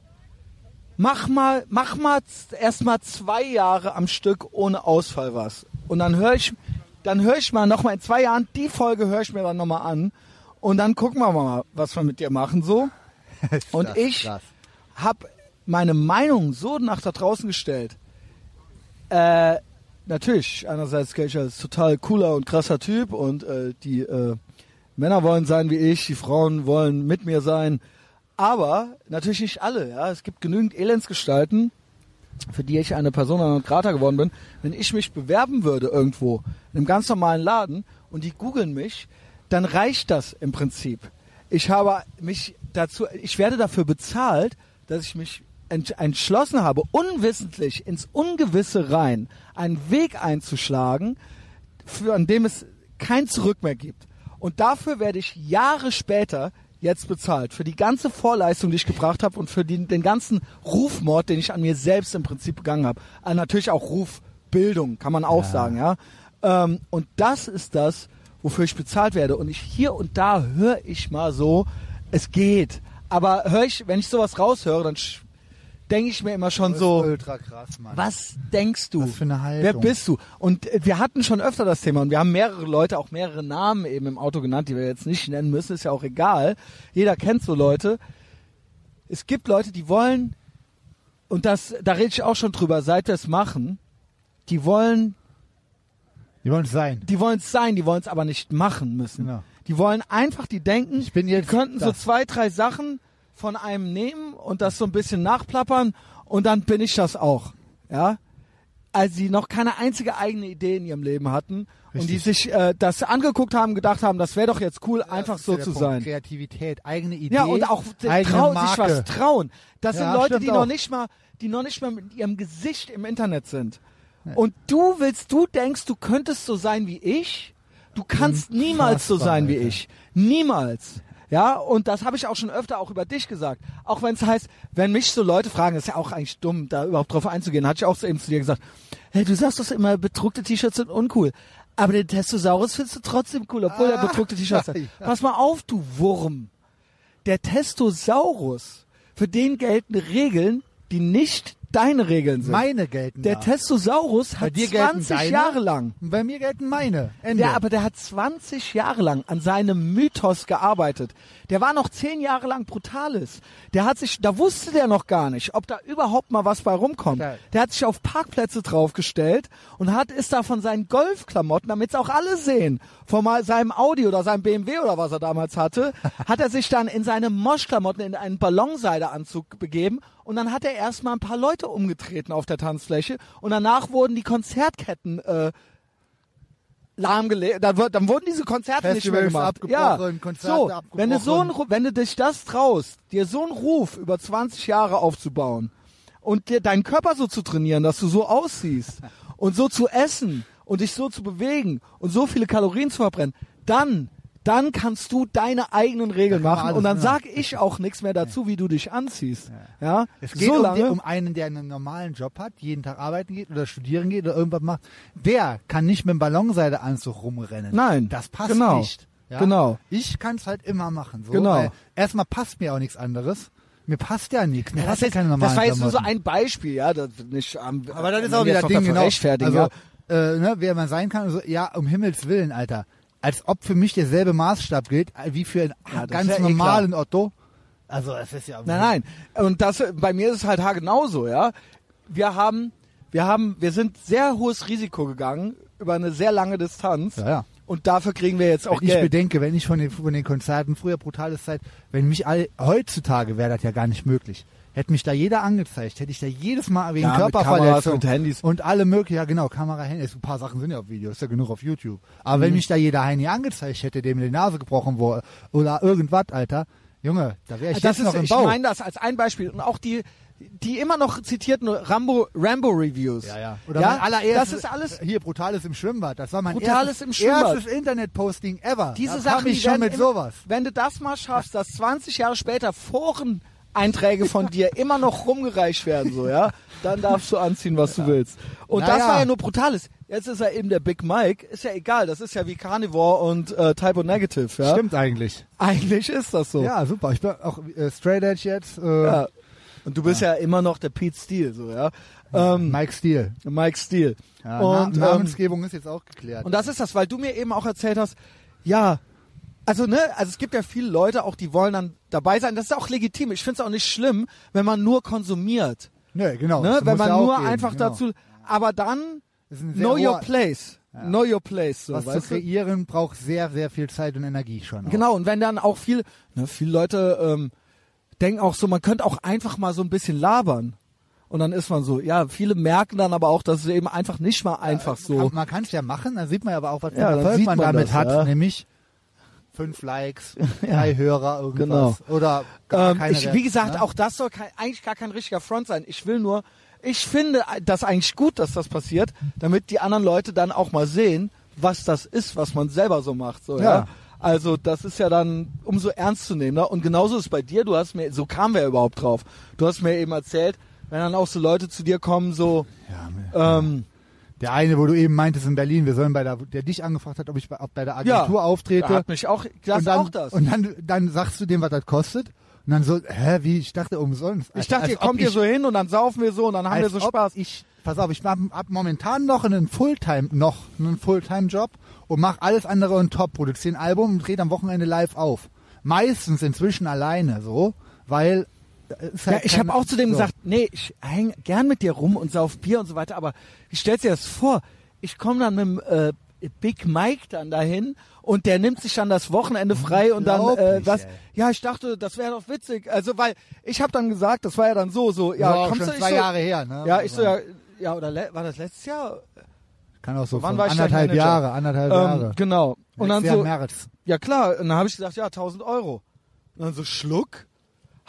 B: Mach mal, mach mal z- erst mal zwei Jahre am Stück ohne Ausfall was. Und dann höre ich, dann höre ich mal nochmal in zwei Jahren, die Folge höre ich mir dann nochmal an. Und dann gucken wir mal, was wir mit dir machen so. Und
A: Das ist
B: ich
A: krass.
B: habe meine Meinung so nach da draußen gestellt. Äh, natürlich, einerseits Kelcher ist total cooler und krasser Typ und äh, die äh, Männer wollen sein wie ich, die Frauen wollen mit mir sein. Aber natürlich nicht alle. Ja? Es gibt genügend Elendsgestalten, für die ich eine Persona non grata geworden bin. Wenn ich mich bewerben würde irgendwo, in einem ganz normalen Laden und die googeln mich, dann reicht das im Prinzip. Ich habe mich dazu, ich werde dafür bezahlt, dass ich mich ent- entschlossen habe, unwissentlich ins Ungewisse rein einen Weg einzuschlagen, für, an dem es kein Zurück mehr gibt. Und dafür werde ich Jahre später jetzt bezahlt. Für die ganze Vorleistung, die ich gebracht habe und für den, den ganzen Rufmord, den ich an mir selbst im Prinzip begangen habe. Also natürlich auch Rufbildung, kann man auch sagen, ja. Ähm, und das ist das, wofür ich bezahlt werde. Und ich hier und da höre ich mal so, es geht. Aber höre ich, wenn ich sowas raushöre, dann sch- denke ich mir immer schon
A: Das ist äh,
B: so.
A: ultra krass, Mann.
B: Was denkst du?
A: Was für eine Haltung.
B: Wer bist du? Und äh, wir hatten schon öfter das Thema und wir haben mehrere Leute, auch mehrere Namen eben im Auto genannt, die wir jetzt nicht nennen müssen, ist ja auch egal. Jeder kennt so Leute. Es gibt Leute, die wollen, und das, da rede ich auch schon drüber, seit wir es machen, die wollen,
A: Die wollen es sein.
B: die wollen es sein, die wollen es aber nicht machen müssen.
A: Genau.
B: Die wollen einfach, die denken,
A: Ich bin jetzt
B: die könnten so
A: das.
B: zwei, drei Sachen von einem nehmen und das so ein bisschen nachplappern und dann bin ich das auch. Ja? Als sie noch keine einzige eigene Idee in ihrem Leben hatten und die sich äh, das angeguckt haben, gedacht haben, das wäre doch jetzt cool, einfach
A: Das
B: so
A: ist der
B: zu
A: Punkt.
B: sein.
A: Kreativität, eigene Idee.
B: Ja, und auch
A: eigene
B: trau, sich
A: Marke.
B: was trauen. Das
A: Ja,
B: sind Leute,
A: stimmt
B: die noch
A: auch.
B: nicht mal, die noch nicht mal mit ihrem Gesicht im Internet sind. Und du willst, du denkst, du könntest so sein wie ich. Du kannst niemals so sein wie
A: Alter.
B: ich. Niemals. Ja, und das habe ich auch schon öfter auch über dich gesagt. Auch wenn es heißt, wenn mich so Leute fragen, ist ja auch eigentlich dumm, da überhaupt drauf einzugehen, hatte ich auch eben zu dir gesagt, hey, du sagst das immer, bedruckte T-Shirts sind uncool. Aber den Testosaurus findest du trotzdem cool, obwohl er
A: Ah,
B: bedruckte T-Shirts hat.
A: ja.
B: Pass mal auf, du Wurm der Testosaurus, für den gelten Regeln, die nicht deine Regeln sind.
A: Meine gelten
B: der
A: da.
B: Testosaurus
A: Bei
B: hat
A: dir gelten
B: 20
A: deine,
B: Jahre lang.
A: und Bei mir gelten meine. Ende.
B: Ja, aber der hat 20 Jahre lang an seinem Mythos gearbeitet. Der war noch 10 Jahre lang brutalis. Der hat sich, da wusste der noch gar nicht, ob da überhaupt mal was bei rumkommt.
A: Klar.
B: Der hat sich auf Parkplätze draufgestellt und hat ist da von seinen Golfklamotten, damit's auch alle sehen, von mal seinem Audi oder seinem BMW oder was er damals hatte, hat er sich dann in seine Moschklamotten in einen Ballonseideanzug begeben und dann hat er erstmal ein paar Leute umgetreten auf der Tanzfläche und danach wurden die Konzertketten äh, lahmgelegt. Dann, wur- dann wurden diese Konzerte nicht mehr
A: Festivals
B: gemacht.
A: abgebrochen,
B: ja.
A: Konzerte
B: so,
A: abgebrochen.
B: Wenn du, so einen, Ru- wenn du dich das traust, dir so einen Ruf über 20 Jahre aufzubauen und dir deinen Körper so zu trainieren, dass du so aussiehst und so zu essen und dich so zu bewegen und so viele Kalorien zu verbrennen, dann dann kannst du deine eigenen Regeln
A: kann man
B: machen
A: alles
B: und dann
A: machen.
B: sag ich auch nichts mehr dazu, wie du dich anziehst. Ja,
A: Es geht
B: so
A: um,
B: lange.
A: den- um einen, der einen normalen Job hat, jeden Tag arbeiten geht oder studieren geht oder irgendwas macht. Der kann nicht mit dem Ballonseideanzug rumrennen.
B: Nein,
A: Das passt
B: genau.
A: nicht. Ja?
B: Genau.
A: Ich kann es halt immer machen. So,
B: Genau.
A: weil Erstmal passt mir auch nichts anderes. Mir passt ja nichts. Mir
B: Ja, das,
A: passt ja
B: ist,
A: keine normalen
B: das war jetzt nur so
A: Klamotten.
B: ein Beispiel, ja. Das nicht, am-
A: Aber das ist auch
B: am Ende
A: wieder
B: noch
A: Ding,
B: dafür
A: genau.
B: rechtfertigen,
A: also,
B: ja.
A: äh, ne, wer man sein kann, und so, ja, um Himmels Willen, Alter. Als ob für mich derselbe Maßstab gilt, äh, wie für einen
B: Ja, das
A: ganz
B: ist ja eh
A: normalen Otto. Also, das ist ja.
B: Nein, nein. Und das bei mir ist es halt haargenau so, ja. Wir haben, wir haben, wir sind sehr hohes Risiko gegangen über eine sehr lange Distanz.
A: Ja, ja.
B: Und dafür kriegen wir jetzt auch
A: Wenn ich
B: Geld.
A: bedenke, wenn ich von den, von den Konzerten früher brutale Zeit, wenn mich alle, heutzutage wäre das ja gar nicht möglich. Hätte mich da jeder angezeigt, hätte ich da jedes Mal wegen
B: Ja, mit Kameras
A: Körperverletzung
B: und Handys.
A: und alle möglichen, ja genau, Kamera, Handys, ein paar Sachen sind ja auf Video, ist ja genug auf YouTube. Aber
B: Mhm.
A: wenn mich da jeder Heini angezeigt hätte, dem die Nase gebrochen wurde oder irgendwas, Alter, Junge, da wäre ich jetzt
B: das ist,
A: noch im
B: ich
A: Bau.
B: meine das als ein Beispiel. Und auch die, die immer noch zitierten Rambo, Rambo Reviews.
A: ja, ja. Oder
B: ja,
A: mein allererstes,
B: das ist alles,
A: hier brutales im Schwimmbad. Das war mein
B: Brutales
A: erstes,
B: im Schwimmbad.
A: erstes Internetposting ever.
B: diese
A: da
B: Sachen,
A: kam ich
B: die
A: schon
B: werden
A: mit
B: im-
A: sowas.
B: Wenn du das mal schaffst, dass 20 Jahre später Foreneinträge von dir immer noch rumgereicht werden, so, ja, dann darfst du anziehen, was du willst. Und das
A: Naja.
B: war ja nur Brutales. Jetzt ist er eben der Big Mike, ist ja egal, das ist ja wie Carnivore und äh, Typo Negative, ja.
A: Stimmt eigentlich.
B: Eigentlich ist das so.
A: Ja, super. Ich bin auch äh, Straight Edge jetzt. Äh,
B: Ja. Und du bist ja. immer noch der Pete Steele, so, ja. Ähm,
A: Mike Steele.
B: Mike Steele.
A: Ja,
B: und,
A: Na
B: ähm,
A: Namensgebung ist jetzt auch geklärt.
B: Und das ist das, weil du mir eben auch erzählt hast, ja, also ne, also es gibt ja viele Leute auch, die wollen dann dabei sein. Das ist auch legitim. Ich finde es auch nicht schlimm, wenn man nur konsumiert,
A: ne, genau.
B: ne,
A: das
B: wenn
A: muss
B: man
A: ja auch
B: nur
A: geben,
B: einfach
A: genau.
B: dazu. Aber dann
A: Das ist ein sehr
B: know
A: hoher-
B: your place, know your place, so
A: Was zu
B: weißt du.
A: kreieren braucht sehr, sehr viel Zeit und Energie schon. Auch.
B: Genau. Und wenn dann auch viel, ne, viele Leute ähm, denken auch so, man könnte auch einfach mal so ein bisschen labern. Und dann ist man so, ja, viele merken dann aber auch, dass es eben einfach nicht mal einfach so.
A: Man kann es ja machen, dann sieht man aber auch, was für
B: Ja,
A: einen
B: dann
A: Erfolg
B: sieht
A: man,
B: man
A: damit
B: das,
A: hat,
B: ja.
A: nämlich fünf Likes, drei Hörer, irgendwas. Oder gar
B: Ähm,
A: keine
B: ich, wie
A: Reaktion,
B: gesagt,
A: ne?
B: auch das soll kein, eigentlich gar kein richtiger Front sein. Ich will nur, ich finde das eigentlich gut, dass das passiert, damit die anderen Leute dann auch mal sehen, was das ist, was man selber so macht. So, ja.
A: Ja.
B: Also das ist ja dann umso ernstzunehmender. Und genauso ist bei dir, du hast mir, so kamen wir ja überhaupt drauf, du hast mir eben erzählt, wenn dann auch so Leute zu dir kommen, so,
A: Ja, mir-
B: ähm,
A: der eine, wo du eben meintest in Berlin, wir sollen bei der, der dich angefragt hat, ob ich bei, ob bei der
B: ja,
A: Agentur auftrete.
B: da hat mich auch, das
A: und dann,
B: auch das.
A: Und dann, dann sagst du dem, was das kostet. Und dann so, hä, wie? Ich dachte umsonst.
B: ich
A: Alter,
B: dachte,
A: als
B: ihr
A: ob
B: kommt hier
A: ich-
B: so hin und dann saufen wir so und dann haben wir
A: als
B: so
A: ob
B: Spaß.
A: Ich, pass auf, ich mache ab momentan noch einen Fulltime, noch einen Fulltime-Job und mache alles andere on top, produziere ein Album und drehe am Wochenende live auf. Meistens inzwischen alleine, so, weil äh, ist
B: Ja,
A: halt
B: ich
A: keine-
B: habe auch zu dem
A: so.
B: gesagt, nee, ich häng gern mit dir rum und sauf Bier und so weiter, aber ich stell dir das vor, ich komme dann mit dem äh, Big Mike dann dahin und der nimmt sich dann das Wochenende frei und dann äh,
A: Unglaublich,
B: was
A: ey.
B: ja, ich dachte, das wäre doch witzig. Also, weil ich habe dann gesagt, das war ja dann so so, ja,
A: Das war auch
B: kommst
A: schon
B: du
A: zwei
B: ich so,
A: Jahre her, ne?
B: Ja, ich so
A: Also,
B: ja, ja oder le- war das letztes Jahr?
A: Kann auch so
B: Wann
A: von
B: war ich da
A: anderthalb
B: Manager?
A: Jahre, anderthalb Jahre.
B: Ähm, genau. Und dann
A: Letztes
B: so
A: Jahr März.
B: ja klar, und dann habe ich gesagt, ja, 1000 Euro. Und dann so Schluck.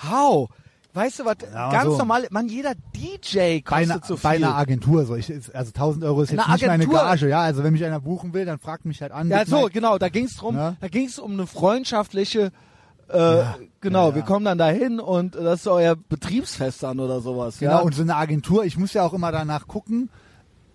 B: How? Weißt du was?
A: Ja,
B: ganz
A: so.
B: normal, man jeder DJ kostet
A: Bei einer,
B: so viel.
A: bei einer Agentur, so ich, ist- also 1000 Euro ist jetzt
B: Eine
A: nicht meine
B: Agentur?
A: Gage, ja, also wenn mich einer buchen will, dann fragt mich halt an.
B: ja,
A: Big
B: so,
A: Mike,
B: genau, da ging's drum,
A: Ja.
B: da ging's um eine freundschaftliche äh, genau,
A: ja, ja.
B: wir kommen dann dahin und das ist euer Betriebsfest dann oder sowas,
A: Genau,
B: ja.
A: und so eine Agentur, ich muss ja auch immer danach gucken.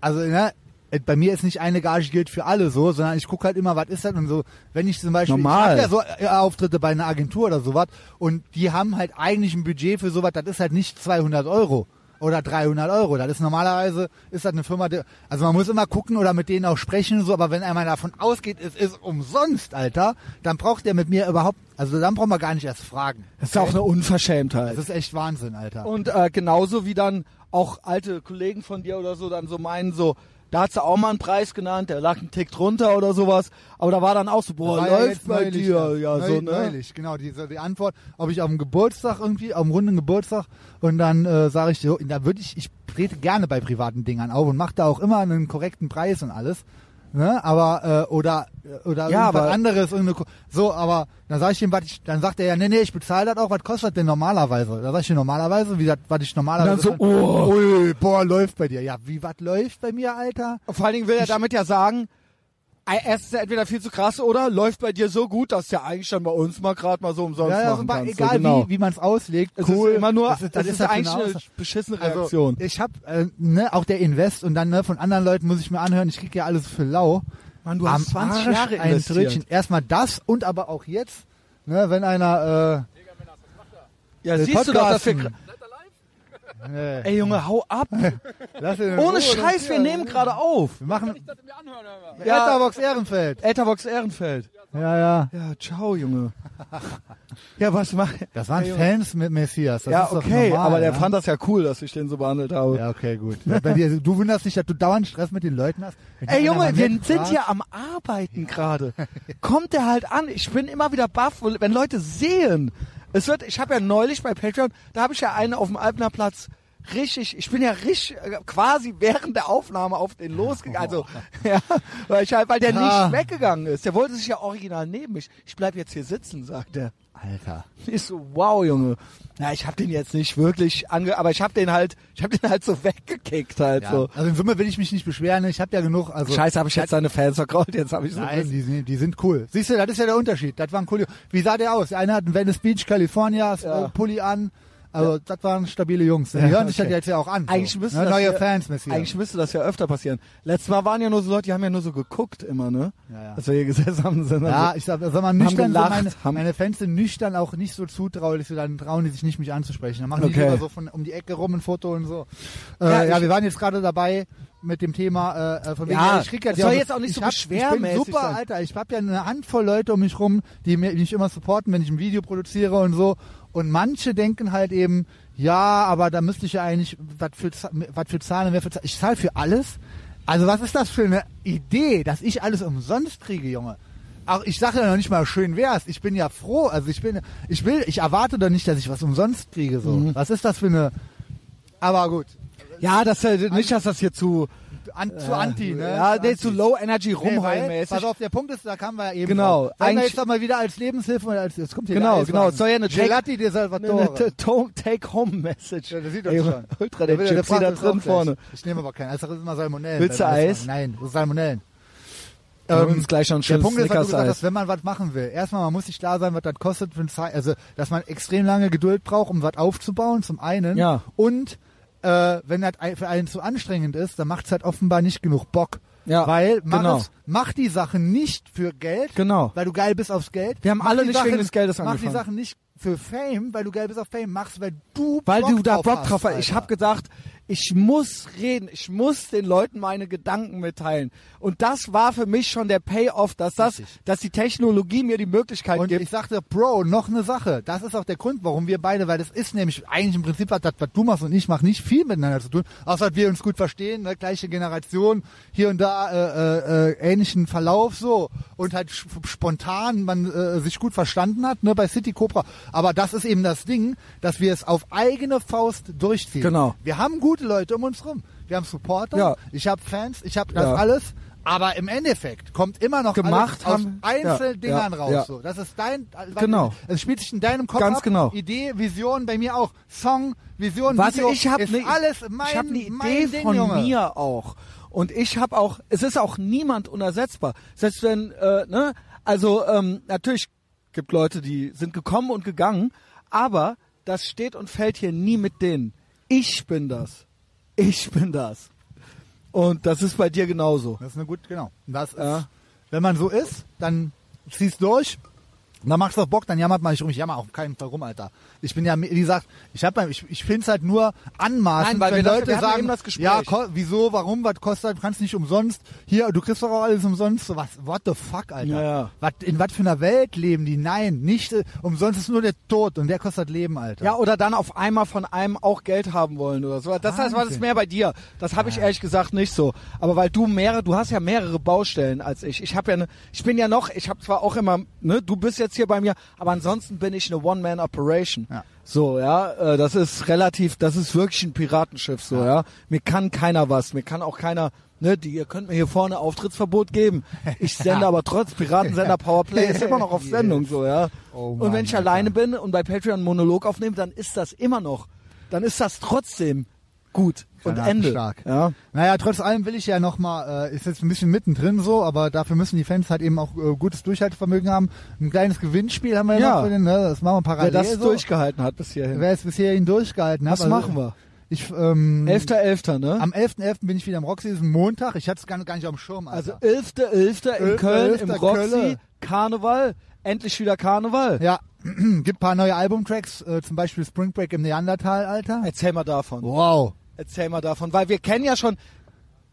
A: Also, ne, äh, bei mir ist nicht eine Gage gilt für alle so, sondern ich gucke halt immer, was ist das und so. Wenn ich zum Beispiel,
B: Normal.
A: ich hab ja so äh, Auftritte bei einer Agentur oder sowas und die haben halt eigentlich ein Budget für sowas, das ist halt nicht 200 Euro oder 300 Euro. Das ist normalerweise, ist das eine Firma, die, also man muss immer gucken oder mit denen auch sprechen so, aber wenn einmal davon ausgeht, es ist umsonst, Alter, dann braucht der mit mir überhaupt, also dann braucht man gar nicht erst fragen.
B: das ist auch eine Unverschämtheit.
A: Das ist echt Wahnsinn, Alter.
B: Und äh, genauso wie dann auch alte Kollegen von dir oder so dann so meinen, so, da hat sie auch mal einen Preis genannt, der lag einen Tick drunter oder sowas. Aber da war dann auch so, boah,
A: War ja
B: Oh, läuft
A: jetzt
B: bei
A: neulich,
B: dir. Ja,
A: Neu-
B: so, ne?
A: Neulich, genau, die, so die Antwort, ob ich auf dem Geburtstag irgendwie, auf dem runden Geburtstag und dann äh, sage ich, so, da würde ich, ich trete gerne bei privaten Dingern auf und mache da auch immer einen korrekten Preis und alles. Ne? Aber äh, oder oder
B: Ja,
A: irgendwas
B: aber-
A: anderes irgendeine Ko- so, aber dann sage ich ihm, was ich, dann sagt er ja, nee, nee, ich bezahle das auch, was kostet das denn normalerweise? Da sag ich ihm normalerweise, wie das, was ich normalerweise
B: Und dann
A: kann-
B: so, oh.
A: Ui, boah, läuft bei dir. Ja, wie was läuft bei mir, Alter?
B: Vor allen Dingen will er damit ja sagen, ey, erst ist er entweder viel zu krass oder läuft bei dir so gut, dass der eigentlich dann bei uns mal gerade mal so umsonst
A: Ja, ja,
B: machen
A: so,
B: kannst.
A: egal
B: so, genau.
A: wie, wie man es auslegt,
B: es
A: cool.
B: ist immer nur,
A: das ist, das
B: es
A: ist halt
B: ist
A: so
B: eigentlich
A: eine
B: eine
A: Aussage.
B: beschissene
A: Also,
B: Reaktion.
A: ich habe äh, ne, auch der Invest und dann ne, von anderen Leuten muss ich mir anhören, ich krieg ja alles für lau.
B: Mann, du
A: Am
B: hast 20
A: Arsch
B: Jahre
A: ein
B: investiert.
A: Trittchen. Erstmal das und aber auch jetzt, ne, wenn einer
B: Ja,
A: äh,
B: siehst du doch, dass wir...
A: Podcasten. Nee.
B: Ey, Junge, hau ab.
A: äh, ne, Lass ihn in Ruhe,
B: Ohne
A: das
B: Scheiß,
A: ist
B: wir
A: ja-
B: nehmen gerade auf.
A: Wir machen
B: Ja.
A: Etherbox Ehrenfeld.
B: Etherbox Ehrenfeld.
A: Ja, ja.
B: Ja, ciao, Junge. Ja, was mach
A: Das waren
B: Ja, Junge.
A: Fans mit Messias. Das
B: Ja,
A: ist doch
B: okay,
A: normal,
B: aber der
A: ja?
B: fand das ja cool, dass ich den so behandelt habe.
A: Ja, okay, gut. Bei dir, du wunderst dich, dass du dauernd Stress mit den Leuten hast. Wenn
B: Ey
A: einer
B: Junge,
A: mal
B: wir
A: nett
B: sind
A: fragt-
B: hier am Arbeiten gerade. Kommt der halt an. Ich bin immer wieder baff, wenn Leute sehen. Es wird, ich habe ja neulich bei Patreon, da habe ich ja einen auf dem Alpner Platz richtig, ich bin ja richtig äh, quasi während der Aufnahme auf den losgegangen. Also, ja, weil ich halt, weil der
A: Ah.
B: nicht weggegangen ist. Der wollte sich ja original neben mich. Ich bleib jetzt hier sitzen, sagt er.
A: Alter.
B: Ich so, wow, Junge. Na, ich hab den jetzt nicht wirklich ange, aber ich hab den halt, ich hab den halt so weggekickt halt
A: Ja.
B: so.
A: Also in Summe will ich mich nicht beschweren. Ich habe ja genug. Also
B: Scheiße, habe ich jetzt seine Fans vergrault, jetzt habe ich so
A: Nein, die, sind- die sind cool. Siehst du, das ist ja der Unterschied. Das waren coole. Wie sah der aus? Der eine hat einen Venice Beach, California,
B: Ja.
A: Pulli an. Also das waren stabile Jungs. Die
B: Ja,
A: hören sich
B: okay.
A: das jetzt ja auch an.
B: Eigentlich
A: so.
B: müssen
A: ne?
B: das
A: Neue
B: ja-
A: Fans, Messias.
B: Eigentlich müsste das ja öfter passieren. Letztes Mal waren ja nur so Leute, die haben ja nur so geguckt immer, ne?
A: Ja, ja.
B: Als wir hier gesessen haben, sind dann
A: Ja,
B: so,
A: ich sag, sag mal, nüchtern
B: gelacht,
A: sind
B: haben-
A: meine, meine Fans sind nüchtern auch nicht so zutraulich, so dann trauen die sich nicht mich anzusprechen. Dann machen die
B: Okay.
A: lieber so von um die Ecke rum ein Foto und so. Äh,
B: Ja,
A: ja,
B: ich-
A: wir waren jetzt gerade dabei mit dem Thema äh, von wegen,
B: Ja,
A: ich krieg ja
B: das
A: die
B: soll
A: so-
B: jetzt auch nicht
A: ich
B: so
A: hab, Ich bin
B: beschwermäßig
A: super,
B: sein.
A: Alter, ich hab ja eine Handvoll Leute um mich rum, die mir- die mich immer supporten, wenn ich ein Video produziere und so. Und manche denken halt eben, ja, aber da müsste ich ja eigentlich, was für, Z- was für Zahlen, wer für Zahlen. Ich zahle für alles. Also was ist das für eine Idee, dass ich alles umsonst kriege, Junge? Auch ich sage ja noch nicht mal schön wär's. Ich bin ja froh. Also ich bin, ich will, ich erwarte doch nicht, dass ich was umsonst kriege. So,
B: Mhm.
A: was ist das für eine? Aber gut,
B: ja, das ist ja nicht, dass das hier zu, äh,
A: an, zu anti, ne?
B: ja, nee,
A: anti.
B: zu low energy
A: Nee, weil,
B: rumheulmäßig.
A: Pass auf, der Punkt ist, da kamen wir ja eben. drauf.
B: Genau,
A: Sagen wir
B: eigentlich-
A: jetzt doch mal wieder als Lebenshilfe und als, jetzt kommt hier
B: Genau,
A: der
B: genau,
A: Eiswagen.
B: es soll ja eine Take-
A: Gelati de Salvatore.
B: Take-Home-Message.
A: Ja, das sieht doch
B: Ey,
A: schon.
B: Ultra
A: Der
B: der,
A: will ja- der
B: Gypsy
A: fragt
B: da
A: uns
B: drin
A: auch gleich.
B: vorne.
A: Ich nehme aber keinen. Also das ist immer Salmonellen.
B: Willst du
A: beim
B: Eis?
A: Eiswagen. Nein, das ist Salmonellen.
B: Wir holen uns gleich noch ein
A: Ähm, der
B: schönes
A: Punkt ist, was du gesagt
B: Snickers-Eis.
A: hast, wenn man was machen will. Erstmal, man muss sich klar sein, was das kostet für eine Zeit. Also, dass man extrem lange Geduld braucht, um was aufzubauen, zum einen.
B: Ja.
A: Und äh, wenn das ein- für einen zu anstrengend ist, dann macht es halt offenbar nicht genug Bock.
B: Ja,
A: weil mach,
B: genau.
A: es, mach die Sachen nicht für Geld,
B: Genau.
A: weil du geil bist aufs Geld.
B: Wir haben
A: Mach
B: alle
A: die
B: nicht wegen des Geldes
A: Mach die
B: angefangen.
A: Sachen nicht für Fame, weil du geil bist auf Fame. Mach's, weil du
B: Weil
A: Bock
B: du da
A: drauf
B: Bock
A: hast,
B: drauf hast. Ich
A: Alter.
B: habe gedacht, ich muss reden, ich muss den Leuten meine Gedanken mitteilen. Und das war für mich schon der Payoff, dass das,
A: Richtig.
B: dass die Technologie mir die Möglichkeit
A: Und
B: gibt.
A: ich sagte, Bro, noch eine Sache. Das ist auch der Grund, warum wir beide, weil das ist nämlich eigentlich im Prinzip hat das, was du machst und ich mach nicht viel miteinander zu tun, außer dass wir uns gut verstehen, ne? gleiche Generation, hier und da äh, äh, äh, ähnlichen Verlauf so und halt sch- spontan man äh, sich gut verstanden hat, ne, bei City Cobra. Aber das ist eben das Ding, dass wir es auf eigene Faust durchziehen.
B: Genau.
A: Wir haben gute Leute um uns rum. Wir haben Supporter,
B: Ja.
A: ich habe Fans, ich habe das
B: Ja.
A: alles. Aber im Endeffekt kommt immer noch
B: Gemacht
A: alles
B: haben-
A: aus
B: ja,
A: Einzeldingern
B: ja,
A: raus.
B: ja.
A: So. So, das ist dein. äh,
B: Genau.
A: Es spielt sich in deinem Kopf
B: Ganz
A: ab.
B: genau.
A: Idee, Vision, bei mir auch. Song, Vision,
B: Was
A: Video.
B: ich habe
A: ist
B: ne,
A: alles mein,
B: ich hab eine Idee
A: mein Ding,
B: von
A: Junge.
B: mir auch. Und ich habe auch, es ist auch niemand unersetzbar. Selbst wenn, äh, ne, also ähm, natürlich gibt Leute, die sind gekommen und gegangen, aber das steht und fällt hier nie mit denen. Ich bin das. Ich bin das. Und das ist bei dir genauso.
A: Das ist eine gut, genau. Das ist,
B: Ja.
A: wenn man so ist, dann ziehst durch. Dann machst du auch Bock, dann jammert man nicht rum. Ich jammer auf keinen Fall rum, Alter. Ich bin ja, wie gesagt, ich hab, ich, ich finde es halt nur anmaßend,
B: Nein, weil
A: wenn
B: wir das-
A: Leute
B: wir hatten
A: sagen,
B: eben das Gespräch.
A: ja, ko wieso, warum, was kostet, kannst nicht umsonst. Hier, du kriegst doch auch alles umsonst. So was, what the fuck, Alter.
B: Ja, ja.
A: Was, in was für einer Welt leben die? Nein, nicht, äh, umsonst ist nur der Tod und der kostet Leben, Alter.
B: Ja, oder dann auf einmal von einem auch Geld haben wollen oder so. Das heißt, war das
A: Wahnsinn.
B: mehr bei dir. Das habe ich ehrlich gesagt nicht so. Aber weil du mehrere, du hast ja mehrere Baustellen als ich. Ich habe ja, ne, ich bin ja noch, ich habe zwar auch immer, ne, du bist jetzt hier bei mir, aber ansonsten bin ich eine One-Man-Operation.
A: Ja.
B: So, ja, äh, das ist relativ, das ist wirklich ein Piratenschiff, so, ja. Mir kann keiner was, mir kann auch keiner, ne, die, ihr könnt mir hier vorne Auftrittsverbot geben. Ich sende aber trotz Piratensender Powerplay ist immer noch auf
A: Yes.
B: Sendung, so, ja.
A: Oh
B: und
A: Mann,
B: wenn ich
A: Alter.
B: alleine bin und bei Patreon einen Monolog aufnehme, dann ist das immer noch, dann ist das trotzdem gut und Ende.
A: Stark.
B: Ja.
A: Naja, trotz allem will ich ja nochmal, äh, ist jetzt ein bisschen mittendrin so, aber dafür müssen die Fans halt eben auch äh, gutes Durchhaltevermögen haben. Ein kleines Gewinnspiel haben wir ja
B: Ja.
A: noch für den, ne? Das machen wir
B: Wer
A: parallel.
B: das
A: so.
B: durchgehalten hat bis hierhin.
A: Wer es bisher ihn durchgehalten hat. also
B: Was machen wir?
A: Ich, ähm,
B: Elfter, Elfter, ne?
A: am 11.11. bin ich wieder am Roxy, ist ein Montag. Ich hatte es gar, gar nicht auf dem Schirm,
B: Also
A: Alter.
B: 11.11. in
A: 11.11.
B: Köln, im Roxy,
A: Kölle.
B: Karneval, endlich wieder Karneval.
A: ja, gibt paar neue Albumtracks, äh, zum Beispiel Spring Break im Neandertal, Alter.
B: Erzähl mal davon.
A: Wow.
B: Erzähl mal davon, weil wir kennen ja schon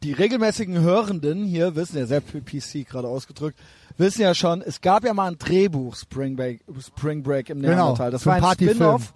B: die regelmäßigen Hörenden hier wissen ja sehr viel PC gerade ausgedrückt wissen ja schon, es gab ja mal ein Drehbuch Spring Break, Spring Break im
A: Genau,
B: Neandertal. Das
A: für
B: war
A: einen
B: ein
A: Partyfilm.
B: Spin-off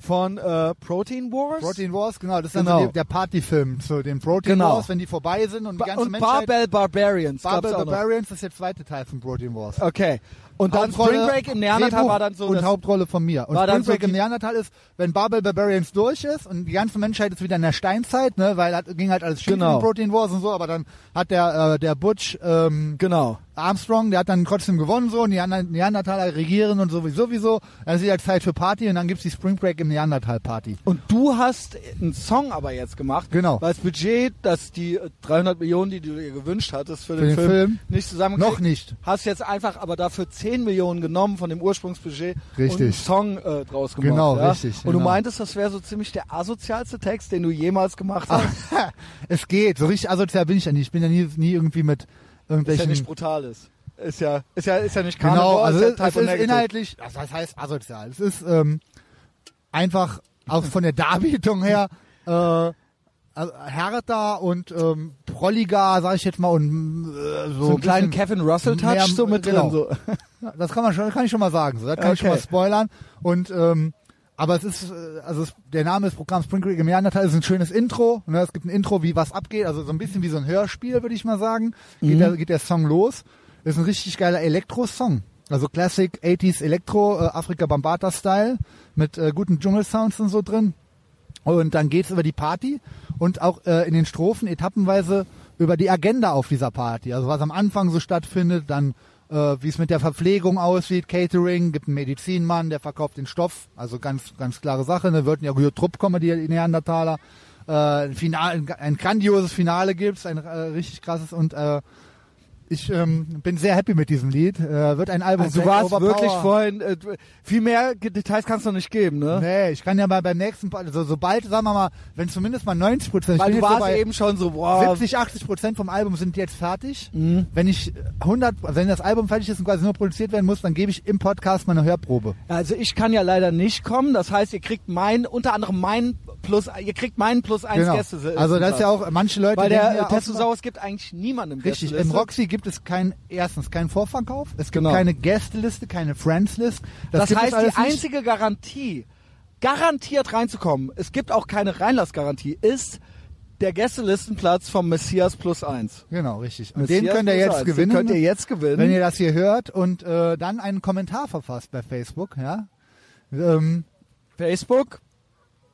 B: von äh, Protein Wars.
A: Protein Wars, genau, das ist dann
B: Genau.
A: so die, der Partyfilm zu den Protein
B: Genau.
A: Wars, wenn die vorbei sind und die
B: ba
A: ganze
B: und
A: Menschheit...
B: Barbell Barbarians. gab's
A: Barbell
B: auch noch.
A: Barbarians ist der zweite Teil von Protein Wars.
B: Okay. Und dann
A: Hauptrolle,
B: Spring Break im Neandertal
A: Drehbuch
B: war dann so
A: und
B: das-
A: Hauptrolle von mir. Und
B: war
A: Spring
B: dann so
A: Break im
B: die-
A: Neandertal ist, wenn Barbell Barbarians durch ist und die ganze Menschheit ist wieder in der Steinzeit, ne, weil hat, ging halt alles schief
B: Genau.
A: in Protein Wars und so, aber dann hat der äh, der Butch ähm,
B: genau.
A: Armstrong, der hat dann trotzdem gewonnen so und die anderen Neandertaler regieren und sowieso sowieso. Dann ist wieder Zeit für Party und dann gibt's die Spring Break im Neandertal Party.
B: Und du hast einen Song aber jetzt gemacht,
A: Genau.
B: weil das Budget, das die äh, 300 Millionen, die du dir gewünscht hattest für,
A: den Film
B: nicht zusammengekriegt.
A: Noch nicht.
B: Hast jetzt einfach aber dafür 10 Millionen genommen von dem Ursprungsbudget und
A: Richtig.
B: einen Song äh, draus gemacht.
A: Genau,
B: ja?
A: richtig,
B: Und du
A: genau.
B: meintest, das wäre so ziemlich der asozialste Text, den du jemals gemacht
A: Ah,
B: hast,
A: es geht, so richtig asozial bin ich ja nicht. Ich bin ja nie, nie irgendwie mit
B: ist ja
A: irgendwelchen
B: nicht brutal ist. Ist ja, ist ja, ist ja nicht Karneval,
A: Genau, also
B: ist ja
A: es,
B: Type
A: es
B: O
A: ist
B: Negative.
A: inhaltlich, also das heißt asozial. Es ist ähm, einfach auch von der Darbietung her äh, also härter und ähm, prolliger, sag ich jetzt mal, und äh, so,
B: so einen
A: ein
B: kleinen
A: bisschen-
B: Kevin Russell Touch
A: mehr-
B: so mit
A: genau.
B: drin. So.
A: Das kann man schon, kann ich schon mal sagen. So, das kann ich schon
B: Okay.
A: mal spoilern. Und ähm, aber es ist, äh, also es, der Name des Programms Spring Creek im Neandertal ist ein schönes Intro. Ne? Es gibt ein Intro, wie was abgeht, also so ein bisschen wie so ein Hörspiel, würde ich mal sagen. Geht, der, geht der Song los. Ist ein richtig geiler Elektro-Song. Also Classic 80s Elektro, äh, Afrika Bambata Style, mit äh, guten Dschungelsounds und so drin. Und dann geht's über die Party und auch äh, in den Strophen etappenweise über die Agenda auf dieser Party. Also was am Anfang so stattfindet, dann äh, wie es mit der Verpflegung aussieht, Catering, gibt einen Medizinmann, der verkauft den Stoff. Also ganz, ganz klare Sache. Ne? Würden ja gut Trupp kommen, die Neandertaler. Äh, ein, Finale, ein, ein grandioses Finale gibt's, ein äh, richtig krasses und äh, ich ähm, bin sehr happy mit diesem Lied. Äh, wird ein Album.
B: Also du
A: Black
B: warst
A: Overpower.
B: wirklich vorhin, äh, du- viel mehr Ge- Details kannst du nicht geben, ne?
A: Nee, ich kann ja mal beim nächsten, Part- also sobald, sagen wir mal, wenn zumindest mal 90 Prozent, ich
B: Weil
A: bin
B: du
A: jetzt so
B: warst
A: bei
B: eben äh, schon so, boah,
A: 70, 80 Prozent vom Album sind jetzt fertig.
B: Mhm.
A: Wenn ich 100, wenn das Album fertig ist und quasi nur produziert werden muss, dann gebe ich im Podcast meine Hörprobe.
B: Also ich kann ja leider nicht kommen. Das heißt, ihr kriegt mein, unter anderem mein plus, ihr kriegt meinen plus eins
A: genau.
B: Gäste.
A: also das ist ja auch, manche Leute
B: weil
A: denken
B: der
A: ja
B: äh,
A: auch-
B: Testosaurus gibt eigentlich niemandem
A: Richtig, im
B: Gästeliste.
A: Roxy gibt es kein, erstens keinen Vorverkauf, es gibt
B: Genau.
A: keine Gästeliste, keine Friendslist.
B: Das,
A: gibt es
B: heißt,
A: alles
B: die
A: nicht.
B: einzige Garantie, garantiert reinzukommen, es gibt auch keine Reinlassgarantie, ist der Gästelistenplatz vom Messias plus eins.
A: Genau, richtig. Und
B: Messias
A: den könnt ihr
B: plus
A: jetzt
B: eins.
A: gewinnen.
B: Den könnt ihr jetzt gewinnen.
A: wenn ihr das hier hört und äh, dann einen Kommentar verfasst bei Facebook, ja. Ähm,
B: Facebook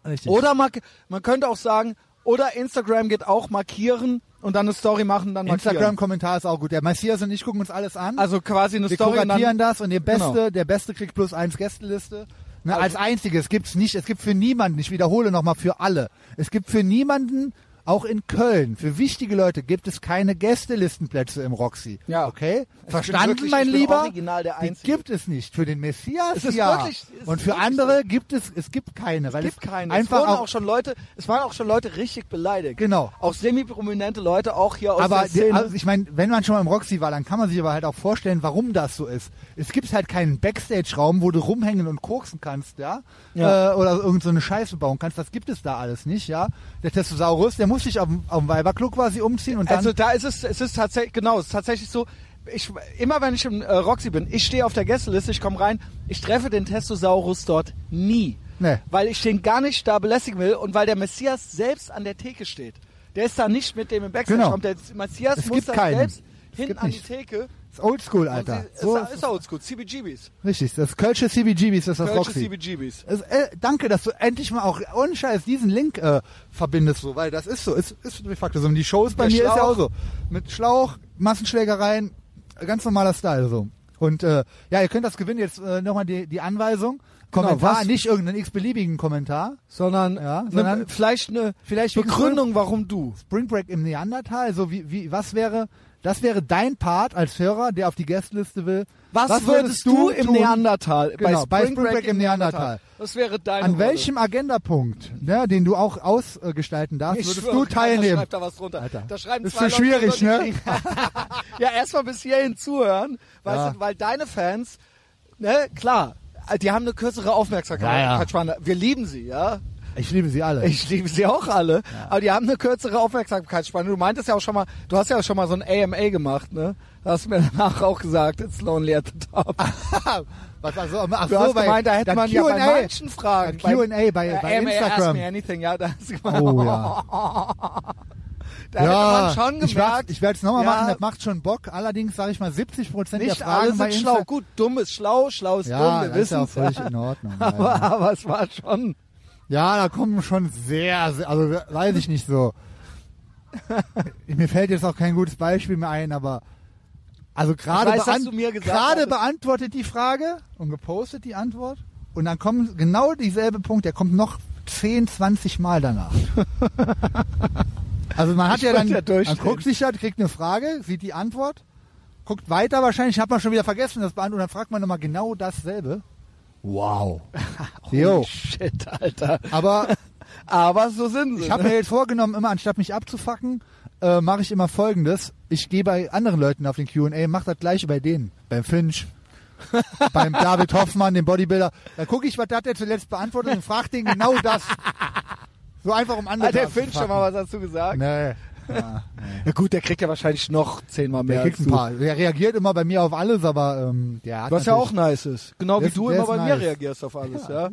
A: richtig.
B: oder mark man könnte auch sagen, oder Instagram geht auch markieren und dann eine Story machen, dann markieren.
A: Instagram-Kommentar ist auch gut. Der Messias und ich gucken uns alles an.
B: also quasi eine
A: wir
B: Story und dann
A: kuratieren das und der Beste,
B: Genau. Also
A: der Beste kriegt plus eins Gästeliste. Ne, als einziges gibt's nicht, es gibt für niemanden, ich wiederhole nochmal für alle, es gibt für niemanden, auch in Köln, für wichtige Leute gibt es keine Gästelistenplätze im Roxy.
B: Ja.
A: Okay?
B: bin
A: Verstanden,
B: wirklich-
A: mein
B: ich bin
A: Lieber?
B: original der
A: die
B: Einzige.
A: gibt es nicht. Für den Messias,
B: Es ist
A: ja.
B: wirklich- es ist
A: und für
B: wirklich
A: andere gibt es, es gibt keine. weil
B: gibt keine.
A: Einfach
B: es wurden
A: auch,
B: auch, schon Leute, es waren auch schon Leute richtig beleidigt.
A: Genau.
B: Auch semi-prominente Leute, auch hier aus
A: aber
B: der Szene.
A: also ich meine, wenn man schon mal im Roxy war, dann kann man sich aber halt auch vorstellen, warum das so ist. Es gibt halt keinen Backstage-Raum, wo du rumhängen und koksen kannst, ja,
B: Ja.
A: Äh, oder irgend so eine Scheiße bauen kannst. Das gibt es da alles nicht, ja. Der Testosaurus, der muss sich auf, dem- auf dem Weiberklo quasi umziehen und dann
B: also da ist es, es ist tatsächlich, genau, es ist tatsächlich so, ich, immer wenn ich im äh, Roxy bin, ich stehe auf der Gästeliste, ich komme rein, ich treffe den Testosaurus dort nie.
A: Nee.
B: Weil ich den gar nicht da belästigen will und weil der Messias selbst an der Theke steht. Der ist da nicht mit dem im Backstage.
A: Genau.
B: Raum. Der Messias
A: Es
B: muss
A: gibt
B: da
A: keinen.
B: selbst
A: Es
B: hinten
A: gibt
B: an die
A: nicht.
B: Theke.
A: ist oldschool,
B: Und
A: Alter.
B: sie,
A: So,
B: ist, ist auch gut. CBGBs.
A: richtig. Das Kölsche CBGBs ist das
B: Kölsche
A: Roxy.
B: CBGBs.
A: Es, äh, danke, dass du endlich mal auch ohne Scheiß diesen Link äh, verbindest, so, weil das ist so, ist, ist de facto so. Und die Shows bei
B: Der
A: mir ist ja
B: Schlauch.
A: auch so. Mit Schlauch, Massenschlägereien, ganz normaler Style so. Und äh, ja, ihr könnt das gewinnen. Jetzt äh, nochmal die, die Anweisung. Kommentar,
B: Genau, was-
A: nicht irgendeinen x-beliebigen Kommentar.
B: sondern,
A: Ja,
B: ne-
A: sondern-
B: vielleicht eine
A: Vielleicht wie
B: Begründung, warum du.
A: Spring Break im Neandertal, so wie, wie was wäre, Das wäre dein Part als Hörer, der auf die Guestliste will.
B: Was, würdest du im
A: tun?
B: Neandertal?
A: Genau, bei Spring Break im Neandertal.
B: Das wäre deine
A: An
B: Rolle.
A: welchem Agendapunkt, ne, den du auch ausgestalten darfst,
B: Ich
A: würdest
B: schwöre,
A: du
B: keiner
A: teilnehmen?
B: Schreibt da was drunter.
A: Alter.
B: Da schreiben
A: Ist
B: zwei
A: so schwierig,
B: Leute,
A: ne?
B: ja, erstmal bis hierhin zuhören, weißt
A: Ja.
B: du, weil deine Fans, ne, klar, die haben eine kürzere Aufmerksamkeit.
A: Ja, ja.
B: Spanne. Wir lieben sie, ja.
A: Ich liebe sie alle.
B: Ich liebe sie auch alle, aber die haben eine kürzere Aufmerksamkeitsspanne. Du meintest ja auch schon mal, du hast ja schon mal so ein AMA gemacht, ne? Da hast du mir danach auch gesagt, it's lonely at the top.
A: Was, also, ach
B: Du
A: so,
B: hast
A: bei,
B: gemeint, da hätte
A: das
B: man ja bei
A: Q&A.
B: manchen Fragen.
A: Das Q&A bei- bei
B: äh, AMA Ask
A: Instagram.
B: me anything, ja, da hast du gemeint,
A: Oh ja.
B: da hätte man schon
A: ich war-
B: gemerkt,
A: ich werde es nochmal
B: ja.
A: machen, das macht schon Bock. Allerdings sage ich mal 70 Prozent der
B: nicht
A: Fragen
B: alle
A: bei
B: sind
A: Insta-
B: schlau. Gut, dumm ist schlau, schlau ist
A: Ja,
B: dumm, wir
A: das ist ja auch
B: wissen
A: völlig in Ordnung.
B: aber,
A: ja.
B: aber es war schon,
A: ja, da kommen schon sehr, sehr, also weiß ich nicht so. Mir fällt jetzt auch kein gutes Beispiel mehr ein, aber also gerade
B: Ich weiß, dass
A: beant-
B: du mir gesagt
A: gerade
B: hattest-
A: beantwortet die Frage und gepostet die Antwort und dann kommt genau dieselbe Punkt, der kommt noch 10, 20 Mal danach. Also man hat
B: Ich
A: ja
B: wollte
A: dann,
B: ja
A: man
B: durchstehen.
A: guckt sich das, kriegt eine Frage, sieht die Antwort, guckt weiter wahrscheinlich, hat man schon wieder vergessen, das beantwortet, und dann fragt man nochmal genau dasselbe. Wow. Jo.
B: Holy shit, Alter.
A: Aber
B: Aber so sind sie.
A: ich habe
B: ne?
A: mir jetzt vorgenommen, immer anstatt mich abzufacken, äh, mache ich immer Folgendes. Ich gehe bei anderen Leuten auf den Q&A, mache das gleiche bei denen. Beim Finch, beim David Hoffmann, dem Bodybuilder. Da gucke ich, was hat der zuletzt beantwortet und frage den genau das. So einfach um andere
B: Hat der
A: abzufacken.
B: Finch schon mal was dazu gesagt?
A: Nee.
B: Ja gut, der kriegt ja wahrscheinlich noch zehnmal mehr.
A: Der kriegt
B: als
A: ein
B: du.
A: paar. Der reagiert immer bei mir auf alles, aber ähm, der hat
B: Was ja auch
A: natürlich-
B: nice ist. Genau
A: Der
B: wie
A: ist-
B: du
A: der
B: immer
A: ist
B: bei
A: nice.
B: mir reagierst auf alles, ja?
A: Also,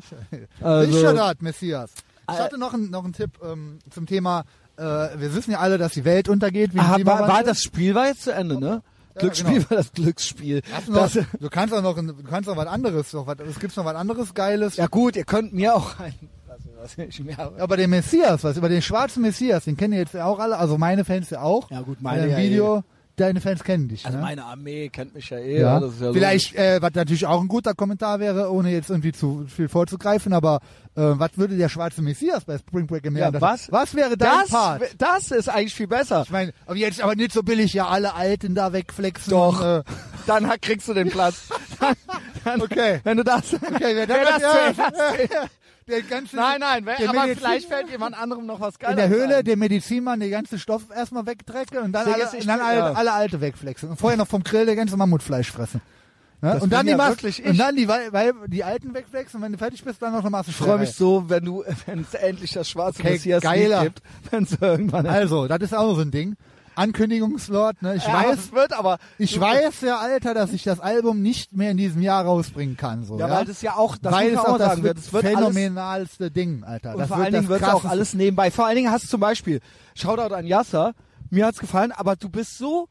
B: Also-
A: Sicher das, Messias. Ich
B: Äh,
A: hatte noch einen noch einen Tipp ähm, zum Thema, äh, wir wissen ja alle, dass die Welt untergeht. wegen
B: Ah, war,
A: Klimawandel.
B: war das Spiel war jetzt zu Ende, ne? Glücksspiel
A: genau.
B: war das Glücksspiel.
A: Hast du, noch,
B: Das,
A: du kannst auch noch, du kannst noch was anderes, noch was, es gibt noch was anderes Geiles.
B: ja gut, ihr könnt mir auch einen. Also, was ich mir auch-
A: Aber den Messias, was über den schwarzen Messias, den kennen jetzt auch alle, also meine Fans ja auch.
B: Ja, gut, meine
A: In dem
B: ja eh.
A: Video, deine Fans kennen dich.
B: Also
A: ne?
B: meine Armee kennt mich ja eh.
A: ja.
B: Das ist ja
A: Vielleicht, äh, was natürlich auch ein guter Kommentar wäre, ohne jetzt irgendwie zu viel vorzugreifen, aber äh, was würde der schwarze Messias bei Spring Break im
B: Ja,
A: Jahr-
B: was-
A: was wäre dein
B: das,
A: Part?
B: das ist eigentlich viel besser.
A: Ich meine, aber jetzt aber nicht so billig, ja, alle Alten da wegflexen.
B: Doch.
A: Und, äh,
B: Dann ha- kriegst du den Platz. Dann, dann,
A: Okay.
B: Wenn du das.
A: okay, wer
B: Wer
A: das,
B: das
A: ja,
B: zuerst-
A: ja, der ganze,
B: Nein, nein, wer,
A: der
B: aber
A: Medizin-
B: vielleicht fällt jemand anderem noch was
A: in
B: geiles
A: der Höhle
B: ein.
A: den Medizinmann den ganzen Stoff erstmal wegdrecke und dann,
B: Digga,
A: alle,
B: ich
A: und dann
B: bin-
A: alle,
B: ja.
A: alle Alte wegflexen. Und vorher noch vom Grill der ganze Mammutfleisch fressen. Ne?
B: Das
A: Und, dann
B: bin
A: die
B: ja
A: Mas-
B: wirklich ich.
A: und dann die, Wei- Wei- die Alten wegflexen und wenn du fertig bist, dann noch eine Masse
B: Ich freue mich so, wenn du, wenn es endlich das schwarze
A: Okay,
B: Messias
A: geiler.
B: gibt, wenn es irgendwann
A: Also, das ist auch so ein Ding. Ankündigungslord, ne? Ich
B: Ja,
A: weiß,
B: es wird, aber
A: ich
B: du-
A: weiß ja, Alter, dass ich das Album nicht mehr in diesem Jahr rausbringen kann. So,
B: Ja, weil das ja auch, das
A: weil
B: muss
A: es
B: man
A: auch
B: auch
A: das
B: sagen,
A: wird
B: wird, es wird alles,
A: phänomenalste Ding, Alter.
B: und
A: das
B: vor
A: wird
B: allen
A: das
B: Dingen wird es auch
A: krasseste
B: alles nebenbei. Vor allen Dingen hast du zum Beispiel, Shoutout an Yasser, mir hat's gefallen, aber du bist so,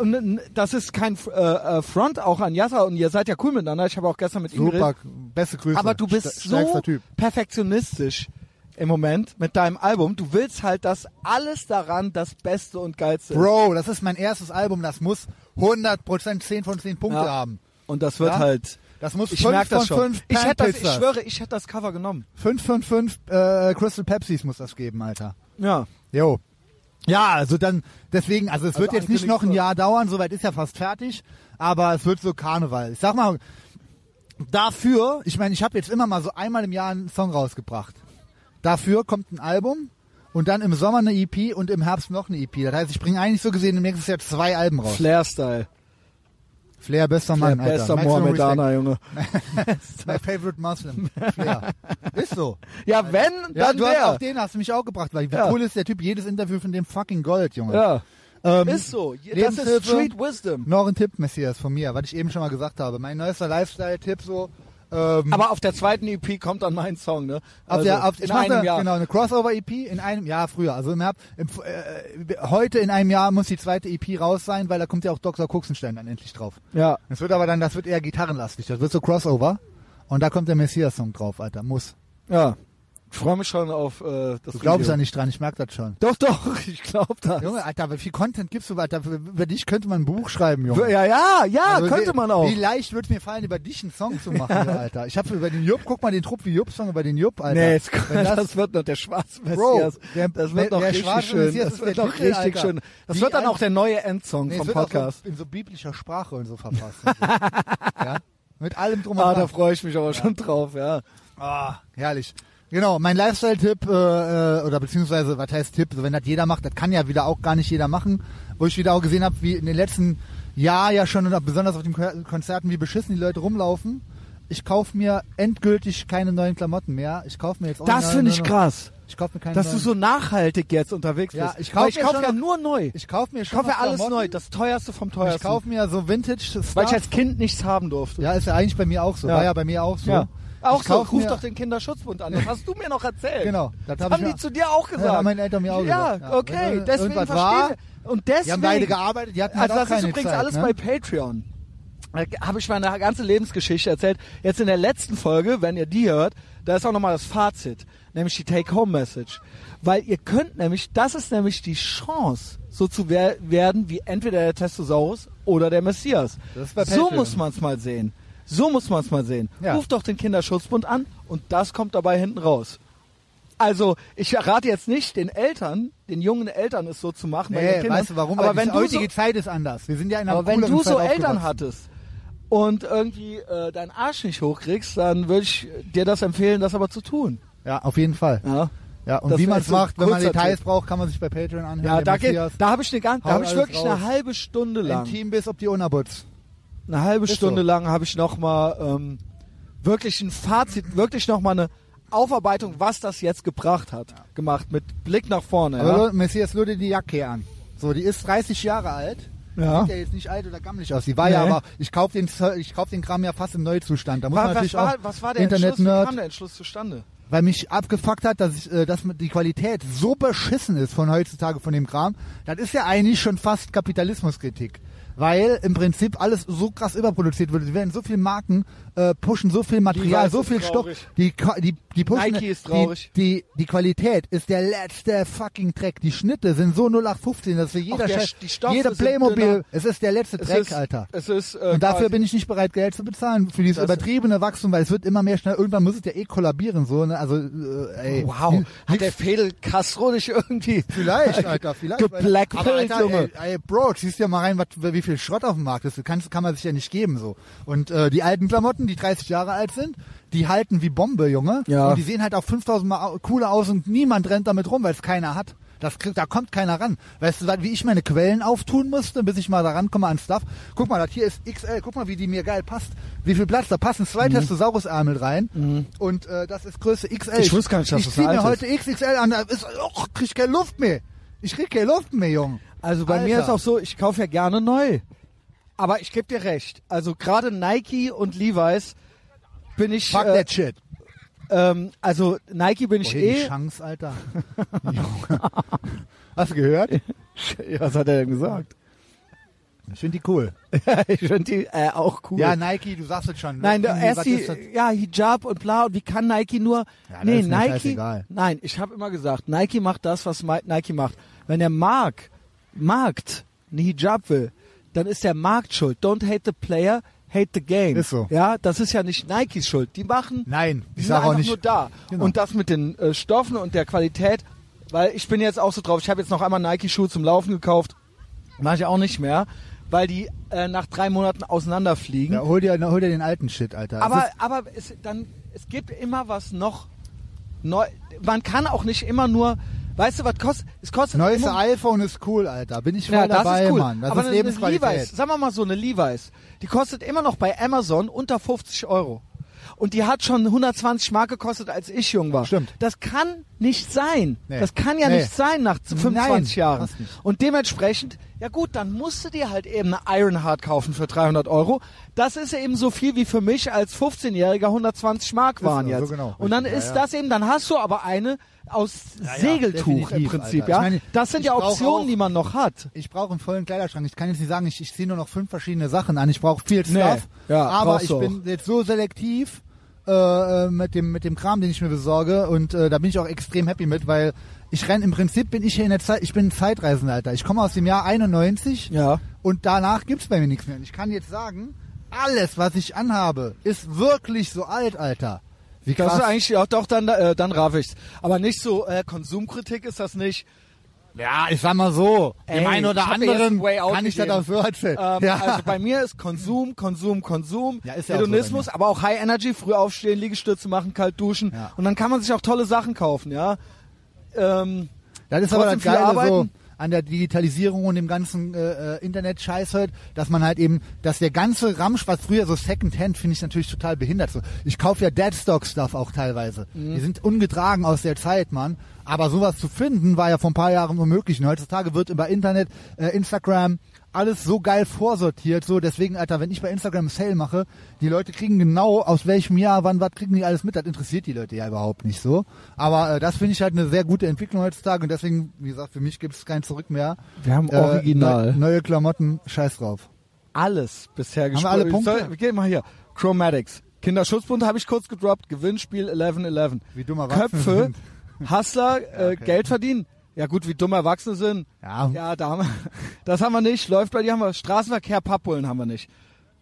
B: n- n- das ist kein äh, äh, Front auch an Yasser und ihr seid ja cool miteinander, ich habe auch gestern mit ihm
A: Super,
B: geredet,
A: beste Grüße.
B: aber du bist
A: Sta- stärkster
B: so
A: Typ.
B: perfektionistisch im Moment mit deinem Album, du willst halt, dass alles daran das Beste und Geilste ist.
A: Bro, das ist mein erstes Album, das muss 100% 10 von 10 Punkte
B: Ja.
A: haben.
B: Und das wird
A: Ja?
B: halt,
A: Das muss
B: ich
A: 5
B: merke das
A: von
B: schon.
A: 5
B: Ich hätte das, ich
A: Pan-Pizzas.
B: schwöre, ich hätte das Cover genommen.
A: 5 von 5 äh, Crystal Pepsis muss das geben, Alter.
B: Ja.
A: Jo. Ja, also dann, deswegen, also es wird jetzt nicht noch ein
B: Ankündigung-
A: Jahr dauern, soweit ist ja fast fertig, aber es wird so Karneval. Ich sag mal, dafür, ich meine, ich habe jetzt immer mal so einmal im Jahr einen Song rausgebracht. Dafür kommt ein Album und dann im Sommer eine EP und im Herbst noch eine EP. Das heißt, ich bringe eigentlich so gesehen im nächsten Jahr zwei Alben raus.
B: Flair-Style.
A: Flair, bester Mann, Alter.
B: bester
A: Maximum
B: Mohammedaner, Junge.
A: Respect. My favorite Muslim. Flair. Ist so.
B: Ja, wenn,
A: Ja,
B: dann
A: du hast
B: der.
A: auch den hast du mich auch gebracht, weil wie
B: Ja.
A: cool ist der Typ, jedes Interview von dem fucking Gold, Junge.
B: Ja.
A: Ähm,
B: Ist so. Das
A: Lebenshilfe.
B: ist Street Wisdom.
A: Noch ein Tipp, Messias, von mir, was ich eben schon mal gesagt habe. Mein neuester Lifestyle-Tipp so. Ähm,
B: Aber auf der zweiten EP kommt dann mein Song, ne?
A: auf der, auf,
B: in
A: ich mache
B: einem
A: eine,
B: Jahr.
A: genau eine Crossover-EP in einem Jahr früher. Also im Herbst, im, äh, heute in einem Jahr muss die zweite EP raus sein, weil da kommt ja auch Dr. Kuxenstein dann endlich drauf.
B: Ja.
A: Das wird aber dann, das wird eher gitarrenlastig. Das wird so Crossover. Und da kommt der Messias-Song drauf, Alter. Muss.
B: Ja. Ich freue mich schon auf äh, das
A: Du glaubst
B: Video.
A: ja nicht dran, ich merke das schon.
B: Doch, doch, ich glaube das.
A: Junge, Alter, wie viel Content gibst du weiter? Über dich könnte man ein Buch schreiben, Junge.
B: Ja, ja, ja,
A: Also,
B: könnte
A: wie-
B: man auch.
A: Wie leicht wird mir fallen, über dich einen Song zu machen, du Alter. Ich habe über den Jupp, guck mal den Trupp wie Jupp-Song über den Jupp, Alter.
B: Nee, jetzt,
A: Wenn
B: das, wird noch der Schwarzmessias.
A: Bro, der-
B: das wird
A: der-
B: noch
A: der
B: richtig
A: schwarze
B: schön.
A: Messias
B: Das
A: ist
B: wird
A: der
B: noch
A: Titel,
B: richtig
A: Alter.
B: schön. Das
A: Wie
B: wird dann
A: ein-
B: auch der neue Endsong
A: nee, es
B: vom
A: wird auch
B: Podcast.
A: So, in so biblischer Sprache und so verfasst. und so. ja? Mit allem drum und
B: ah, da
A: dran.
B: freue ich mich aber schon drauf, ja.
A: Ah, herrlich. Genau, mein Lifestyle-Tipp, äh, äh, oder beziehungsweise, was heißt Tipp, so wenn das jeder macht, das kann ja wieder auch gar nicht jeder machen, wo ich wieder auch gesehen habe, wie in den letzten Jahr ja schon, und auch besonders auf den Ko- Konzerten, wie beschissen die Leute rumlaufen. Ich kaufe mir endgültig keine neuen Klamotten mehr. Ich kaufe mir jetzt auch
B: Das
A: eine-
B: finde ich
A: eine-
B: krass,
A: Ich kaufe mir keine
B: dass
A: neuen.
B: du so nachhaltig jetzt unterwegs
A: Ja,
B: bist.
A: ich kauf
B: Weil ich
A: mir
B: kauf
A: schon
B: ja
A: noch-
B: nur neu. Ich
A: ich kaufe mir schon
B: kaufe ja
A: noch
B: alles
A: Klamotten.
B: neu, das teuerste vom
A: Ich
B: teuersten.
A: kaufe mir so vintage stuff
B: weil ich als Kind nichts haben durfte.
A: Ja, ist ja eigentlich bei mir auch so.
B: Ja.
A: War ja bei mir auch so.
B: Ja. Auch
A: Ich
B: so,
A: kauf
B: ruf
A: mir-
B: doch den Kinderschutzbund an. Das hast du mir noch erzählt.
A: Genau, das
B: Das
A: hab ich
B: haben
A: mir-
B: die zu dir auch gesagt.
A: Ja, haben meine Eltern mir auch
B: Ja,
A: gesagt. Ja. Wenn
B: okay,
A: ir-
B: deswegen
A: irgendwas
B: verstehe
A: war,
B: ich. Und deswegen,
A: Die haben beide gearbeitet, die hatten
B: also
A: halt auch
B: das ist
A: keine
B: übrigens
A: Zeit,
B: alles
A: ne?
B: bei Patreon. Da habe ich meine ganze Lebensgeschichte erzählt. Jetzt in der letzten Folge, wenn ihr die hört, da ist auch nochmal das Fazit, nämlich die Take-Home-Message. Weil ihr könnt nämlich, das ist nämlich die Chance, so zu wer werden wie entweder der Testosaurus oder der Messias.
A: Das ist bei
B: so
A: Patreon.
B: muss man es mal sehen. So muss man es mal sehen.
A: Ja.
B: Ruft doch den Kinderschutzbund an und das kommt dabei hinten raus. Also, ich rate jetzt nicht den Eltern, den jungen Eltern es so zu machen. bei ihren
A: Nee,
B: Kindern.
A: weißt du warum?
B: Aber
A: Weil
B: wenn
A: die
B: du so,
A: heutige Zeit ist anders. Wir sind ja in einer
B: aber wenn
A: cooleren
B: du so
A: Zeit
B: Eltern
A: aufgewachsen.
B: hattest und irgendwie äh, deinen Arsch nicht hochkriegst, dann würde ich dir das empfehlen, das aber zu tun.
A: Ja, auf jeden Fall.
B: Ja,
A: Ja, und
B: Das
A: wie man
B: ist
A: es
B: so ein
A: macht, wenn man
B: kurzer
A: Details
B: Tipp.
A: braucht, kann man sich bei Patreon anhören.
B: ja
A: der
B: da, geht-
A: Messias.
B: da habe ich, eine gan- da
A: Haut
B: hab ich
A: alles
B: wirklich eine
A: raus.
B: halbe Stunde lang.
A: Intim bis ob die Unabuts.
B: eine halbe
A: Ist
B: Stunde
A: so.
B: lang habe ich nochmal ähm, wirklich ein Fazit, wirklich nochmal eine Aufarbeitung, was das jetzt gebracht hat, gemacht mit Blick nach vorne.
A: Aber
B: ja.
A: Lo- Messias lud dir die Jacke an. So, die ist 30 Jahre alt.
B: Ja.
A: Sieht ja jetzt nicht alt oder gammelig aus. Die war ja
B: Nee.
A: aber, ich kauf den, Zo- ich kauf den Kram ja fast im Neuzustand. Da muss man
B: Was, was,
A: natürlich
B: war,
A: auch
B: was war der
A: Internet
B: Entschluss? Wie
A: Nerd.
B: kam der Entschluss zustande?
A: weil mich abgefuckt hat, dass ich, äh, dass die Qualität so beschissen ist von heutzutage von dem Kram. Das ist ja eigentlich schon fast Kapitalismuskritik. Weil im Prinzip alles so krass überproduziert wird. Sie werden so viel Marken äh, pushen, so viel Material,
B: Levi's
A: so
B: ist
A: viel Stoff.
B: traurig.
A: Die, Ka- die, die pushen.
B: Nike ist traurig.
A: Die, die, die Qualität ist der letzte fucking Dreck. Die Schnitte sind so 0815, dass für jeder
B: Auch der-
A: Scheiß,
B: die Stoffe
A: jeder
B: sind dünner.
A: Playmobil, es ist der letzte Dreck,
B: ist,
A: Alter.
B: Es ist, äh,
A: Und dafür
B: quasi-
A: bin ich nicht bereit, Geld zu bezahlen für dieses
B: Das-
A: übertriebene Wachstum, weil es wird immer mehr schnell. Irgendwann muss es ja eh kollabieren, so. Ne? Also, äh, ey.
B: Wow, hat der Fedel Castro dich irgendwie...
A: Vielleicht, Alter, vielleicht.
B: Geblackpillt,
A: Aber, Alter,
B: Junge.
A: Ey, ey, Bro, ziehst dir mal rein, wat, wie viel Schrott auf dem Markt ist. Du kannst, kann man sich ja nicht geben, so. Und äh, die alten Klamotten, die 30 Jahre alt sind, die halten wie Bombe, Junge.
B: Ja.
A: Und die sehen halt auch 5000 Mal au- cooler aus und niemand rennt damit rum, weil es keiner hat. Das kriegt, da kommt keiner ran. Weißt du, wie ich meine Quellen auftun musste, bis ich mal da rankomme an Stuff? Guck mal, das hier ist XL. Guck mal, wie die mir geil passt. Wie viel Platz? Da passen zwei
B: Mhm.
A: Testosaurus-Ärmel rein. Und äh, das ist Größe XL.
B: Ich wusste gar nicht, dass
A: ich
B: das
A: zieh
B: eine
A: mir
B: alte
A: heute XXL an, da ist, och, krieg ich keine Luft mehr. Ich krieg keine Luft mehr, Junge.
B: Also bei
A: Alter.
B: mir ist auch so, ich kaufe ja gerne neu. Aber ich gebe dir recht. Also gerade Nike und Levi's bin ich...
A: Fuck
B: äh,
A: that shit.
B: ähm, also Nike bin ich
A: Boah, hier die
B: eh...
A: Chance, Alter. Junge. Hast du gehört?
B: Was hat er denn gesagt?
A: Ich finde die cool.
B: ich finde die äh, auch cool.
A: Ja, Nike, du sagst es schon. ne?
B: Nein, da,
A: Irgendwie,
B: erst
A: was
B: die,
A: ist das?
B: ja, Hijab und bla, und wie kann Nike nur,
A: Ja, das
B: nee,
A: ist mir
B: Nike,
A: scheißegal.
B: nein, ich habe immer gesagt, Nike macht das, was Ma- Nike macht. Wenn der Markt, Markt, einen Hijab will, dann ist der Markt schuld. Don't hate the player, hate the game.
A: Ist so.
B: Ja, das ist ja nicht Nikes Schuld. Die machen,
A: Nein,
B: die
A: ich
B: sind
A: sag auch
B: einfach
A: nicht.
B: nur da.
A: Genau.
B: Und das mit den äh, Stoffen und der Qualität, weil ich bin jetzt auch so drauf, ich habe jetzt noch einmal Nike-Schuhe zum Laufen gekauft, mache ich auch nicht mehr, weil die äh, nach drei Monaten auseinanderfliegen.
A: Ja, hol, dir, hol dir den alten Shit, Alter. Es
B: Aber,
A: ist,
B: aber es, dann, es gibt immer was noch neu. Man kann auch nicht immer nur, weißt du, was kostet? Es kostet
A: neueste
B: immer,
A: iPhone ist cool, Alter. Bin ich voll
B: ja, das
A: dabei,
B: ist cool.
A: Mann. Das
B: aber
A: ist
B: eine, eine Levi's,
A: Lebensqualität.
B: sagen wir mal so eine Levi's, die kostet immer noch bei Amazon unter 50 Euro. Und die hat schon 120 Mark gekostet, als ich jung war.
A: Stimmt.
B: Das kann nicht sein.
A: Nee.
B: Das kann ja
A: Nee.
B: nicht sein nach zu
A: Nein,
B: 25 Jahren.
A: passt nicht.
B: Und dementsprechend, ja gut, dann musst du dir halt eben eine Ironheart kaufen für 300 Euro. Das ist eben so viel wie für mich als 15-Jähriger 120 Mark
A: Ist
B: waren
A: so, so
B: jetzt.
A: genau.
B: Und dann
A: Richtig,
B: ist
A: ja, ja.
B: das eben, dann hast du aber eine aus
A: ja,
B: Segeltuch im
A: definitiv,
B: Prinzip,
A: Alter.
B: ja.
A: Ich meine,
B: das sind
A: ich
B: ja
A: brauch
B: Optionen,
A: auch-
B: die man noch hat.
A: Ich brauche einen vollen Kleiderschrank. Ich kann jetzt nicht sagen, ich, ich ziehe nur noch fünf verschiedene Sachen an. Ich brauche viel
B: Nee.
A: Stuff.
B: Ja,
A: aber
B: brauchst
A: ich
B: du
A: bin jetzt so selektiv, äh, mit dem mit dem Kram, den ich mir besorge und äh, da bin ich auch extrem happy mit, weil ich renn im Prinzip bin ich hier in der Zeit, ich bin ein Zeitreisender, Alter. Ich komme aus dem Jahr 91
B: Ja.
A: und danach gibt's bei mir nichts mehr. Und ich kann jetzt sagen, alles, was ich anhabe, ist wirklich so alt, Alter. Wie
B: Das
A: krass.
B: ist eigentlich auch doch dann äh, dann raff ich's. Aber nicht so äh, Konsumkritik ist das nicht.
A: ja, ich sag mal so,
B: Ey,
A: dem einen oder
B: ich hab mir jetzt
A: anderen
B: einen Way out
A: kann ich das
B: gegeben.
A: auf Wörter.
B: Ähm,
A: ja.
B: Also bei mir ist Konsum, Konsum, Konsum,
A: Ja, ist ja auch so bei
B: Hedonismus, aber auch High Energy, früh aufstehen, Liegestütze machen, kalt duschen
A: Ja.
B: und dann kann man sich auch tolle Sachen kaufen, ja. Ähm,
A: Das ist aber
B: Trotzdem
A: das Geile
B: viel
A: so
B: arbeiten.
A: an der Digitalisierung und dem ganzen äh, äh, Internet-Scheiß halt, dass man halt eben, dass der ganze Ramsch, was früher so Secondhand finde ich natürlich total behindert. So, ich kaufe ja Deadstock-Stuff auch teilweise.
B: Mhm.
A: Die sind ungetragen aus der Zeit, Mann. Aber sowas zu finden, war ja vor ein paar Jahren unmöglich. Und heutzutage wird über Internet, äh, Instagram, alles so geil vorsortiert. So, deswegen, Alter, wenn ich bei Instagram Sale mache, die Leute kriegen genau aus welchem Jahr, wann, was kriegen die alles mit. Das interessiert die Leute ja überhaupt nicht so. Aber äh, das finde ich halt eine sehr gute Entwicklung heutzutage und deswegen, wie gesagt, für mich gibt es kein Zurück mehr.
B: Wir haben
A: Äh,
B: original.
A: neu- neue Klamotten, scheiß drauf.
B: ne, alles bisher
A: wir
B: gespielt.
A: alle Punkte?
B: Soll, geh mal hier. Chromatics. Kinderschutzbund habe ich kurz gedroppt. Gewinnspiel 1111.
A: Wie dumm Erwachsene
B: Köpfe,
A: sind.
B: Hustler, äh,
A: okay.
B: Geld verdienen. Ja gut, wie dumm Erwachsene sind.
A: Ja.
B: ja da haben wir, das haben wir nicht. Läuft bei dir haben wir Straßenverkehr, Pappullen haben wir nicht.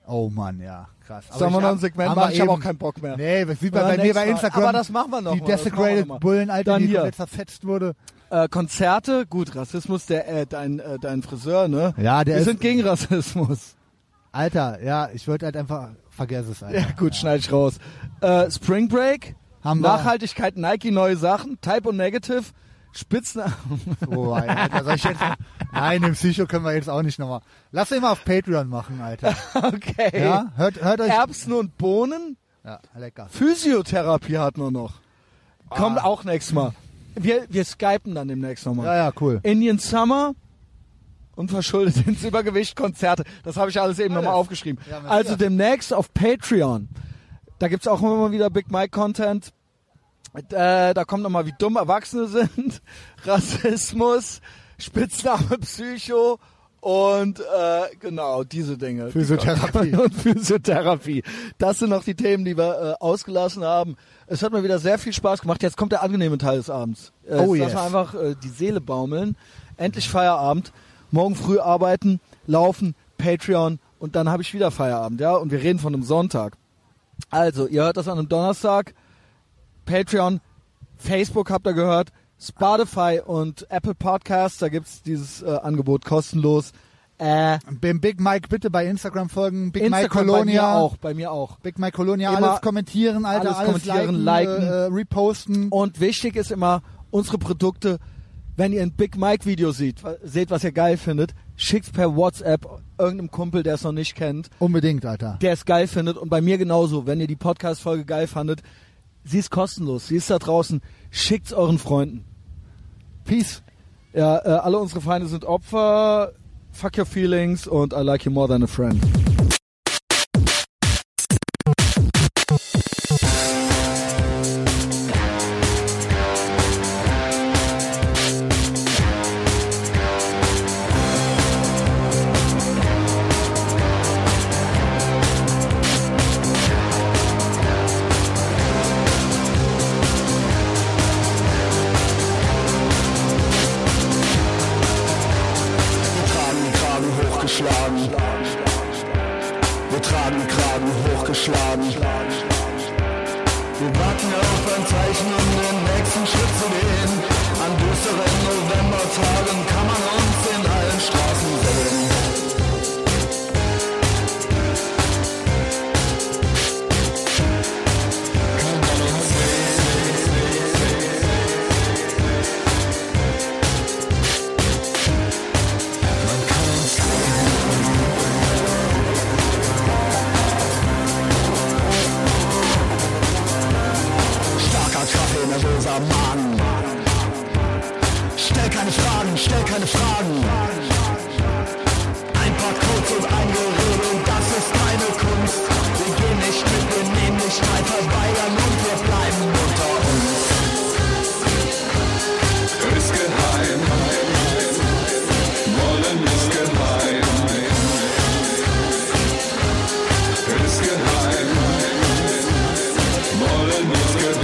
A: Oh Mann, ja, krass. Aber
B: Sollen wir
A: ich
B: noch
A: hab-
B: ein Segment
A: haben wir
B: machen? Ich habe
A: eben-
B: auch keinen Bock mehr.
A: Nee, das sieht man
B: Ja,
A: bei mir
B: nächstes
A: bei
B: Mal.
A: Instagram.
B: Aber das machen wir noch
A: Die
B: mal, das machen wir noch mal.
A: Desecrated Bullen, Alter,
B: Dann
A: die
B: hier.
A: komplett zerfetzt wurde.
B: äh, Konzerte, gut, Rassismus, der, äh, dein, äh, dein Friseur, ne?
A: Ja, der
B: Wir
A: ist-
B: sind gegen Rassismus.
A: Alter, ja, ich wollte halt einfach, vergess es, Alter.
B: Ja, gut, schneid ich raus. Äh, Spring Break,
A: Haben wir.
B: Nachhaltigkeit, Nike, neue Sachen, Type und Negative, Spitznamen.
A: Oh, Alter, soll ich jetzt... Nein, den Psycho können wir jetzt auch nicht nochmal. Lass ihn mal auf Patreon machen, Alter.
B: Okay.
A: Ja, hört, hört euch...
B: Erbsen und Bohnen,
A: Ja, lecker.
B: Physiotherapie hat nur noch. Kommt
A: Ah.
B: auch nächstes Mal. Wir, wir skypen dann demnächst nochmal.
A: Ja, ja, cool.
B: Indian Summer unverschuldet ins Übergewicht Konzerte. Das habe ich alles eben nochmal aufgeschrieben.
A: Ja, natürlich.
B: also demnächst auf Patreon. Da gibt's auch immer wieder Big Mike Content. Äh, da kommt nochmal, wie dumm Erwachsene sind, Rassismus, Spitzname Psycho und äh, genau diese Dinge. Die
A: Physiotherapie.
B: und Physiotherapie. Das sind noch die Themen, die wir äh, ausgelassen haben. Es hat mir wieder sehr viel Spaß gemacht. Jetzt kommt der angenehme Teil des Abends. Äh,
A: Oh,
B: jetzt
A: yes.
B: lassen wir einfach äh, die Seele baumeln. Endlich Feierabend. Morgen früh arbeiten, laufen, Patreon und dann habe ich wieder Feierabend, ja? Und wir reden von einem Sonntag. Also, ihr hört das an einem Donnerstag. Patreon, Facebook habt ihr gehört, Spotify und Apple Podcasts, da gibt's dieses äh, Angebot kostenlos. Äh,
A: Beim Big Mike bitte bei Instagram folgen. Big Mike
B: Instagram bei mir
A: Colonia.
B: auch, bei mir auch.
A: Big Mike Colonia.
B: Immer
A: alles kommentieren, Alter.
B: alles kommentieren,
A: liken.
B: liken.
A: Äh, äh, reposten.
B: Und wichtig ist immer, unsere Produkte, wenn ihr ein Big Mike Video seht, wa- seht, was ihr geil findet, schickt per WhatsApp irgendeinem Kumpel, der es noch nicht kennt,
A: Unbedingt, Alter.
B: der es geil findet. Und bei mir genauso, wenn ihr die Podcast-Folge geil fandet, sie ist kostenlos, sie ist da draußen, schickt's euren Freunden.
A: Peace.
B: Ja, äh, alle unsere Feinde sind Opfer. Fuck your feelings und I like you more than a friend.
C: Wir tragen den Kragen hochgeschlagen. Wir tragen den Kragen hochgeschlagen. Wir warten auf ein Zeichen, um den nächsten Schritt zu gehen. An düsteren Novembertagen kann man uns in allen Straßen sehen. Starker Kaffee, nervöser Magen. Stell keine Fragen, stell keine Fragen. Ein paar Codes und ein Gerede, und das ist keine Kunst. Wir gehen nicht mit, wir nehmen nicht weiter weigern und wir bleiben unter uns.
D: ist geheim. Wollen ist geheim. Ist geheim.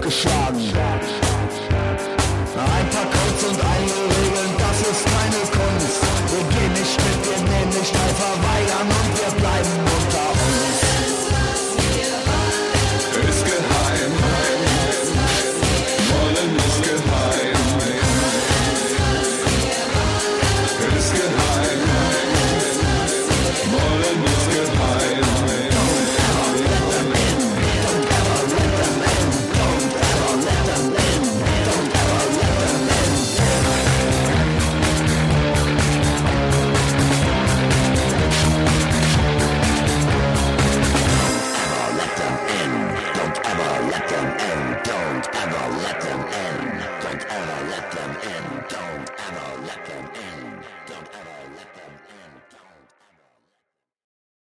C: geschlagen. Ein paar Codes und einige Regeln, das ist keine Kunst. Wir gehen nicht mit, wir nehmen nicht teil, verweigern und wir bleiben unter uns.
D: ist geheim. Wollen ist geheim. Ist geheim. Wollen ist geheim.